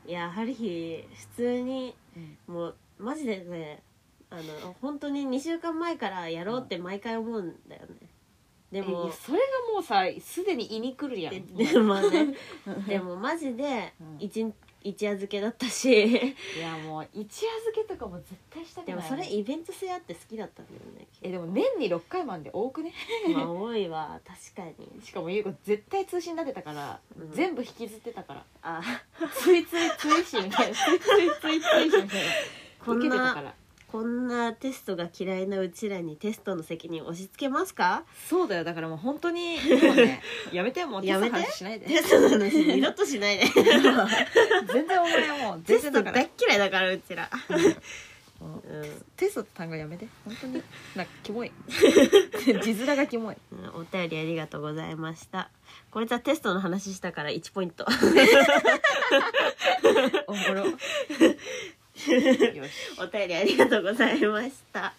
[SPEAKER 3] いやハリヒ普通に
[SPEAKER 4] うん
[SPEAKER 3] もうマジでねあの本当に2週間前からやろうって毎回思うんだよね、で
[SPEAKER 4] えい
[SPEAKER 3] も
[SPEAKER 4] やそれがもうさすでに胃にくるやん
[SPEAKER 3] ででもね
[SPEAKER 4] うん
[SPEAKER 3] でもマジで
[SPEAKER 4] うん
[SPEAKER 3] 一日一夜漬けだった し
[SPEAKER 4] いやもう一夜漬けとかも絶対したくな
[SPEAKER 3] で
[SPEAKER 4] い
[SPEAKER 3] もそれイベント性あって好きだったんだよね
[SPEAKER 4] えでも年に6回まで多くね
[SPEAKER 3] まあ多いわ確かに
[SPEAKER 4] しかも優子絶対通信立てたから、
[SPEAKER 3] うん
[SPEAKER 4] 全部引きずってたから
[SPEAKER 3] あ
[SPEAKER 4] ついついついしみたいなついついついついしみたいな
[SPEAKER 3] こんな
[SPEAKER 4] 受けてたから
[SPEAKER 3] こんなテストが嫌いなうちらにテストの責任押し付けますか
[SPEAKER 4] そうだよだからもう本当にもうねやめてもうテストの
[SPEAKER 3] やめて
[SPEAKER 4] 話しないで
[SPEAKER 3] テストの話二度としないで
[SPEAKER 4] 全然お前もう
[SPEAKER 3] テ
[SPEAKER 4] 全
[SPEAKER 3] ス
[SPEAKER 4] 然
[SPEAKER 3] ト
[SPEAKER 4] だから
[SPEAKER 3] 大っ嫌いだからうちら
[SPEAKER 4] うん
[SPEAKER 3] うん
[SPEAKER 4] テストって単語やめて本当になんかキモい字面がキモい
[SPEAKER 3] うんお便りありがとうございました。これじゃテストの話したから1ポイント。
[SPEAKER 4] おもろよし
[SPEAKER 3] お便りありがとうございました。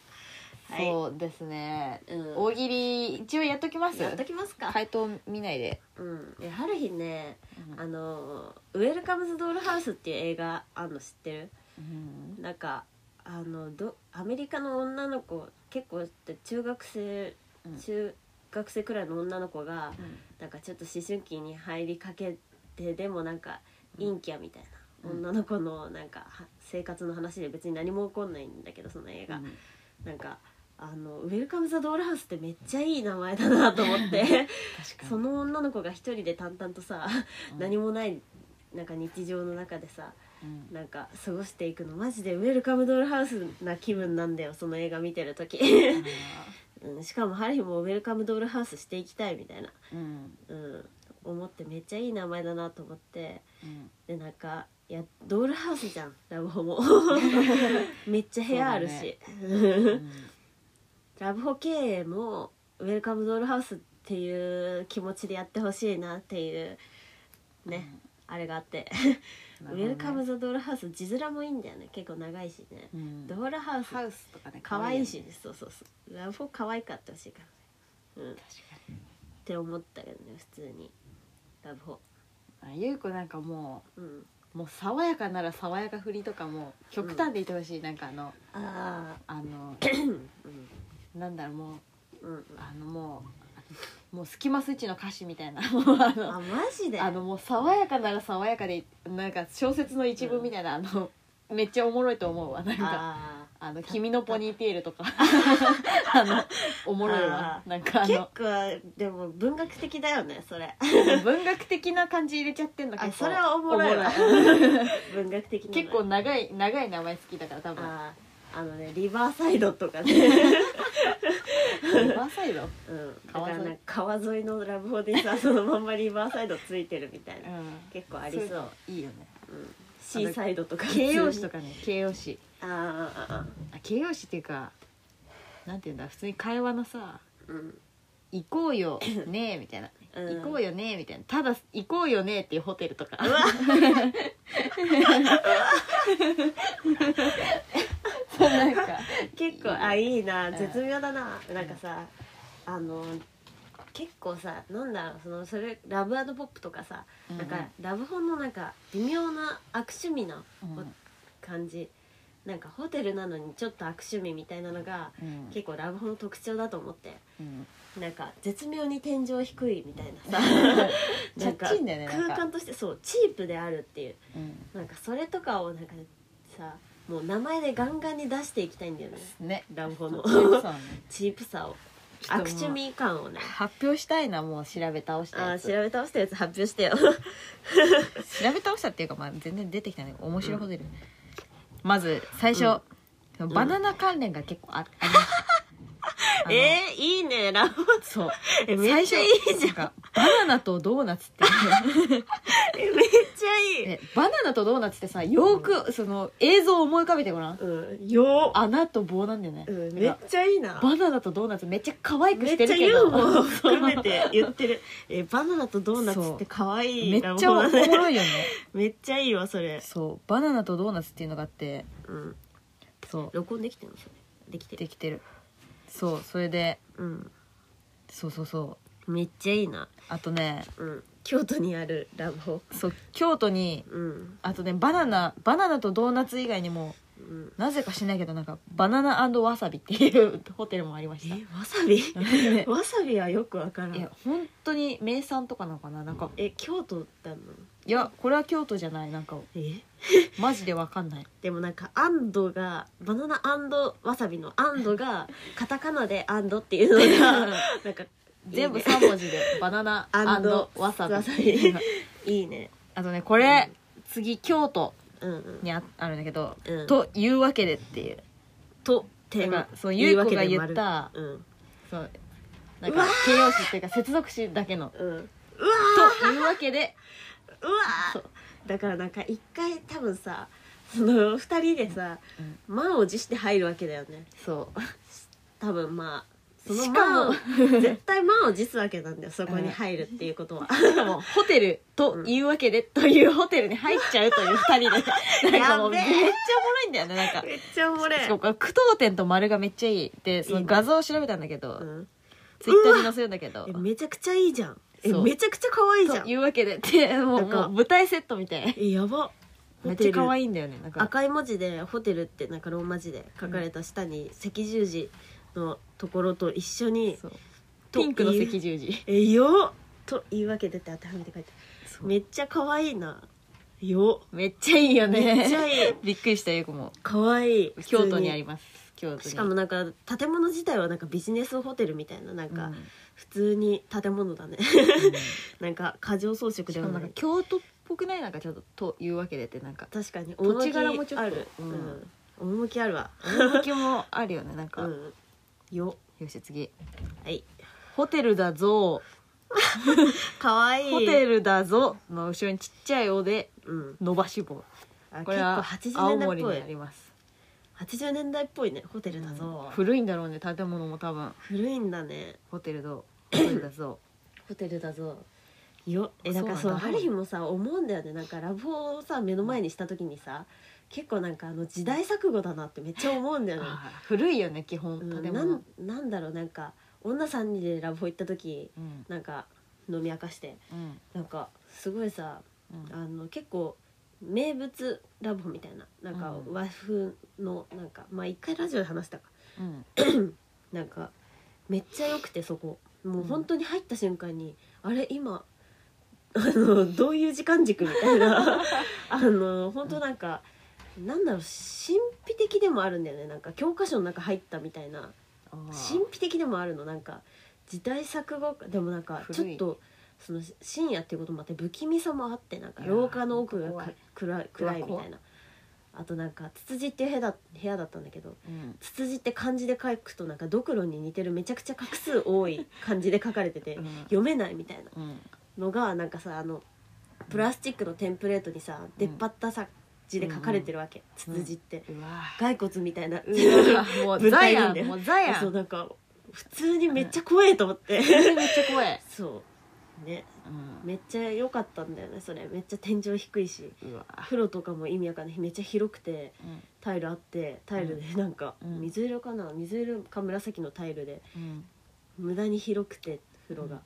[SPEAKER 3] はい。
[SPEAKER 4] そうですね
[SPEAKER 3] うん
[SPEAKER 4] 大喜利一応やっときます
[SPEAKER 3] やっときますか。
[SPEAKER 4] 回答見ないで、
[SPEAKER 3] うん。え春日ね、あのウェルカムズドールハウスっていう映画あんの知ってる？
[SPEAKER 4] うん
[SPEAKER 3] なんかあのどアメリカの女の子結構中学生
[SPEAKER 4] うん
[SPEAKER 3] 中学生くらいの女の子がなんかちょっと思春期に入りかけてでもなんか陰キャみたいな、
[SPEAKER 4] うん
[SPEAKER 3] 女の子のなんかは生活の話で別に何も起こんないんだけどその映画、
[SPEAKER 4] うん
[SPEAKER 3] なんかあのウェルカム・ザ・ドールハウスってめっちゃいい名前だなと思って
[SPEAKER 4] 確かに
[SPEAKER 3] その女の子が一人で淡々とさ、
[SPEAKER 4] うん
[SPEAKER 3] 何もないなんか日常の中でさ
[SPEAKER 4] うん
[SPEAKER 3] なんか過ごしていくのマジでウェルカム・ドールハウスな気分なんだよその映画見てる時、うん、しかもハリーもウェルカム・ドールハウスしていきたいみたいな
[SPEAKER 4] うん
[SPEAKER 3] うん、思ってめっちゃいい名前だなと思って
[SPEAKER 4] うん
[SPEAKER 3] でなんかいやドールハウスじゃんラブホも めっちゃ部屋あるし、
[SPEAKER 4] うん
[SPEAKER 3] ラブホ経営もウェルカムドールハウスっていう気持ちでやってほしいなっていうね、あれがあって、ウェルカム・ザ・ドールハウス字面もいいんだよね結構長いしね、
[SPEAKER 4] うん
[SPEAKER 3] ドールハウス
[SPEAKER 4] ハウスとかね
[SPEAKER 3] 可愛い
[SPEAKER 4] よ
[SPEAKER 3] し
[SPEAKER 4] ね
[SPEAKER 3] そうそうそうラブホ可愛かったしいから、うん、っ
[SPEAKER 4] 確か
[SPEAKER 3] て思ったけどね普通にラブホ
[SPEAKER 4] にあゆうこなんかも
[SPEAKER 3] うん
[SPEAKER 4] うもう爽やかなら爽やか振りとかも極端でいてほしい、なんかあの
[SPEAKER 3] ああ
[SPEAKER 4] あの
[SPEAKER 3] うん
[SPEAKER 4] なんだろうもう
[SPEAKER 3] うん
[SPEAKER 4] あのもうもうスキマスイッチの歌詞みたいな もうあの
[SPEAKER 3] あマジで
[SPEAKER 4] あのもう爽やかなら爽やかでなんか小説の一文みたいな、あのめっちゃおもろいと思うわなんか
[SPEAKER 3] あ
[SPEAKER 4] 「あの君のポニーテール」とかあのおもろいわ
[SPEAKER 3] あ
[SPEAKER 4] なんかあ
[SPEAKER 3] ー結
[SPEAKER 4] の
[SPEAKER 3] 構でも文学的だよねそれ
[SPEAKER 4] 文学的な感じ入れちゃってんの
[SPEAKER 3] あ
[SPEAKER 4] 結構
[SPEAKER 3] それはおもろいわ 文学的なの
[SPEAKER 4] 結構長い長い名前好きだから多分
[SPEAKER 3] あーあのねリバーサイドとか ね、
[SPEAKER 4] リバーサイド、
[SPEAKER 3] うん、だか
[SPEAKER 4] 川沿
[SPEAKER 3] ら
[SPEAKER 4] い
[SPEAKER 3] なんか川沿いのラブホで さそのまんまリバーサイドついてるみたいな結構ありそう
[SPEAKER 4] いのいいよね
[SPEAKER 3] シーサイドとか
[SPEAKER 4] 形容詞と
[SPEAKER 3] か
[SPEAKER 4] かね形容詞
[SPEAKER 3] あーあーあ
[SPEAKER 4] あ形容詞っていうかなんていうんだ普通に会話のさ
[SPEAKER 3] ーうん
[SPEAKER 4] 「行こうよ ねえ」みたいな「
[SPEAKER 3] うん
[SPEAKER 4] 行こうよねえ」みたいなただ「行こうよねえ」っていうホテルとか そうなんか
[SPEAKER 3] 結構あいいな絶妙だな、なんかさあの結構さなんだろうそのそれラブポップとかさ、なんかラブホンのなんか微妙な悪趣味な
[SPEAKER 4] うん
[SPEAKER 3] ほ感じ、なんかホテルなのにちょっと悪趣味みたいなのが
[SPEAKER 4] うん
[SPEAKER 3] 結構ラブホンの特徴だと思って
[SPEAKER 4] うん
[SPEAKER 3] なんか絶妙に天井低いみたいなさ なんか
[SPEAKER 4] ちっちゃいんだよねなんか
[SPEAKER 3] 空間としてそうチープであるっていう
[SPEAKER 4] うん
[SPEAKER 3] なんかそれとかをなんかさもう名前でガンガンに出していきたいんだよね
[SPEAKER 4] ね
[SPEAKER 3] ラブホンの
[SPEAKER 4] そうだね
[SPEAKER 3] チープさを
[SPEAKER 4] ちょっ
[SPEAKER 3] 悪
[SPEAKER 4] ともう
[SPEAKER 3] 趣味感をね
[SPEAKER 4] 発表したいなもう調べ倒した
[SPEAKER 3] あ
[SPEAKER 4] や
[SPEAKER 3] ー
[SPEAKER 4] つ
[SPEAKER 3] 調べ倒したやつ発表してよ
[SPEAKER 4] 調べ倒したっていうか、まあ、全然出てきたね面白いホテル、まず最初、バナナ関連が結構あ,、ありました
[SPEAKER 3] えー、いいねラブホ
[SPEAKER 4] ー、そう
[SPEAKER 3] え めっちゃいいじゃん
[SPEAKER 4] なんかバナナとドーナ ツって
[SPEAKER 3] え めっちゃいい
[SPEAKER 4] えバナナとドーナツってさよーくその映像を思い浮かべてごらん
[SPEAKER 3] うんよ
[SPEAKER 4] 穴と棒なんだよね、
[SPEAKER 3] う
[SPEAKER 4] なん
[SPEAKER 3] ん
[SPEAKER 4] か
[SPEAKER 3] めっちゃいいな
[SPEAKER 4] バナナとドーナツめっちゃ可愛く
[SPEAKER 3] め
[SPEAKER 4] し
[SPEAKER 3] ってち
[SPEAKER 4] る
[SPEAKER 3] ゃ
[SPEAKER 4] け
[SPEAKER 3] ユー
[SPEAKER 4] ど
[SPEAKER 3] モ アを含めて言ってるえバナナとドーナツって可愛い
[SPEAKER 4] めっ
[SPEAKER 3] ラブ
[SPEAKER 4] ちゃ
[SPEAKER 3] ホ
[SPEAKER 4] おも
[SPEAKER 3] だね
[SPEAKER 4] ろいよね
[SPEAKER 3] めっちゃいいわそれ
[SPEAKER 4] そうバナナとドーナツっていうのがあって
[SPEAKER 3] うん
[SPEAKER 4] そう
[SPEAKER 3] 録音できてるのそれできてる
[SPEAKER 4] できてるそうそれで
[SPEAKER 3] うん
[SPEAKER 4] そうそうそう
[SPEAKER 3] めっちゃいいな
[SPEAKER 4] あとね
[SPEAKER 3] うん京都にあるラブホ
[SPEAKER 4] そう京都に
[SPEAKER 3] うん
[SPEAKER 4] あとねバナナバナナとドーナツ以外にも
[SPEAKER 3] うん
[SPEAKER 4] なぜかしないけどなんかバナナわさびっていうホテルもありました
[SPEAKER 3] えわさび
[SPEAKER 4] い
[SPEAKER 3] わさびはよくわからん
[SPEAKER 4] や本当に名産とかなのかななんか
[SPEAKER 3] え京都だの
[SPEAKER 4] いやこれは京都じゃないなんか
[SPEAKER 3] え
[SPEAKER 4] マジでわかんない
[SPEAKER 3] でもなんか安藤がバナナわさびの安藤 がカタカナで安藤っていうのがなんか
[SPEAKER 4] 全部
[SPEAKER 3] いいね
[SPEAKER 4] 3文字でバ ナナわさび
[SPEAKER 3] わさびいいね
[SPEAKER 4] あとねこれ次京都
[SPEAKER 3] うんうん
[SPEAKER 4] にああるんだけど、
[SPEAKER 3] うん
[SPEAKER 4] というわけでっていう
[SPEAKER 3] と
[SPEAKER 4] な
[SPEAKER 3] て
[SPEAKER 4] ん
[SPEAKER 3] な
[SPEAKER 4] かそうゆうこが言
[SPEAKER 3] わけで丸
[SPEAKER 4] った
[SPEAKER 3] うん
[SPEAKER 4] そうなんか形容詞っていうか接続詞だけの
[SPEAKER 3] うんうわ
[SPEAKER 4] というわけで
[SPEAKER 3] ーうわ
[SPEAKER 4] そう
[SPEAKER 3] ーだからなんか一回多分さその二人でさ
[SPEAKER 4] うん
[SPEAKER 3] 満を持して入るわけだよね
[SPEAKER 4] そう
[SPEAKER 3] 多分まあその
[SPEAKER 4] しか
[SPEAKER 3] 満
[SPEAKER 4] も
[SPEAKER 3] を絶対満を持すわけなんだよそこに入るっていうこと は
[SPEAKER 4] しかもホテルというわけでというホテルに入っちゃうという2人 でなんかもうめっ
[SPEAKER 3] や
[SPEAKER 4] ちゃ
[SPEAKER 3] べ
[SPEAKER 4] お
[SPEAKER 3] え
[SPEAKER 4] もろいんだよねなんか
[SPEAKER 3] めっちゃおもれ
[SPEAKER 4] しかもこれ句読点と丸がめっちゃいいでその画像を調べたんだけど、
[SPEAKER 3] うん
[SPEAKER 4] ツイッターに載せるんだけど
[SPEAKER 3] えめちゃくちゃいいじゃんえ
[SPEAKER 4] そう
[SPEAKER 3] めちゃくちゃ可愛いじゃ
[SPEAKER 4] と
[SPEAKER 3] ん
[SPEAKER 4] いうわけでってもう
[SPEAKER 3] なん
[SPEAKER 4] も
[SPEAKER 3] か
[SPEAKER 4] う舞台セットみたい
[SPEAKER 3] えやば
[SPEAKER 4] めっちゃ可
[SPEAKER 3] い
[SPEAKER 4] 愛いんだよねなんか
[SPEAKER 3] 赤い文字で「ホテル」ってなんかローマ字で書かれた下に赤十字のところと一緒に
[SPEAKER 4] そう
[SPEAKER 3] と
[SPEAKER 4] ピンクの赤
[SPEAKER 3] いう
[SPEAKER 4] 十字
[SPEAKER 3] えよっというわけでって当てはめて書いてあるめっちゃ可愛いなよ
[SPEAKER 4] めっちゃいいよ
[SPEAKER 3] っ
[SPEAKER 4] ね
[SPEAKER 3] めっちゃいい
[SPEAKER 4] びっくりしたゆうこも
[SPEAKER 3] 可愛い
[SPEAKER 4] 京都にあり
[SPEAKER 3] ま
[SPEAKER 4] ます京都に
[SPEAKER 3] しかもなんか建物自体はなんかビジネスホテルみたいななん
[SPEAKER 4] う
[SPEAKER 3] か
[SPEAKER 4] ん
[SPEAKER 3] 普通に建物だね なんか過剰装飾
[SPEAKER 4] し
[SPEAKER 3] で
[SPEAKER 4] か
[SPEAKER 3] は
[SPEAKER 4] もな
[SPEAKER 3] なん
[SPEAKER 4] か
[SPEAKER 3] い
[SPEAKER 4] 京都っぽくないなんかちょっとというわけでってな んか
[SPEAKER 3] 確かに
[SPEAKER 4] 土地柄もちょっと
[SPEAKER 3] ある
[SPEAKER 4] うん
[SPEAKER 3] うん趣あるわ
[SPEAKER 4] 趣もあるよねなんか、
[SPEAKER 3] うん
[SPEAKER 4] よよし次
[SPEAKER 3] はい
[SPEAKER 4] ホテルだぞ
[SPEAKER 3] 可愛い
[SPEAKER 4] ホテルだぞの後ろにちっちゃい「お」で
[SPEAKER 3] うん
[SPEAKER 4] 伸ばし棒
[SPEAKER 3] あ
[SPEAKER 4] これは
[SPEAKER 3] 結構
[SPEAKER 4] 青
[SPEAKER 3] 80年
[SPEAKER 4] 森に
[SPEAKER 3] 代っ
[SPEAKER 4] あ
[SPEAKER 3] ぽい
[SPEAKER 4] ります
[SPEAKER 3] 80年代っぽいねホテルだ
[SPEAKER 4] う
[SPEAKER 3] ぞ
[SPEAKER 4] ん、古いんだろうね建物も多分
[SPEAKER 3] 古いんだね
[SPEAKER 4] ホテルだホ テルだぞ
[SPEAKER 3] ホテルだぞよえなんか
[SPEAKER 4] そ
[SPEAKER 3] そうう
[SPEAKER 4] なんだ
[SPEAKER 3] ハリーもさ思うんだよねなんかラブホをさ目の前にした時にさ結構なんかあの時代錯誤だなってめっちゃ思うんだよね、
[SPEAKER 4] あー古いよね基本
[SPEAKER 3] う
[SPEAKER 4] 建
[SPEAKER 3] ん、な
[SPEAKER 4] 物、
[SPEAKER 3] んなんだろうなんか女3人でラブホ行った時
[SPEAKER 4] うん
[SPEAKER 3] なんか飲み明かして
[SPEAKER 4] うん
[SPEAKER 3] なんかすごいさ
[SPEAKER 4] うん
[SPEAKER 3] あの結構名物ラボみたいななんか
[SPEAKER 4] うん
[SPEAKER 3] 和風のなんかまあ一回ラジオで話したか
[SPEAKER 4] うん
[SPEAKER 3] なんかめっちゃ良くてそこもう本当に入った瞬間に、あれ今あのどういう時間軸みたい なあの本当なんか、なんだろう神秘的でもあるんだよねなんか教科書の中入ったみたいな
[SPEAKER 4] あー
[SPEAKER 3] 神秘的でもあるのなんか時代錯誤でもなんかちょ
[SPEAKER 4] 古
[SPEAKER 3] っ
[SPEAKER 4] い
[SPEAKER 3] とその深夜っていうこともあって不気味さもあってなんか
[SPEAKER 4] いやー
[SPEAKER 3] 廊下の奥が
[SPEAKER 4] 怖
[SPEAKER 3] か
[SPEAKER 4] い
[SPEAKER 3] 暗い暗いみ
[SPEAKER 4] 怖
[SPEAKER 3] た
[SPEAKER 4] い
[SPEAKER 3] いなあとなんか「つつじ」っていう部屋だ部屋だったんだけど
[SPEAKER 4] うん
[SPEAKER 3] 「つつじ」って漢字で書くとなんかドクロに似てるめちゃくちゃ画数多い漢字で書かれてて
[SPEAKER 4] うん
[SPEAKER 3] 読めないみたいな
[SPEAKER 4] うん
[SPEAKER 3] のがなんかさあのプラスチックのテンプレートにさ出っ張ったさ字で書かれてるわけ「つつじ」って
[SPEAKER 4] うわ
[SPEAKER 3] 骸骨みたいな。
[SPEAKER 4] ー も う
[SPEAKER 3] 舞
[SPEAKER 4] ザ
[SPEAKER 3] 台
[SPEAKER 4] ヤ
[SPEAKER 3] なんだよ
[SPEAKER 4] ンもうザヤン
[SPEAKER 3] そうなんか普通にめっちゃ怖えと思って
[SPEAKER 4] それめっちゃ怖い、
[SPEAKER 3] そうね
[SPEAKER 4] うん
[SPEAKER 3] めっちゃ良かったんだよねそれめっちゃ天井低いし
[SPEAKER 4] うわ
[SPEAKER 3] 風呂とかも意味わかんないめっちゃ広くて
[SPEAKER 4] うん
[SPEAKER 3] タイルあってタイルでなんか
[SPEAKER 4] うん
[SPEAKER 3] 水色かな水色か紫のタイルで
[SPEAKER 4] うん
[SPEAKER 3] 無駄に広くて風呂が、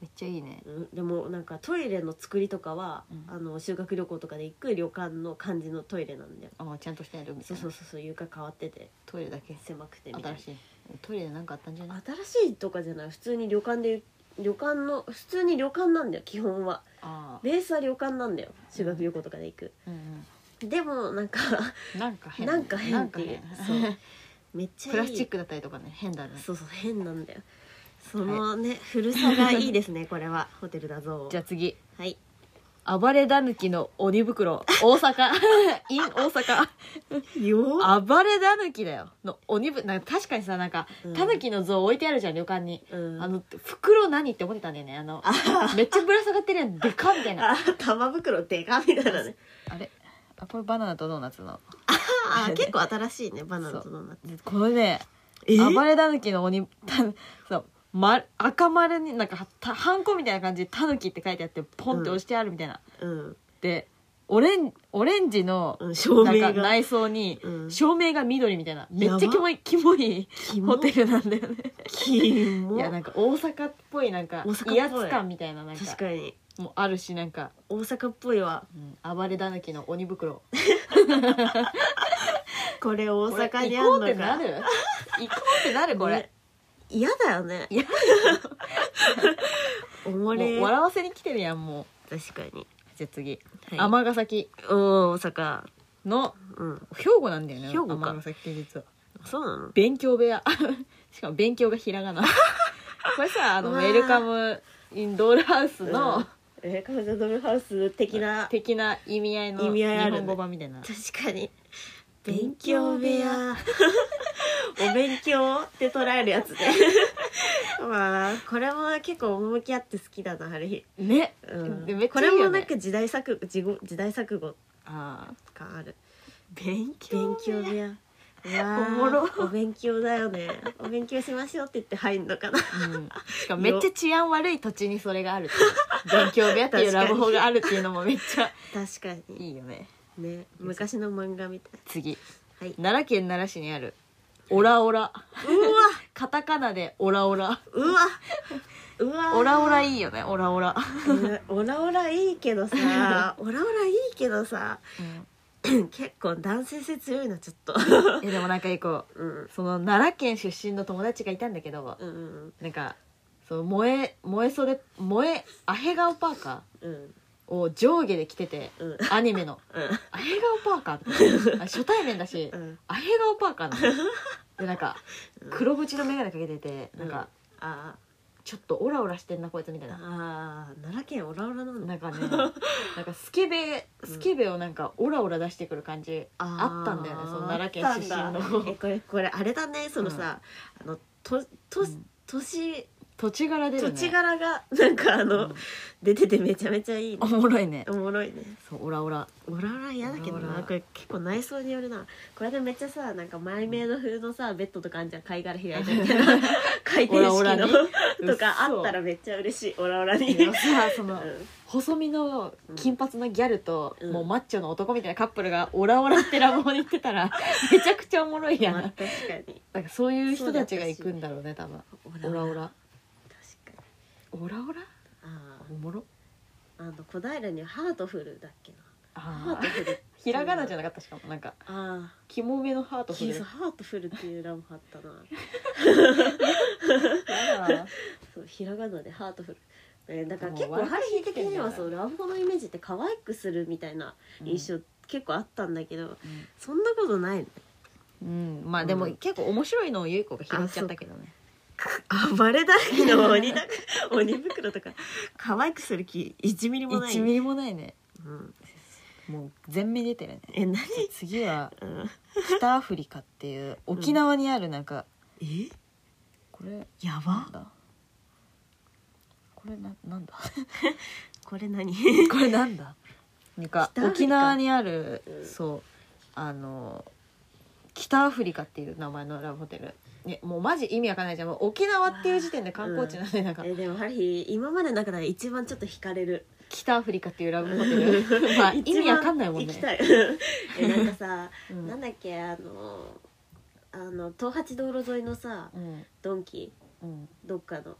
[SPEAKER 4] めっちゃいいね
[SPEAKER 3] うんでもなんかトイレの作りとかは、
[SPEAKER 4] うん
[SPEAKER 3] あの修学旅行とかで行く旅館の感じのトイレなんだよ
[SPEAKER 4] あーちゃんとしてやるみた
[SPEAKER 3] そ
[SPEAKER 4] いうな
[SPEAKER 3] そうそうそう床変わってて
[SPEAKER 4] トイレだけ
[SPEAKER 3] 狭くてみたいな
[SPEAKER 4] 新しいトイレでなんかあったんじゃない
[SPEAKER 3] 新しいとかじゃない普通に旅館で旅館の普通に旅館なんだよ基本は
[SPEAKER 4] ああ
[SPEAKER 3] ベースは旅館なんだよ修学旅行とかで行く、
[SPEAKER 4] うん
[SPEAKER 3] でもなんか
[SPEAKER 4] うんなんか変
[SPEAKER 3] なんか変っていうそう
[SPEAKER 4] 変
[SPEAKER 3] めっちゃいい
[SPEAKER 4] プラスチックだったりとかね変だね
[SPEAKER 3] そうそう変なんだよそのね、古さがいいですねこ れはホテルだぞ
[SPEAKER 4] じゃあ次
[SPEAKER 3] はい
[SPEAKER 4] 暴れだぬきの鬼袋大 阪 in 大阪
[SPEAKER 3] よ
[SPEAKER 4] 暴れだぬきだよの鬼ぶなんか確かにさなんか
[SPEAKER 3] うん
[SPEAKER 4] たぬきの像置いてあるじゃん旅館に、
[SPEAKER 3] うん
[SPEAKER 4] あの袋何って思ってたんだよねあのめっちゃぶら下がってるやんでかみたいな
[SPEAKER 3] あ玉袋でかみたいなね
[SPEAKER 4] あれあこれバナナとドーナツの
[SPEAKER 3] ああ 結構新しいねバナナとドーナツ
[SPEAKER 4] でこれね
[SPEAKER 3] え
[SPEAKER 4] 暴れだぬきの鬼たそう、ま、赤丸になんかたハンコみたいな感じで「たぬき」って書いてあってポンって押してあるみたいな、
[SPEAKER 3] うん
[SPEAKER 4] でオレンオレンジの
[SPEAKER 3] うん照
[SPEAKER 4] なんか
[SPEAKER 3] 明が
[SPEAKER 4] 内装に
[SPEAKER 3] うん
[SPEAKER 4] 照明が緑みたいなめっち
[SPEAKER 3] やば
[SPEAKER 4] ゃキモいキモい
[SPEAKER 3] キ
[SPEAKER 4] ホ
[SPEAKER 3] モ
[SPEAKER 4] テルなんだよね
[SPEAKER 3] キモ
[SPEAKER 4] いやなんか大阪っぽいなんか
[SPEAKER 3] 大阪っぽい
[SPEAKER 4] 威圧感みたいななん
[SPEAKER 3] 確
[SPEAKER 4] か
[SPEAKER 3] かに
[SPEAKER 4] もあるしなんか、
[SPEAKER 3] 大阪っぽいわ
[SPEAKER 4] うん、暴れだぬきの鬼袋
[SPEAKER 3] これ大
[SPEAKER 4] 大
[SPEAKER 3] 阪にあ
[SPEAKER 4] 行
[SPEAKER 3] ん
[SPEAKER 4] こ
[SPEAKER 3] の
[SPEAKER 4] うってな
[SPEAKER 3] か
[SPEAKER 4] る行こうってなるこれ、
[SPEAKER 3] ね嫌だよね
[SPEAKER 4] 嫌
[SPEAKER 3] おも
[SPEAKER 4] も
[SPEAKER 3] れ
[SPEAKER 4] う笑わせに来てるやんも
[SPEAKER 3] 確かに
[SPEAKER 4] うじゃあ次
[SPEAKER 3] はい
[SPEAKER 4] 尼、崎
[SPEAKER 3] おー大阪
[SPEAKER 4] の
[SPEAKER 3] うん
[SPEAKER 4] 兵庫なんだよね
[SPEAKER 3] 兵庫か
[SPEAKER 4] 尼崎って実は
[SPEAKER 3] そうなの
[SPEAKER 4] 勉強部屋 しかも勉強がひら がなこれさあの
[SPEAKER 3] う
[SPEAKER 4] ウ
[SPEAKER 3] わー
[SPEAKER 4] ェルカム・イン・ドールハウスの
[SPEAKER 3] えカフェドルハウス的な
[SPEAKER 4] 的な意味合いの
[SPEAKER 3] 意
[SPEAKER 4] 日
[SPEAKER 3] 味合いあるね
[SPEAKER 4] 本語版みたいな
[SPEAKER 3] 確かに勉強部屋お勉強って捉える やつでまあこれも結構趣あって好きだな春日、
[SPEAKER 4] ね
[SPEAKER 3] うん
[SPEAKER 4] でめっち
[SPEAKER 3] こ
[SPEAKER 4] ゃいい
[SPEAKER 3] れも
[SPEAKER 4] よね
[SPEAKER 3] なんか時代錯誤時時代錯誤
[SPEAKER 4] ああ
[SPEAKER 3] 感ある
[SPEAKER 4] 勉
[SPEAKER 3] 勉
[SPEAKER 4] 強
[SPEAKER 3] 強部屋うわー
[SPEAKER 4] おもろ
[SPEAKER 3] お勉強だよねお勉強しましょうって言って入んの かな
[SPEAKER 4] うん、しかもめっちゃ治安悪い土地にそれがあるっていう 勉強部屋っていうラブホがあるっていうのもめっちゃ
[SPEAKER 3] 確かに
[SPEAKER 4] いいよね
[SPEAKER 3] ね昔の漫画みたい
[SPEAKER 4] 次、
[SPEAKER 3] はい
[SPEAKER 4] 奈良県奈良市にあるオラオラ
[SPEAKER 3] うわ
[SPEAKER 4] カタカナでオラオラ
[SPEAKER 3] うわうわ
[SPEAKER 4] オラオラいいよねオラオラ、
[SPEAKER 3] うんオラオラいいけ どさオラオラいいけどさ 結構男性性強いなちょっ と
[SPEAKER 4] いやでもなんかこう
[SPEAKER 3] うん
[SPEAKER 4] その奈良県出身の友達がいたんだけど、
[SPEAKER 3] うん
[SPEAKER 4] なんかそう萌え萌え袖萌えアヘガオパーカ
[SPEAKER 3] うん
[SPEAKER 4] ーを上下で着てて
[SPEAKER 3] うん
[SPEAKER 4] アニメのアヘガオパーカーってあ初対面だし、
[SPEAKER 3] うん
[SPEAKER 4] アヘガオパーカーなのでなんか黒縁の眼鏡かけててなんか
[SPEAKER 3] あ
[SPEAKER 4] ちょっとオラオラしてんなこいつみたい
[SPEAKER 3] ー
[SPEAKER 4] な。
[SPEAKER 3] あー奈良県オラオラなんだ
[SPEAKER 4] なんかねなんかスケベスケベをなんかオラオラ出してくる感じあったんだよねその奈良県出身
[SPEAKER 3] あったんだ
[SPEAKER 4] の
[SPEAKER 3] えこれこれあれだねそのさ、あのとと
[SPEAKER 4] うん
[SPEAKER 3] 年
[SPEAKER 4] 土地柄で
[SPEAKER 3] 土地柄がなんかあの、出ててめちゃめちゃいい
[SPEAKER 4] お
[SPEAKER 3] ね
[SPEAKER 4] もろいね
[SPEAKER 3] おもろいね
[SPEAKER 4] そうオラオラ
[SPEAKER 3] オラオラ嫌だけど
[SPEAKER 4] オラオ
[SPEAKER 3] な
[SPEAKER 4] ラ
[SPEAKER 3] これ結構内装によるなこれでめっちゃさなんかマイメイド風のさベッドとかあんじゃん貝殻開いてみたい な回転式の
[SPEAKER 4] オラオラに
[SPEAKER 3] とかあったらめっちゃ嬉しいオラオラに
[SPEAKER 4] でもさそ の
[SPEAKER 3] うん
[SPEAKER 4] 細身の金髪のギャルと、
[SPEAKER 3] うん
[SPEAKER 4] もうマッチョの男みたいなカップルがオラオラってラボに行ってたらめちゃくちゃおもろいやん
[SPEAKER 3] まあ
[SPEAKER 4] な
[SPEAKER 3] 確かに
[SPEAKER 4] んかそういう人たちが行くんだろうね多分
[SPEAKER 3] オ
[SPEAKER 4] オラオラ
[SPEAKER 3] 確かに
[SPEAKER 4] オラオラ
[SPEAKER 3] あ
[SPEAKER 4] おもろ
[SPEAKER 3] ああの小平にハートフルだっけなハ
[SPEAKER 4] あ
[SPEAKER 3] ート
[SPEAKER 4] ー
[SPEAKER 3] フルって
[SPEAKER 4] ひらがなじゃなかったしかもなんか
[SPEAKER 3] あ
[SPEAKER 4] キモめのハー
[SPEAKER 3] あ
[SPEAKER 4] トフ
[SPEAKER 3] キ
[SPEAKER 4] ル
[SPEAKER 3] ースハートフルっていうラもあったな
[SPEAKER 4] やだ
[SPEAKER 3] そうひらがなでハートフル、えーだから
[SPEAKER 4] もう
[SPEAKER 3] 結構
[SPEAKER 4] 笑
[SPEAKER 3] ハ
[SPEAKER 4] い
[SPEAKER 3] リー
[SPEAKER 4] て
[SPEAKER 3] 的
[SPEAKER 4] きてん
[SPEAKER 3] に
[SPEAKER 4] じゃな
[SPEAKER 3] はいそうラブホのイメージって可愛くするみたいな印象、結構あったんだけど、そんなことない ね
[SPEAKER 4] うん、まあでも
[SPEAKER 3] うん
[SPEAKER 4] 結構面白いのをゆい子が拾っちゃったけどね
[SPEAKER 3] 暴れだらけの鬼 だ鬼袋とか可愛くする気1ミリもない
[SPEAKER 4] 1ミリもないね
[SPEAKER 3] うん、
[SPEAKER 4] もう全面出てるね
[SPEAKER 3] え何、
[SPEAKER 4] じゃあ次は
[SPEAKER 3] うん、
[SPEAKER 4] 北アフリカっていう沖縄にあるなんか、
[SPEAKER 3] え
[SPEAKER 4] これ
[SPEAKER 3] や
[SPEAKER 4] な
[SPEAKER 3] ば
[SPEAKER 4] んだこれななんだ
[SPEAKER 3] これ何
[SPEAKER 4] これなんだなんか
[SPEAKER 3] 北アフリカ
[SPEAKER 4] 沖縄にある、
[SPEAKER 3] うん
[SPEAKER 4] そうあの北アフリカっていう名前のラブホテルねもうマジ意味わかんないじゃんもう沖縄っていう時点で観光地なんで、なんか
[SPEAKER 3] えでもハリー今までの中で一番ちょっと惹かれる
[SPEAKER 4] 北アフリカっていうラブホテ ルまあ意
[SPEAKER 3] 一番
[SPEAKER 4] 味わかんないもん
[SPEAKER 3] 行
[SPEAKER 4] ね
[SPEAKER 3] きたい えなんかさ、
[SPEAKER 4] うん
[SPEAKER 3] なんだっけあのあの東八道路沿いのさ
[SPEAKER 4] うん
[SPEAKER 3] ドンキ
[SPEAKER 4] うん
[SPEAKER 3] どっかの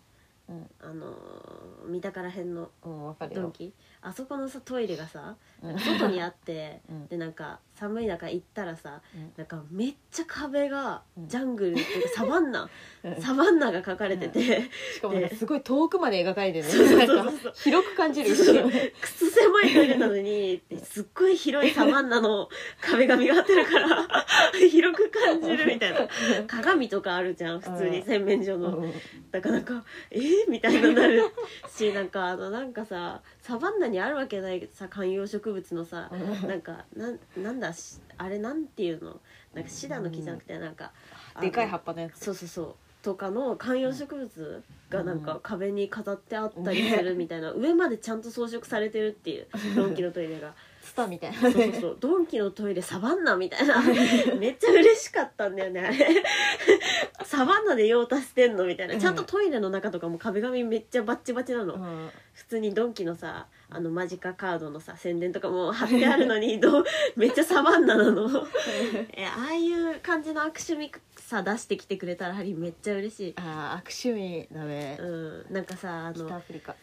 [SPEAKER 4] うん
[SPEAKER 3] あの三鷹ら辺の
[SPEAKER 4] うんわかる
[SPEAKER 3] ドン
[SPEAKER 4] よ、
[SPEAKER 3] キあそこのさトイレがさ
[SPEAKER 4] うん
[SPEAKER 3] 外にあって
[SPEAKER 4] うん
[SPEAKER 3] でなんか寒い中行ったらさ
[SPEAKER 4] うん
[SPEAKER 3] なんかめっちゃ壁が
[SPEAKER 4] うん
[SPEAKER 3] ジャングルっていうかサバンナ
[SPEAKER 4] うん
[SPEAKER 3] サバンナが描かれてて
[SPEAKER 4] しかもなんか
[SPEAKER 3] です
[SPEAKER 4] ごい遠くまで描かれてるねなんか広 く感じる一瞬
[SPEAKER 3] くそ狭いトイレなのにすっごい広いサバンナの壁紙があってるから 広く感じるみたいな鏡とかあるじゃん普通
[SPEAKER 4] う
[SPEAKER 3] に
[SPEAKER 4] ん
[SPEAKER 3] 洗面所の
[SPEAKER 4] うん
[SPEAKER 3] だからなんか「えー?」みたいななるしなんかあのなんかさサバンナにあるわけないさ観葉植物のさなんかなんなんだしあれなんていうのなんかシダの木じゃなくてなんか、あの
[SPEAKER 4] でかい葉っぱのやつ
[SPEAKER 3] そうそうそうとかの観葉植物がなんか壁に飾ってあったりするみたいな、上までちゃんと装飾されてるっていうドンキのトイレが
[SPEAKER 4] ツタみたいな
[SPEAKER 3] そうそうそうドンキのトイレサバンナみたい なめっちゃ嬉しかったんだよねあれサバンナで用足してんのみたいなちゃんとトイレの中とかも壁紙めっちゃバッチバチなの、
[SPEAKER 4] うん
[SPEAKER 3] 普通にドンキのさあのマジカカードのさ宣伝とかも貼ってあるの にどうめっちゃサバンナなのえああいう感じの握手ミさ出してきてくれたらハリーめっちゃ嬉しい、
[SPEAKER 4] あー悪趣味だね
[SPEAKER 3] うん、なんかさあ
[SPEAKER 4] 北ア
[SPEAKER 3] の
[SPEAKER 4] フリカ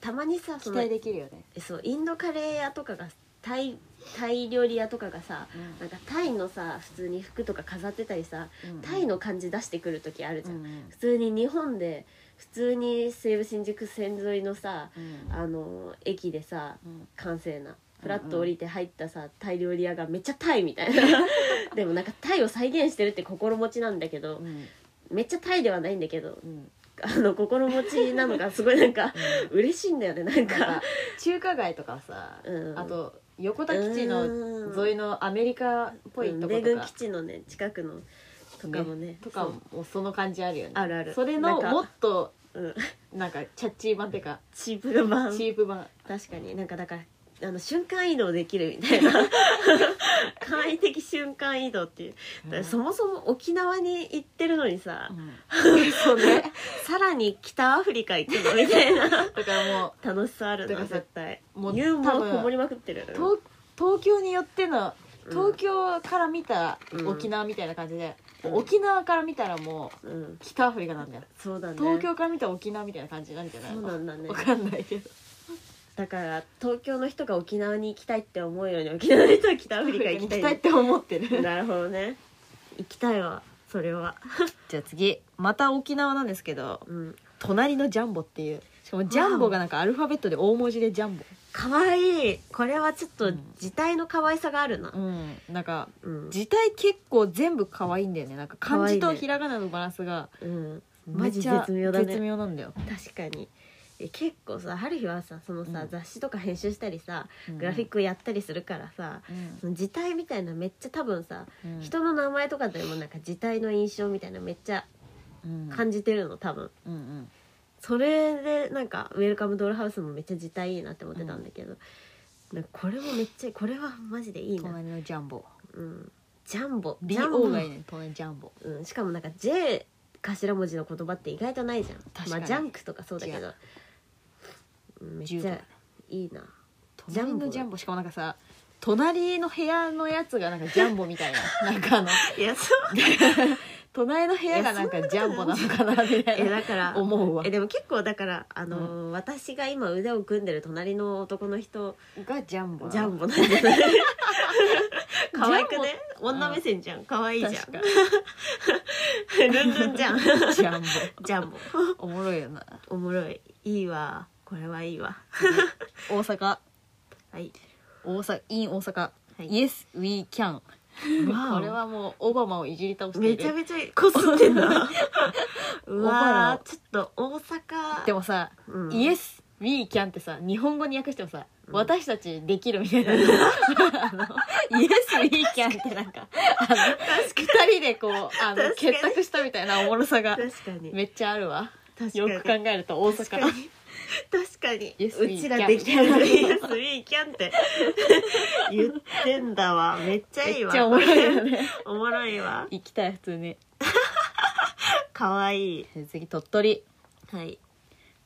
[SPEAKER 3] たまにさ
[SPEAKER 4] 期
[SPEAKER 3] その
[SPEAKER 4] 待できるよね、
[SPEAKER 3] えそうインドカレー屋とかがタイタイ料理屋とかがさなんかタイのさ普通に服とか飾ってたりさタイの感じ出してくる時あるじ
[SPEAKER 4] う
[SPEAKER 3] ゃん、
[SPEAKER 4] ん
[SPEAKER 3] 普通に日本で普通に西武新宿線沿いのさ
[SPEAKER 4] うん
[SPEAKER 3] あの駅でさ
[SPEAKER 4] うん
[SPEAKER 3] 閑静なフラッと降りて入ったさタイ料理屋がめっちゃタイみたいな でもなんかタイを再現してるって心持ちなんだけど
[SPEAKER 4] うん
[SPEAKER 3] めっちゃタイではないんだけど
[SPEAKER 4] うん
[SPEAKER 3] あの心持ちなのがすごいなんか嬉しいんだよねなん
[SPEAKER 4] なんか
[SPEAKER 3] か。
[SPEAKER 4] 中華街とかさ、
[SPEAKER 3] うん
[SPEAKER 4] あと横田基地の沿い
[SPEAKER 3] っ
[SPEAKER 4] のアメリカっぽいとこ
[SPEAKER 3] 米
[SPEAKER 4] と
[SPEAKER 3] 軍
[SPEAKER 4] か
[SPEAKER 3] 基、地のね近くのとかもね
[SPEAKER 4] とかもその感じあるよね
[SPEAKER 3] あるある
[SPEAKER 4] それ
[SPEAKER 3] な
[SPEAKER 4] の
[SPEAKER 3] んか
[SPEAKER 4] もっと
[SPEAKER 3] そううん、
[SPEAKER 4] なんかチャッチー版っていうか
[SPEAKER 3] チープ版
[SPEAKER 4] チープ版
[SPEAKER 3] 確かになんかだからあの瞬間移動できるみた いな簡易的瞬間移動っていうだからそもそも沖縄に行ってるのにさ
[SPEAKER 4] う、ん
[SPEAKER 3] そうねさらに北アフリカ行くのみたいな
[SPEAKER 4] だからも
[SPEAKER 3] 楽しさある
[SPEAKER 4] だ
[SPEAKER 3] な
[SPEAKER 4] からさ
[SPEAKER 3] 絶対
[SPEAKER 4] もう
[SPEAKER 3] ユーモア
[SPEAKER 4] 多
[SPEAKER 3] こ
[SPEAKER 4] 分
[SPEAKER 3] もりまくってる
[SPEAKER 4] う東東京によっての東京から見た
[SPEAKER 3] うん
[SPEAKER 4] 沖縄みたいな感じで、
[SPEAKER 3] うん
[SPEAKER 4] 沖縄から見たらもう
[SPEAKER 3] うん、うん
[SPEAKER 4] 北アフリカなんだよ、
[SPEAKER 3] そうだね
[SPEAKER 4] 東京から見たら沖縄みたいな感じなんじゃない
[SPEAKER 3] そうなんだね
[SPEAKER 4] わかんないけど
[SPEAKER 3] だから東京の人が沖縄に行きたいって思うように沖縄の人は北アフリカ行きたい,、
[SPEAKER 4] 行 って思ってる
[SPEAKER 3] なるほどね行きたいわそれは
[SPEAKER 4] じゃあ次また沖縄なんですけど
[SPEAKER 3] うん
[SPEAKER 4] 隣のジャンボっていうしかもジャンボがなんかアルファベットで大文字でジャンボ
[SPEAKER 3] 可愛いこれはちょっ
[SPEAKER 4] う
[SPEAKER 3] と
[SPEAKER 4] ん
[SPEAKER 3] 字体の可愛さがあるな、
[SPEAKER 4] うんなんか
[SPEAKER 3] うん
[SPEAKER 4] 字体結構全部可愛いんだよねなんか漢字
[SPEAKER 3] 可愛
[SPEAKER 4] と
[SPEAKER 3] いね
[SPEAKER 4] ひらがなのバランスが
[SPEAKER 3] うん、
[SPEAKER 4] め
[SPEAKER 3] マ
[SPEAKER 4] っ
[SPEAKER 3] ジ
[SPEAKER 4] ちゃ
[SPEAKER 3] 絶妙だね
[SPEAKER 4] 絶妙なんだよ、
[SPEAKER 3] 確かにえ結構さ春日はさそのさ、
[SPEAKER 4] うん
[SPEAKER 3] 雑誌とか編集したりさ
[SPEAKER 4] うん
[SPEAKER 3] グラフィックやったりするからさ、
[SPEAKER 4] うん
[SPEAKER 3] その字体みたいなめっちゃ多分さ、
[SPEAKER 4] うん
[SPEAKER 3] 人の名前とかでもなんか字体の印象みたいなめっちゃ
[SPEAKER 4] うん
[SPEAKER 3] 感じてるの多分
[SPEAKER 4] うんうん
[SPEAKER 3] それでなんか「ウェルカムドールハウス」もめっちゃ字体いいなって思ってたんだけど、なんかこれもめっちゃこれはマジでいいな、
[SPEAKER 4] 隣のジャンボ
[SPEAKER 3] うん、ジャンボジャン
[SPEAKER 4] BO
[SPEAKER 3] ボ
[SPEAKER 4] がいいね隣のジャンボ
[SPEAKER 3] うん、しかもなんか J 頭文字の言葉って意外とないじゃん
[SPEAKER 4] 確
[SPEAKER 3] ま
[SPEAKER 4] かに
[SPEAKER 3] あジャンクとかそうだけどうんめっ
[SPEAKER 4] 10
[SPEAKER 3] ち
[SPEAKER 4] だ
[SPEAKER 3] ゃ
[SPEAKER 4] ね
[SPEAKER 3] いいなジャ
[SPEAKER 4] 隣
[SPEAKER 3] ンボ
[SPEAKER 4] のジャンボしかもなんかさ隣の部屋のやつがなんかジャンボみたい ななんかあの
[SPEAKER 3] いやそう
[SPEAKER 4] 隣の部屋がなんかジャンボなのかなみた
[SPEAKER 3] え
[SPEAKER 4] いな
[SPEAKER 3] だから
[SPEAKER 4] 思うわ
[SPEAKER 3] えでも結構だからあのー、私が今腕を組んでる隣の男の人
[SPEAKER 4] がジャンボ
[SPEAKER 3] ジャンボ
[SPEAKER 4] ボ
[SPEAKER 3] なんじゃ ない可愛く
[SPEAKER 4] ジ
[SPEAKER 3] ね女目線じゃん可愛いじゃん
[SPEAKER 4] 確か
[SPEAKER 3] ルンルンじ ゃんジ
[SPEAKER 4] ジャ ン
[SPEAKER 3] ャンボ
[SPEAKER 4] ボおもろいよな
[SPEAKER 3] おもろいいいわこれはいいわ
[SPEAKER 4] 大阪
[SPEAKER 3] はい
[SPEAKER 4] 大阪 in 大阪、
[SPEAKER 3] はい
[SPEAKER 4] Yes we can
[SPEAKER 3] わお
[SPEAKER 4] これはもうオバマをいじり倒してい
[SPEAKER 3] め
[SPEAKER 4] る
[SPEAKER 3] ちゃめちゃこすってん なうわーちょっと大阪
[SPEAKER 4] でもさ、
[SPEAKER 3] うん
[SPEAKER 4] Yes we can ってさ日本語に訳してもさ、私たちできるみたいな あの Yes we can ってなんかあの二人でこうあ
[SPEAKER 3] 確
[SPEAKER 4] の
[SPEAKER 3] かに
[SPEAKER 4] 結託したみたいなおもろさが
[SPEAKER 3] 確かに
[SPEAKER 4] めっちゃあるわ
[SPEAKER 3] 確かに
[SPEAKER 4] よく考えると大
[SPEAKER 3] 確か
[SPEAKER 4] 阪
[SPEAKER 3] に確かに
[SPEAKER 4] Yes, we
[SPEAKER 3] うちら
[SPEAKER 4] can
[SPEAKER 3] できるのに Yes we can って 言ってんだわめっちゃ
[SPEAKER 4] めっ
[SPEAKER 3] いいわ
[SPEAKER 4] ちゃおもろいよね
[SPEAKER 3] おもろいわ
[SPEAKER 4] 行きたい普通に
[SPEAKER 3] かわいい
[SPEAKER 4] で次鳥取
[SPEAKER 3] はい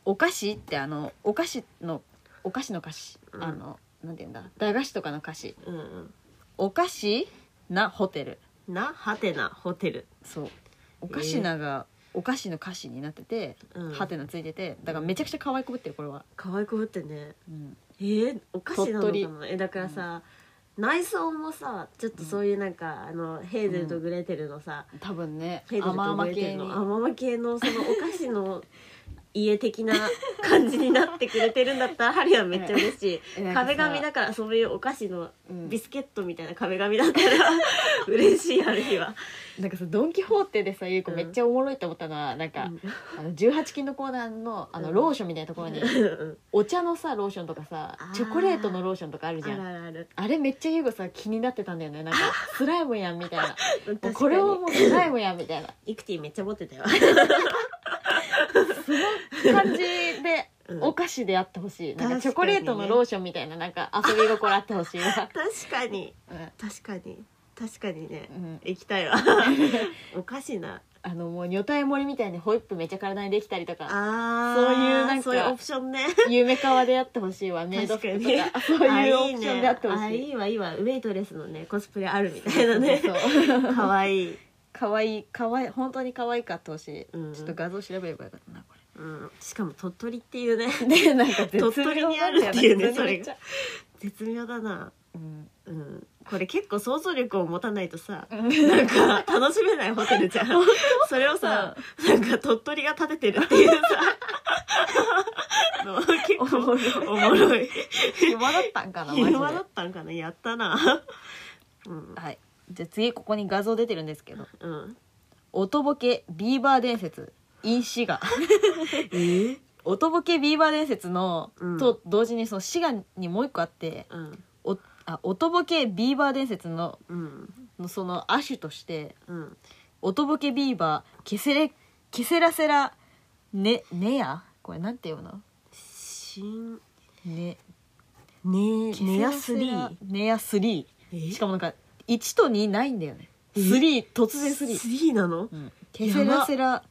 [SPEAKER 4] お菓子ってあのお菓子のお菓子の菓子、
[SPEAKER 3] うん
[SPEAKER 4] あのなんて言うんだ駄菓子とかの菓子
[SPEAKER 3] うんうん
[SPEAKER 4] お菓子なホテル
[SPEAKER 3] なはてなホテル
[SPEAKER 4] そうお菓子なが、お菓子の菓子になってて、
[SPEAKER 3] うん
[SPEAKER 4] ハテナついててだからめちゃくちゃ可愛くぶってるこれは、
[SPEAKER 3] かわいくぶってね
[SPEAKER 4] うん、
[SPEAKER 3] えー、お菓子なの
[SPEAKER 4] 鳥
[SPEAKER 3] かもえだからさ、内装もさちょっとそういうなんか、あのヘーゼルとグレーテルのさ、
[SPEAKER 4] 多分ね
[SPEAKER 3] ヘーゼル
[SPEAKER 4] 甘
[SPEAKER 3] とグ
[SPEAKER 4] 々
[SPEAKER 3] レーテ
[SPEAKER 4] 系
[SPEAKER 3] ル
[SPEAKER 4] に
[SPEAKER 3] の甘々系のそのお菓子の 家的な感じになってくれてるんだったらハリはめっちゃ嬉しい
[SPEAKER 4] えなんか
[SPEAKER 3] 壁
[SPEAKER 4] さ
[SPEAKER 3] 紙だからそういうお菓子の
[SPEAKER 4] うん
[SPEAKER 3] ビスケットみたいな壁紙だった ら嬉しいハリは、
[SPEAKER 4] なんかさドン・キホーテでさゆう子めっちゃおもろいと思ったのは、なんか、あの18金のコーナーのあ
[SPEAKER 3] う
[SPEAKER 4] の
[SPEAKER 3] ん
[SPEAKER 4] ローションみたいなところに、
[SPEAKER 3] うん
[SPEAKER 4] お茶のさローションとかさ
[SPEAKER 3] あー
[SPEAKER 4] チョコレートのローションとかある
[SPEAKER 3] あ
[SPEAKER 4] じゃん
[SPEAKER 3] るあるある
[SPEAKER 4] あれめっちゃ優子さ気になってたんだよねなんかスライムやんみたいな
[SPEAKER 3] 確か
[SPEAKER 4] もう
[SPEAKER 3] に
[SPEAKER 4] これをもうスライムやんみたいな
[SPEAKER 3] イクティめっちゃ持ってたよ
[SPEAKER 4] 感じで
[SPEAKER 3] うん
[SPEAKER 4] お菓子であってほしい、なん
[SPEAKER 3] 確か
[SPEAKER 4] か
[SPEAKER 3] に
[SPEAKER 4] チョコレートのローションみたいななんか遊び心あってほ しいわ
[SPEAKER 3] 確かに
[SPEAKER 4] うん
[SPEAKER 3] 確かに確かにね
[SPEAKER 4] うん
[SPEAKER 3] 行きたいわおかしいな
[SPEAKER 4] あのもう女体盛りみたいにホイップめっちゃ体にできたりとか
[SPEAKER 3] あ
[SPEAKER 4] そういうなんか
[SPEAKER 3] そういうオプションね
[SPEAKER 4] 夢川でやってほしい わメイド服と
[SPEAKER 3] 確
[SPEAKER 4] かそう
[SPEAKER 3] あ
[SPEAKER 4] いうオ
[SPEAKER 3] いい
[SPEAKER 4] プション
[SPEAKER 3] ね
[SPEAKER 4] であってほ
[SPEAKER 3] あ
[SPEAKER 4] しい
[SPEAKER 3] いいわいいわウェイトレスのねコスプレあるみたいなね
[SPEAKER 4] そうそう
[SPEAKER 3] かわいい、
[SPEAKER 4] かわいいかわいい本当に可愛かったほしい、
[SPEAKER 3] うん
[SPEAKER 4] ちょっと画像調べればよかったなこ
[SPEAKER 3] うん、しかも鳥取っていうね
[SPEAKER 4] れでなんか絶妙
[SPEAKER 3] 鳥取にあるっていうね
[SPEAKER 4] なんだよ
[SPEAKER 3] それが、絶妙だな
[SPEAKER 4] うん、
[SPEAKER 3] うんこれ結構想像力を持たないとさなんか楽しめないホテルじゃんそれをさ、なんか鳥取が建ててるっていう さの結構おもろい
[SPEAKER 4] 暇だったんかなマジで
[SPEAKER 3] 昼間だったんかなやったなうん
[SPEAKER 4] はいじゃあ次ここに画像出てるんですけど
[SPEAKER 3] うん
[SPEAKER 4] 音ボケビーバー伝説インシガ
[SPEAKER 3] えー、
[SPEAKER 4] 音ボケビーバー伝説の、
[SPEAKER 3] うん
[SPEAKER 4] と同時にそのシガにもう一個あって
[SPEAKER 3] うん
[SPEAKER 4] おあ音ボケビーバー伝説の
[SPEAKER 3] うん
[SPEAKER 4] のその亜種として
[SPEAKER 3] うん
[SPEAKER 4] 音ボケビーバーケセレケセラセラねねやこれなんて読むの
[SPEAKER 3] しん
[SPEAKER 4] ね
[SPEAKER 3] ねねやスリー
[SPEAKER 4] ネア3
[SPEAKER 3] え
[SPEAKER 4] しかもなんか1と2ないんだよね3突然
[SPEAKER 3] スリ
[SPEAKER 4] 3、
[SPEAKER 3] ーなの
[SPEAKER 4] うん、ケセラセラ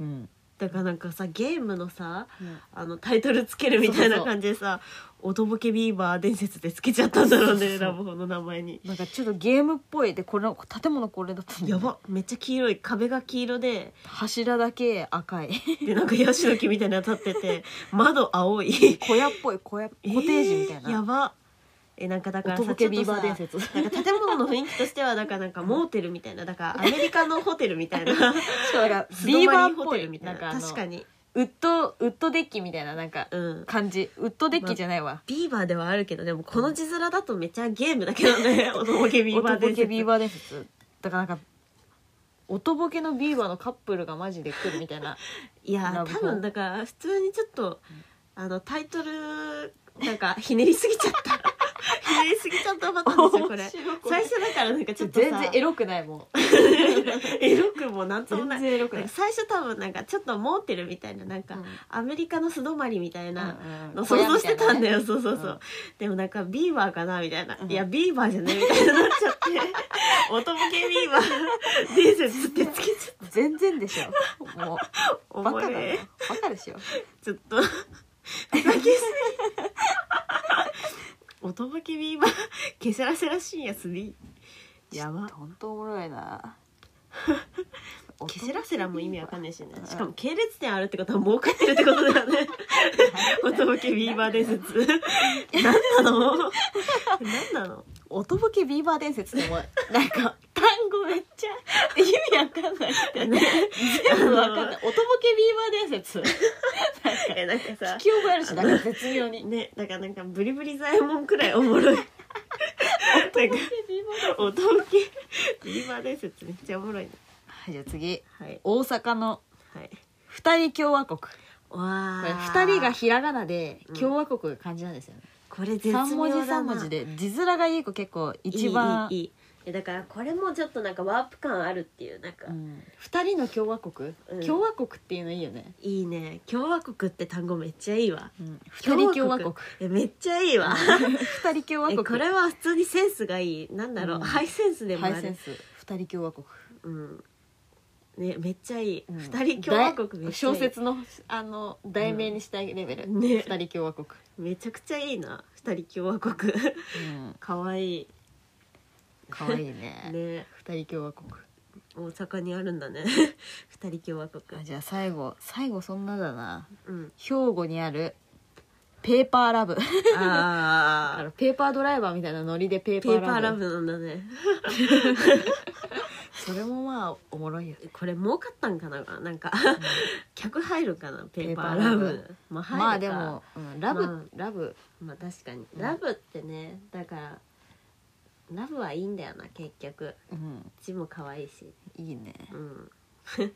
[SPEAKER 4] うん、
[SPEAKER 3] だからなんかさゲームのさ
[SPEAKER 4] うん
[SPEAKER 3] あのタイトルつけるみたい
[SPEAKER 4] そうそ
[SPEAKER 3] な
[SPEAKER 4] う
[SPEAKER 3] 感じでさ「おとぼけビーバー伝説」でつけちゃったんだろう
[SPEAKER 4] そうそ
[SPEAKER 3] ね
[SPEAKER 4] うそう
[SPEAKER 3] ラブホの名前に
[SPEAKER 4] なんかちょっとゲームっぽいでこれの建物これだったん
[SPEAKER 3] や
[SPEAKER 4] だよね
[SPEAKER 3] ばめっちゃ黄色い壁が黄色で
[SPEAKER 4] 柱だけ赤い
[SPEAKER 3] でなんかヤシの木みたいなの立ってて窓青 い
[SPEAKER 4] 小屋っぽい小屋コテージみたい
[SPEAKER 3] えーや
[SPEAKER 4] な、
[SPEAKER 3] ばえなんかだから
[SPEAKER 4] 音ボ
[SPEAKER 3] さ
[SPEAKER 4] ケ
[SPEAKER 3] ちょっ
[SPEAKER 4] ビ
[SPEAKER 3] と
[SPEAKER 4] ーバ
[SPEAKER 3] さ
[SPEAKER 4] ー伝説
[SPEAKER 3] なんか建物の雰囲気としてはだからなんかモーテルみたいなだからアメリカのホテルみたい な
[SPEAKER 4] そうだから
[SPEAKER 3] 素泊まり
[SPEAKER 4] ビーバーっ
[SPEAKER 3] ホ
[SPEAKER 4] ぽ
[SPEAKER 3] テ
[SPEAKER 4] い
[SPEAKER 3] ルみたい
[SPEAKER 4] んかあ
[SPEAKER 3] な
[SPEAKER 4] の
[SPEAKER 3] 確かに
[SPEAKER 4] ウッドウッドデッキみたいななんか
[SPEAKER 3] うん
[SPEAKER 4] 感じウッドデッキじゃないわ、
[SPEAKER 3] ビーバーではあるけどでもこの字面だとめっちゃゲームだけどねおとぼけビー
[SPEAKER 4] 音
[SPEAKER 3] バー
[SPEAKER 4] ボ
[SPEAKER 3] 伝
[SPEAKER 4] ケ
[SPEAKER 3] 説
[SPEAKER 4] ビーバー伝説だからなんか音ボケのビーバーのカップルがマジで来るみ たいな
[SPEAKER 3] いや
[SPEAKER 4] ラブ
[SPEAKER 3] 多
[SPEAKER 4] ホ
[SPEAKER 3] 分だから普通にちょっとあのタイトルなんかひねりすぎちゃったひねりすぎちゃったパターンですよこれ最初だからなんかちょ
[SPEAKER 4] 全
[SPEAKER 3] っとさ
[SPEAKER 4] 然エロくないもう
[SPEAKER 3] エロくもなんとも
[SPEAKER 4] 全
[SPEAKER 3] ない
[SPEAKER 4] 然エロくない、
[SPEAKER 3] 最初多分なんかちょっとモーテルみたいななんか、
[SPEAKER 4] うん
[SPEAKER 3] アメリカの素泊まりみたいな
[SPEAKER 4] うんうん
[SPEAKER 3] の想像してたんだよ、
[SPEAKER 4] 小
[SPEAKER 3] そう
[SPEAKER 4] 屋み
[SPEAKER 3] そ
[SPEAKER 4] たいなね
[SPEAKER 3] うそう、でもなんかビーバーかなみたいな、
[SPEAKER 4] うん
[SPEAKER 3] いやビーバーじゃねみたいになっちゃっておとぼけビーバー伝説ってつけちゃっ
[SPEAKER 4] うん全然でしょも
[SPEAKER 3] た
[SPEAKER 4] う
[SPEAKER 3] お
[SPEAKER 4] バ
[SPEAKER 3] も
[SPEAKER 4] カだな
[SPEAKER 3] れえ
[SPEAKER 4] バカでしょ
[SPEAKER 3] ちょっとふざけすぎおとぼけビーバーケセラセラ深夜3やば
[SPEAKER 4] 本当おもろいな
[SPEAKER 3] ケセラセラも意味わかんないしね
[SPEAKER 4] ん
[SPEAKER 3] しかも系列店あるってことは儲かってるってことだよね音ぼけビーバー伝説何なの何なの
[SPEAKER 4] 音ボケビーバー伝説でも なんか単語めっちゃ意味わかんないってね全部わかんない 音ボケビーバー伝説
[SPEAKER 3] えなんかさ
[SPEAKER 4] 聞き覚えあるしなんか絶妙に
[SPEAKER 3] ねだからなんかブリブリザえもんくらいおもろいなんか音ぼけビーバー伝説めっちゃおもろいね
[SPEAKER 4] はいじゃあ次
[SPEAKER 3] はい
[SPEAKER 4] 大阪の
[SPEAKER 3] はい
[SPEAKER 4] 二人共和国こ
[SPEAKER 3] わ
[SPEAKER 4] れ
[SPEAKER 3] あ
[SPEAKER 4] 二人がひらがなで
[SPEAKER 3] うん
[SPEAKER 4] 共和国が漢字なんですよね
[SPEAKER 3] これ絶妙だな
[SPEAKER 4] 三文字三文字で字面がいい子結構一番
[SPEAKER 3] いいいいいいえだからこれもちょっとなんかワープ感あるっていうなんか、
[SPEAKER 4] うん二人の共和国
[SPEAKER 3] うん
[SPEAKER 4] 共和国っていうのいいよね
[SPEAKER 3] いいね共和国って単語めっちゃいいわ
[SPEAKER 4] うん二人共和国
[SPEAKER 3] えめっちゃいいわ
[SPEAKER 4] 二人共和
[SPEAKER 3] え
[SPEAKER 4] 国
[SPEAKER 3] これは普通にセンスがいいなんだろう、
[SPEAKER 4] うん
[SPEAKER 3] ハイセンスでもあ
[SPEAKER 4] ハ
[SPEAKER 3] る、
[SPEAKER 4] イセンス二人共和国
[SPEAKER 3] うんね、めっちゃいい、
[SPEAKER 4] うん
[SPEAKER 3] 二人共和国めっちゃい
[SPEAKER 4] 小
[SPEAKER 3] い
[SPEAKER 4] 説のあの題名にしたいレベル、
[SPEAKER 3] うんね
[SPEAKER 4] 二人共和国、
[SPEAKER 3] めちゃくちゃいいな二人共和国 かわいい
[SPEAKER 4] かわいいね
[SPEAKER 3] ね
[SPEAKER 4] 二人共和国
[SPEAKER 3] 大阪にあるんだね 二人共和国
[SPEAKER 4] あじゃあ最後最後そんなだな
[SPEAKER 3] うん
[SPEAKER 4] 兵庫にあるペーパーラブ あ
[SPEAKER 3] あ
[SPEAKER 4] のペーパードライバーみたいなノリで ペー
[SPEAKER 3] ーペー
[SPEAKER 4] パーラブ
[SPEAKER 3] パーラブなんだね
[SPEAKER 4] それもまあおもろいよ
[SPEAKER 3] これ儲かったんかななんか客入るかなペーパー
[SPEAKER 4] ペーパーラ
[SPEAKER 3] ラブ
[SPEAKER 4] ブ
[SPEAKER 3] まあ入るか
[SPEAKER 4] まあでも、うんラブ、
[SPEAKER 3] まあ
[SPEAKER 4] ラブ
[SPEAKER 3] まあ確かに
[SPEAKER 4] うん
[SPEAKER 3] ラブってねだからラブはいいんだよな結局
[SPEAKER 4] うん
[SPEAKER 3] 字も可愛いし
[SPEAKER 4] いいね
[SPEAKER 3] うん、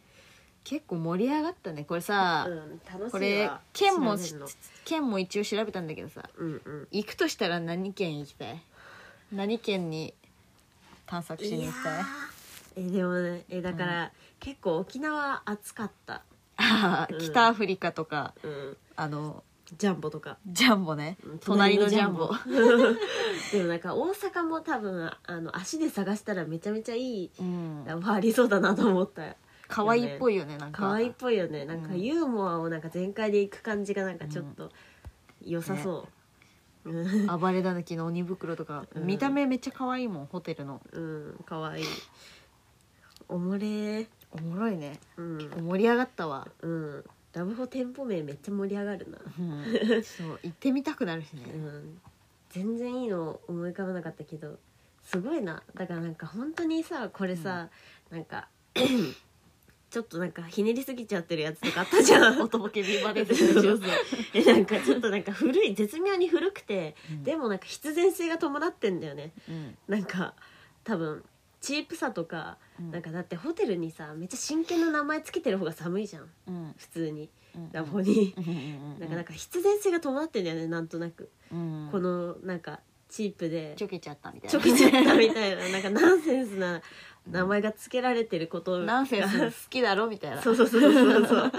[SPEAKER 4] 結構盛り上がったねこれさ、
[SPEAKER 3] うん、楽しいわ
[SPEAKER 4] これ県も
[SPEAKER 3] 調べるの
[SPEAKER 4] 県も一応調べたんだけどさ
[SPEAKER 3] うんうん
[SPEAKER 4] 行くとしたら何県行きたい何県に探索しに行きたい
[SPEAKER 3] えでもねえだから、結構沖縄暑かった、
[SPEAKER 4] あー
[SPEAKER 3] うん
[SPEAKER 4] 北アフリカとか
[SPEAKER 3] うん、
[SPEAKER 4] あの
[SPEAKER 3] ジャンボとか
[SPEAKER 4] ジャンボね
[SPEAKER 3] うん
[SPEAKER 4] 隣のジャンボ
[SPEAKER 3] 隣のジャンボ でもなんか大阪も多分あの足で探したらめちゃめちゃいい
[SPEAKER 4] うん
[SPEAKER 3] ラブありそうだなと思った
[SPEAKER 4] 可愛いっぽいよねなんか
[SPEAKER 3] 可愛いっぽいよねなんか
[SPEAKER 4] うん
[SPEAKER 3] ユーモアをなんか全開でいく感じがなんかちょっと良さそううん、
[SPEAKER 4] 暴れ狸の鬼袋とか、
[SPEAKER 3] うん
[SPEAKER 4] 見た目めっちゃ可愛いもんホテルの
[SPEAKER 3] うん、可愛いおもれー
[SPEAKER 4] おもろいね
[SPEAKER 3] うん
[SPEAKER 4] 盛り上がったわ、
[SPEAKER 3] うんラブホ店舗名めっちゃ盛り上がるな
[SPEAKER 4] そう行ってみたくなるし
[SPEAKER 3] う
[SPEAKER 4] ね、
[SPEAKER 3] ん全然いいの思い浮かばなかったけどすごいなだからなんか本当にさこれさ、なんか ちょっとなんかひねりすぎちゃってるやつとかあったじ ゃん
[SPEAKER 4] おとぼけビバレ
[SPEAKER 3] そうそうそう えなんかちょっとなんか古い絶妙に古くて で
[SPEAKER 4] も、
[SPEAKER 3] もなんか必然性が伴ってんだよね
[SPEAKER 4] うん
[SPEAKER 3] なんか多分チープさとか、
[SPEAKER 4] うん
[SPEAKER 3] なんかだってホテルにさめっちゃ真剣な名前つけてる方が寒いじゃん
[SPEAKER 4] うん
[SPEAKER 3] 普通に
[SPEAKER 4] うん
[SPEAKER 3] ラボに、
[SPEAKER 4] うんうんうん
[SPEAKER 3] なんかなんか必然性が伴ってんだよねなんとなく、
[SPEAKER 4] うん
[SPEAKER 3] このなんかチープで
[SPEAKER 4] ちょけちゃったみたい
[SPEAKER 3] ち
[SPEAKER 4] な
[SPEAKER 3] ょけちゃったみたいななんかナンセンスな名前がつけられてることが
[SPEAKER 4] ナンセンス好きだろみたい な
[SPEAKER 3] そうそうそうそうそう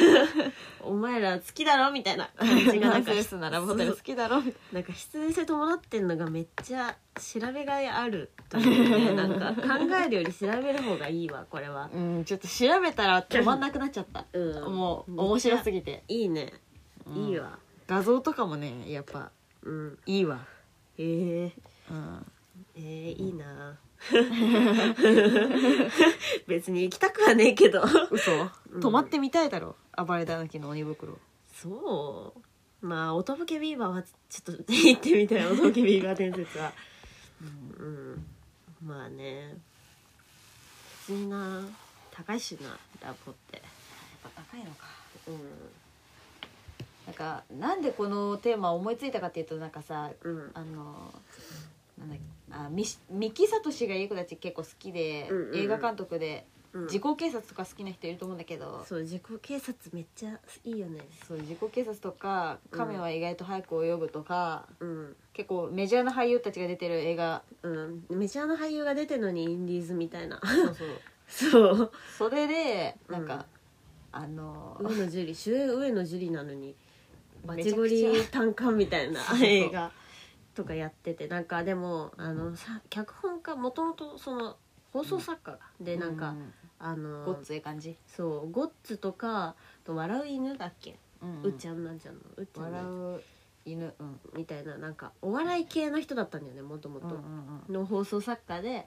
[SPEAKER 3] お前ら好きだろみたいな感じが
[SPEAKER 4] ナ
[SPEAKER 3] なん
[SPEAKER 4] ン
[SPEAKER 3] か
[SPEAKER 4] センスならホテル好きだろみたい
[SPEAKER 3] なんか必然性伴ってんのがめっちゃ調べがいあるというね なんか考えるより調べる方がいいわこれは、
[SPEAKER 4] なうんちょっと調べたら止まんなくなっちゃった
[SPEAKER 3] うん、
[SPEAKER 4] もう面白すぎて、
[SPEAKER 3] いいね、
[SPEAKER 4] うん
[SPEAKER 3] いいわ
[SPEAKER 4] 画像とかもねやっぱ
[SPEAKER 3] うん
[SPEAKER 4] いいわ、
[SPEAKER 3] えー、
[SPEAKER 4] うん、
[SPEAKER 3] えー、いい な 別に行きたくはねえけど
[SPEAKER 4] 嘘、
[SPEAKER 3] ん
[SPEAKER 4] 泊まってみたいだろ暴れ狸の鬼袋
[SPEAKER 3] そうまあ音ぼけビーバーはちょっと行ってみた い音ぼけビーバー伝説はうんまあね普通にな高いしなラボって
[SPEAKER 4] 高いのか
[SPEAKER 3] う
[SPEAKER 4] なんかなんでこのテーマを思いついたかっていうとなんかさ
[SPEAKER 3] んうん
[SPEAKER 4] あのなんだっけあみし三木聡がいい子たち結構好きで、
[SPEAKER 3] うんうんうん
[SPEAKER 4] 映画監督で
[SPEAKER 3] うん
[SPEAKER 4] 自己警察とか好きな人いると思うんだけど、
[SPEAKER 3] そう自己警察めっちゃいいよね
[SPEAKER 4] そう自己警察とか「亀は意外と早く泳ぐ」とか、
[SPEAKER 3] うん
[SPEAKER 4] 結構メジャーな俳優たちが出てる 映画
[SPEAKER 3] うんメジャーの俳優が出てるのにインディーズみたいな
[SPEAKER 4] そうそう
[SPEAKER 3] そう
[SPEAKER 4] それでなん
[SPEAKER 3] うん
[SPEAKER 4] か、あの
[SPEAKER 3] 上野樹里主演上野樹里なのにバ
[SPEAKER 4] め
[SPEAKER 3] チ
[SPEAKER 4] ちゃ
[SPEAKER 3] ゴ
[SPEAKER 4] くちゃ
[SPEAKER 3] リ単管みた いな
[SPEAKER 4] そうそう
[SPEAKER 3] 映画とかやっててなんかでもあのさ脚本家もともとその放送作家がでなんか、
[SPEAKER 4] う
[SPEAKER 3] あ
[SPEAKER 4] ごっ
[SPEAKER 3] の
[SPEAKER 4] つええ感じ、
[SPEAKER 3] そうゴッツとかあと笑う犬だっけ、
[SPEAKER 4] うん
[SPEAKER 3] うっちゃんなんちゃんのうっちゃんな
[SPEAKER 4] 笑
[SPEAKER 3] んち
[SPEAKER 4] う犬うん
[SPEAKER 3] ゃんみたいななんかお笑い系の人だったんだよねもとも
[SPEAKER 4] うんう
[SPEAKER 3] と
[SPEAKER 4] ん
[SPEAKER 3] の放送作家で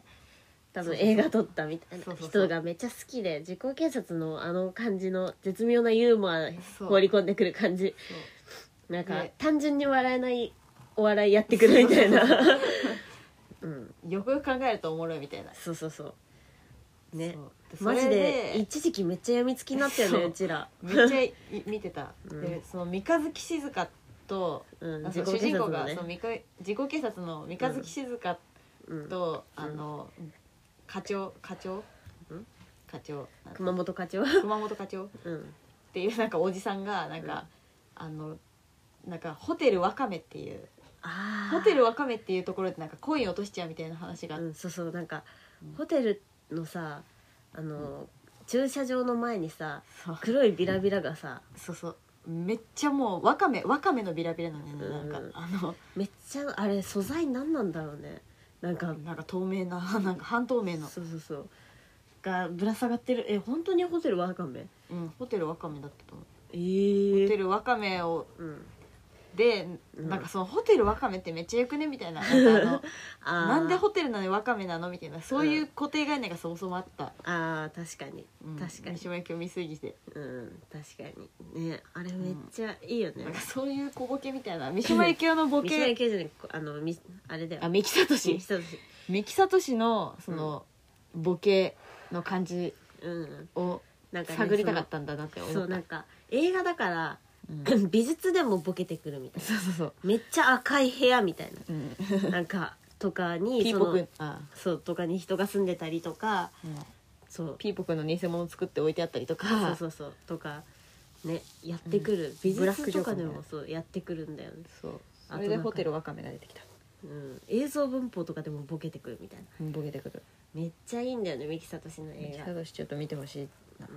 [SPEAKER 3] 多
[SPEAKER 4] そ
[SPEAKER 3] 分
[SPEAKER 4] うそうそう
[SPEAKER 3] 映画撮ったみたい
[SPEAKER 4] そ
[SPEAKER 3] な
[SPEAKER 4] うそうそう
[SPEAKER 3] 人がめっちゃ好きで自己警察のあの感じの絶妙なユーモア
[SPEAKER 4] そう
[SPEAKER 3] 放り込んでくる感じなんか
[SPEAKER 4] で
[SPEAKER 3] 単純に笑えないお笑いやってくるみたいな うん
[SPEAKER 4] うんよくよく考えるとおもろいみたいな
[SPEAKER 3] そうそうそうね
[SPEAKER 4] そう
[SPEAKER 3] マジ
[SPEAKER 4] それ
[SPEAKER 3] で一時期めっちゃ病みつきになったよね
[SPEAKER 4] そう
[SPEAKER 3] うちら
[SPEAKER 4] めっちゃい見てた、
[SPEAKER 3] うん
[SPEAKER 4] でその三日月静香と、
[SPEAKER 3] うん
[SPEAKER 4] あ
[SPEAKER 3] 自
[SPEAKER 4] の
[SPEAKER 3] 己
[SPEAKER 4] 主
[SPEAKER 3] 警
[SPEAKER 4] 人公
[SPEAKER 3] 察
[SPEAKER 4] が、
[SPEAKER 3] のね
[SPEAKER 4] その三日自己警察の三日月静香
[SPEAKER 3] うん
[SPEAKER 4] と、
[SPEAKER 3] うん
[SPEAKER 4] あの課長課長、
[SPEAKER 3] うん
[SPEAKER 4] 課長なんか
[SPEAKER 3] 熊本課 長
[SPEAKER 4] 熊本課長っ
[SPEAKER 3] うん
[SPEAKER 4] ていうなんかおじさんがなんか、あのなんかホテルわかめっていう
[SPEAKER 3] あ
[SPEAKER 4] ホテルわかめっていうところでなんかコイン落としちゃうみたいな話が、
[SPEAKER 3] うんそうそうなんかホテルのさあの駐車場の前にさ
[SPEAKER 4] そう
[SPEAKER 3] 黒いビラビラがさ
[SPEAKER 4] そうそうめっちゃもうわかめわかめのビラビラなんだよね、な
[SPEAKER 3] うん
[SPEAKER 4] んかあの
[SPEAKER 3] めっちゃあれ素材何なんだろうねなんか
[SPEAKER 4] なんか透明な なんか半透明の、
[SPEAKER 3] そうそうそうがぶら下がってるえ本当にホテルワカメ
[SPEAKER 4] うん、ホテルわかめだったと思う
[SPEAKER 3] ええ
[SPEAKER 4] ホテルわかめを
[SPEAKER 3] うん
[SPEAKER 4] で、
[SPEAKER 3] うん
[SPEAKER 4] なんかそのホテルわかめってめっちゃよくねみた いななんか
[SPEAKER 3] あ
[SPEAKER 4] あ
[SPEAKER 3] ー
[SPEAKER 4] のなんでホテルなのにわかめなのみたいなそういう固定概念がそもそもあった、
[SPEAKER 3] あー確かに
[SPEAKER 4] うん
[SPEAKER 3] 確かに
[SPEAKER 4] 三島由紀夫見すぎて、
[SPEAKER 3] うん確かにねあれめっちゃいいよね、
[SPEAKER 4] なんかそういう小ボケみたいな三島由紀夫のボ
[SPEAKER 3] 三島由
[SPEAKER 4] ケ
[SPEAKER 3] 紀夫じゃないあのみ あれだよ
[SPEAKER 4] あ三木聡
[SPEAKER 3] 三
[SPEAKER 4] 三木聡のその、ボケの感じ
[SPEAKER 3] うん
[SPEAKER 4] を
[SPEAKER 3] なんかね、
[SPEAKER 4] 探りたかったんだなって
[SPEAKER 3] そ
[SPEAKER 4] 思
[SPEAKER 3] の
[SPEAKER 4] った
[SPEAKER 3] そうなんか映画だから、
[SPEAKER 4] うん
[SPEAKER 3] 美術でもボケてくるみたいな
[SPEAKER 4] そうそうそう、
[SPEAKER 3] めっちゃ赤い部屋みたい
[SPEAKER 4] うん、
[SPEAKER 3] ななんかとかに
[SPEAKER 4] ピー
[SPEAKER 3] そ
[SPEAKER 4] ポ
[SPEAKER 3] の
[SPEAKER 4] くんあ、
[SPEAKER 3] そうとかに人が住んでたりとか
[SPEAKER 4] うん
[SPEAKER 3] そう
[SPEAKER 4] ピーポくんの偽物作って置いてあったりと
[SPEAKER 3] そう
[SPEAKER 4] か
[SPEAKER 3] そうそうとかねやってくる、美
[SPEAKER 4] ブラッ
[SPEAKER 3] 術
[SPEAKER 4] クジョ
[SPEAKER 3] と
[SPEAKER 4] ーク
[SPEAKER 3] か
[SPEAKER 4] みた
[SPEAKER 3] で
[SPEAKER 4] いな
[SPEAKER 3] もそうやってくるんだよね、
[SPEAKER 4] そう
[SPEAKER 3] あ
[SPEAKER 4] そ
[SPEAKER 3] と
[SPEAKER 4] れでホテル
[SPEAKER 3] な
[SPEAKER 4] わかめが出てきた
[SPEAKER 3] うん、映像文法とかでもボケてくるみたいな
[SPEAKER 4] うんボケてくる
[SPEAKER 3] めっちゃいいんだよね三木聡の映
[SPEAKER 4] サドシちょっと見てほしい
[SPEAKER 3] 画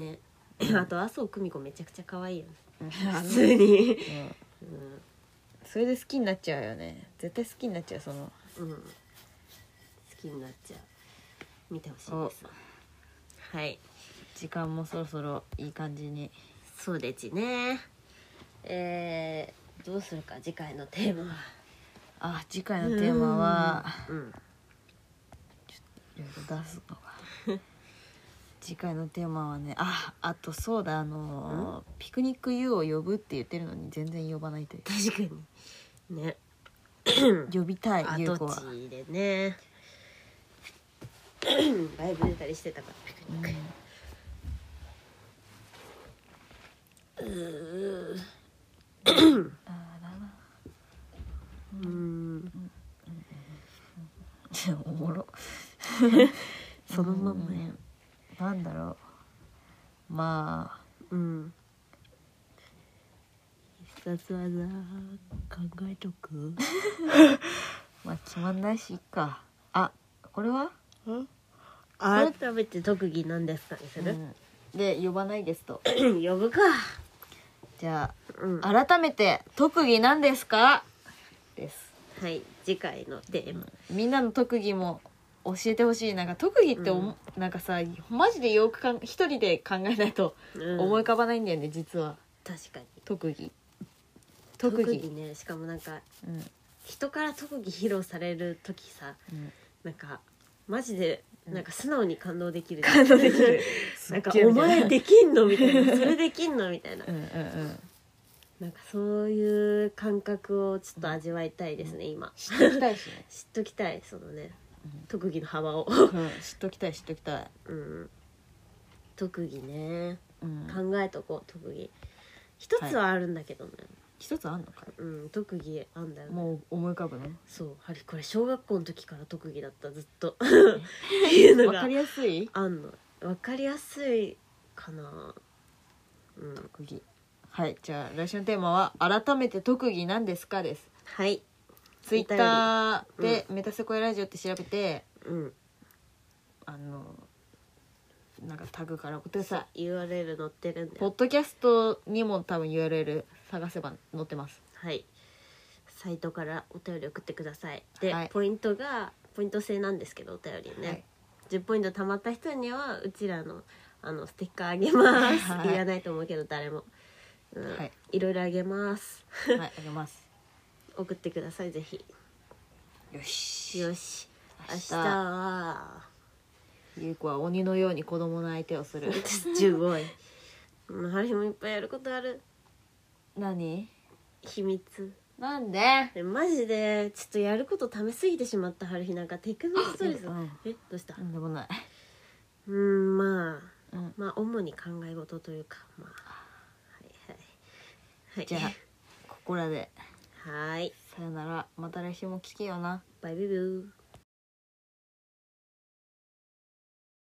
[SPEAKER 3] ねあと麻生久美子めちゃくちゃ可愛いよね
[SPEAKER 4] あ
[SPEAKER 3] 普
[SPEAKER 4] の
[SPEAKER 3] 通に
[SPEAKER 4] それで好きになっちゃうよね絶対好きになっちゃうその
[SPEAKER 3] うん、うん、好きになっちゃう見てほしいですはい
[SPEAKER 4] 時間もそろそろいい感じに
[SPEAKER 3] そうですねえー、どうするか次回のテーマは
[SPEAKER 4] あ次回のテーマは
[SPEAKER 3] うん
[SPEAKER 4] いろいろ出すのが 次回のテーマはねああとそうだあのーピクニック U を呼ぶって言ってるのに全然呼ばないという
[SPEAKER 3] 確かにね
[SPEAKER 4] 呼びたい優
[SPEAKER 3] 跡
[SPEAKER 4] 子は
[SPEAKER 3] 地でね ライブ出たりしてたからピクニック、
[SPEAKER 4] おもろそのまんまねなんだろうま
[SPEAKER 3] うん
[SPEAKER 6] 必殺技考えとく
[SPEAKER 4] あまあ決まんないしいっかあこれは、
[SPEAKER 3] 改めて特技なんですかにす
[SPEAKER 4] う
[SPEAKER 3] る、
[SPEAKER 4] んで呼ばないゲスト
[SPEAKER 3] 呼ぶか
[SPEAKER 4] じゃ
[SPEAKER 3] うん
[SPEAKER 4] あ改めて特技なんですかです
[SPEAKER 3] はい次回のテーマ
[SPEAKER 4] みんなの特技も教えてほしいなんか特技っておも、なんかさマジでよくかん一人で考えないと
[SPEAKER 3] うん
[SPEAKER 4] 思い浮かばないんだよね、実は
[SPEAKER 3] 確かに
[SPEAKER 4] 特技特技
[SPEAKER 3] ねしかもなんか
[SPEAKER 4] うん
[SPEAKER 3] 人から特技披露される時さ
[SPEAKER 4] うん
[SPEAKER 3] なんかマジで
[SPEAKER 4] うん
[SPEAKER 3] なんか素直に感動できる、
[SPEAKER 4] 感動で きる
[SPEAKER 3] なんか
[SPEAKER 4] すっげえ
[SPEAKER 3] お
[SPEAKER 4] みたい
[SPEAKER 3] 前できんのみたいなそれできんのみたいな
[SPEAKER 4] うんうんうん
[SPEAKER 3] なんかそういう感覚をちょっと味わいたいですね今
[SPEAKER 4] 知っときたいしね、
[SPEAKER 3] 知っときたいそのね
[SPEAKER 4] うん
[SPEAKER 3] 特技の幅 を、
[SPEAKER 4] うん、知っときたい知っときたい、
[SPEAKER 3] うん、特技ね
[SPEAKER 4] うん、
[SPEAKER 3] 考えとこう特技一つはあるんだけどね、
[SPEAKER 4] 一つあんのか
[SPEAKER 3] うん特技あんだよね
[SPEAKER 4] もう思い浮かぶの
[SPEAKER 3] そうあれこれ小学校の時から特技だったずっ とっていうの
[SPEAKER 4] わ
[SPEAKER 3] が
[SPEAKER 4] かりやすい
[SPEAKER 3] あんのわかりやすいかなうん
[SPEAKER 4] 特技はいじゃあ来週のテーマは「改めて特技なんですか?」です
[SPEAKER 3] はい
[SPEAKER 4] ツイッター
[SPEAKER 3] 便り
[SPEAKER 4] で「メタセコイラジオ」って調べて、
[SPEAKER 3] うん
[SPEAKER 4] あのなんかタグから送ってくださ
[SPEAKER 3] URL 載ってるん
[SPEAKER 4] い
[SPEAKER 3] で
[SPEAKER 4] ポッドキャストにも多分 URL 探せば載ってます
[SPEAKER 3] はいサイトからお便り送ってくださいで、
[SPEAKER 4] はい
[SPEAKER 3] ポイントがポイント制なんですけどお便りね、
[SPEAKER 4] はい
[SPEAKER 3] 10ポイント貯まった人にはうちらのあのステッカーあげます、
[SPEAKER 4] は
[SPEAKER 3] い
[SPEAKER 4] い
[SPEAKER 3] らないと思うけど誰も、うん
[SPEAKER 4] はい
[SPEAKER 3] い、ろいろあげます
[SPEAKER 4] はいあげます
[SPEAKER 3] 送ってくださいぜひ
[SPEAKER 4] よし
[SPEAKER 3] よし明日
[SPEAKER 4] 明日
[SPEAKER 3] は
[SPEAKER 4] ゆう子は鬼のように子供の相手を する
[SPEAKER 3] 15位 うん春日もいっぱいやることある
[SPEAKER 4] 何
[SPEAKER 3] 秘密
[SPEAKER 4] なんで
[SPEAKER 3] でマジでちょっとやることためすぎてしまった春日なんかテクノストレス
[SPEAKER 4] うん
[SPEAKER 3] えどうした
[SPEAKER 4] なんでもない、
[SPEAKER 3] うんまあ
[SPEAKER 4] うん、
[SPEAKER 3] まあ主に考え事というかまあはいはいはい
[SPEAKER 4] じゃあここらで
[SPEAKER 3] はーい
[SPEAKER 4] さよならまた来週も聞けよな
[SPEAKER 3] バイビュービュー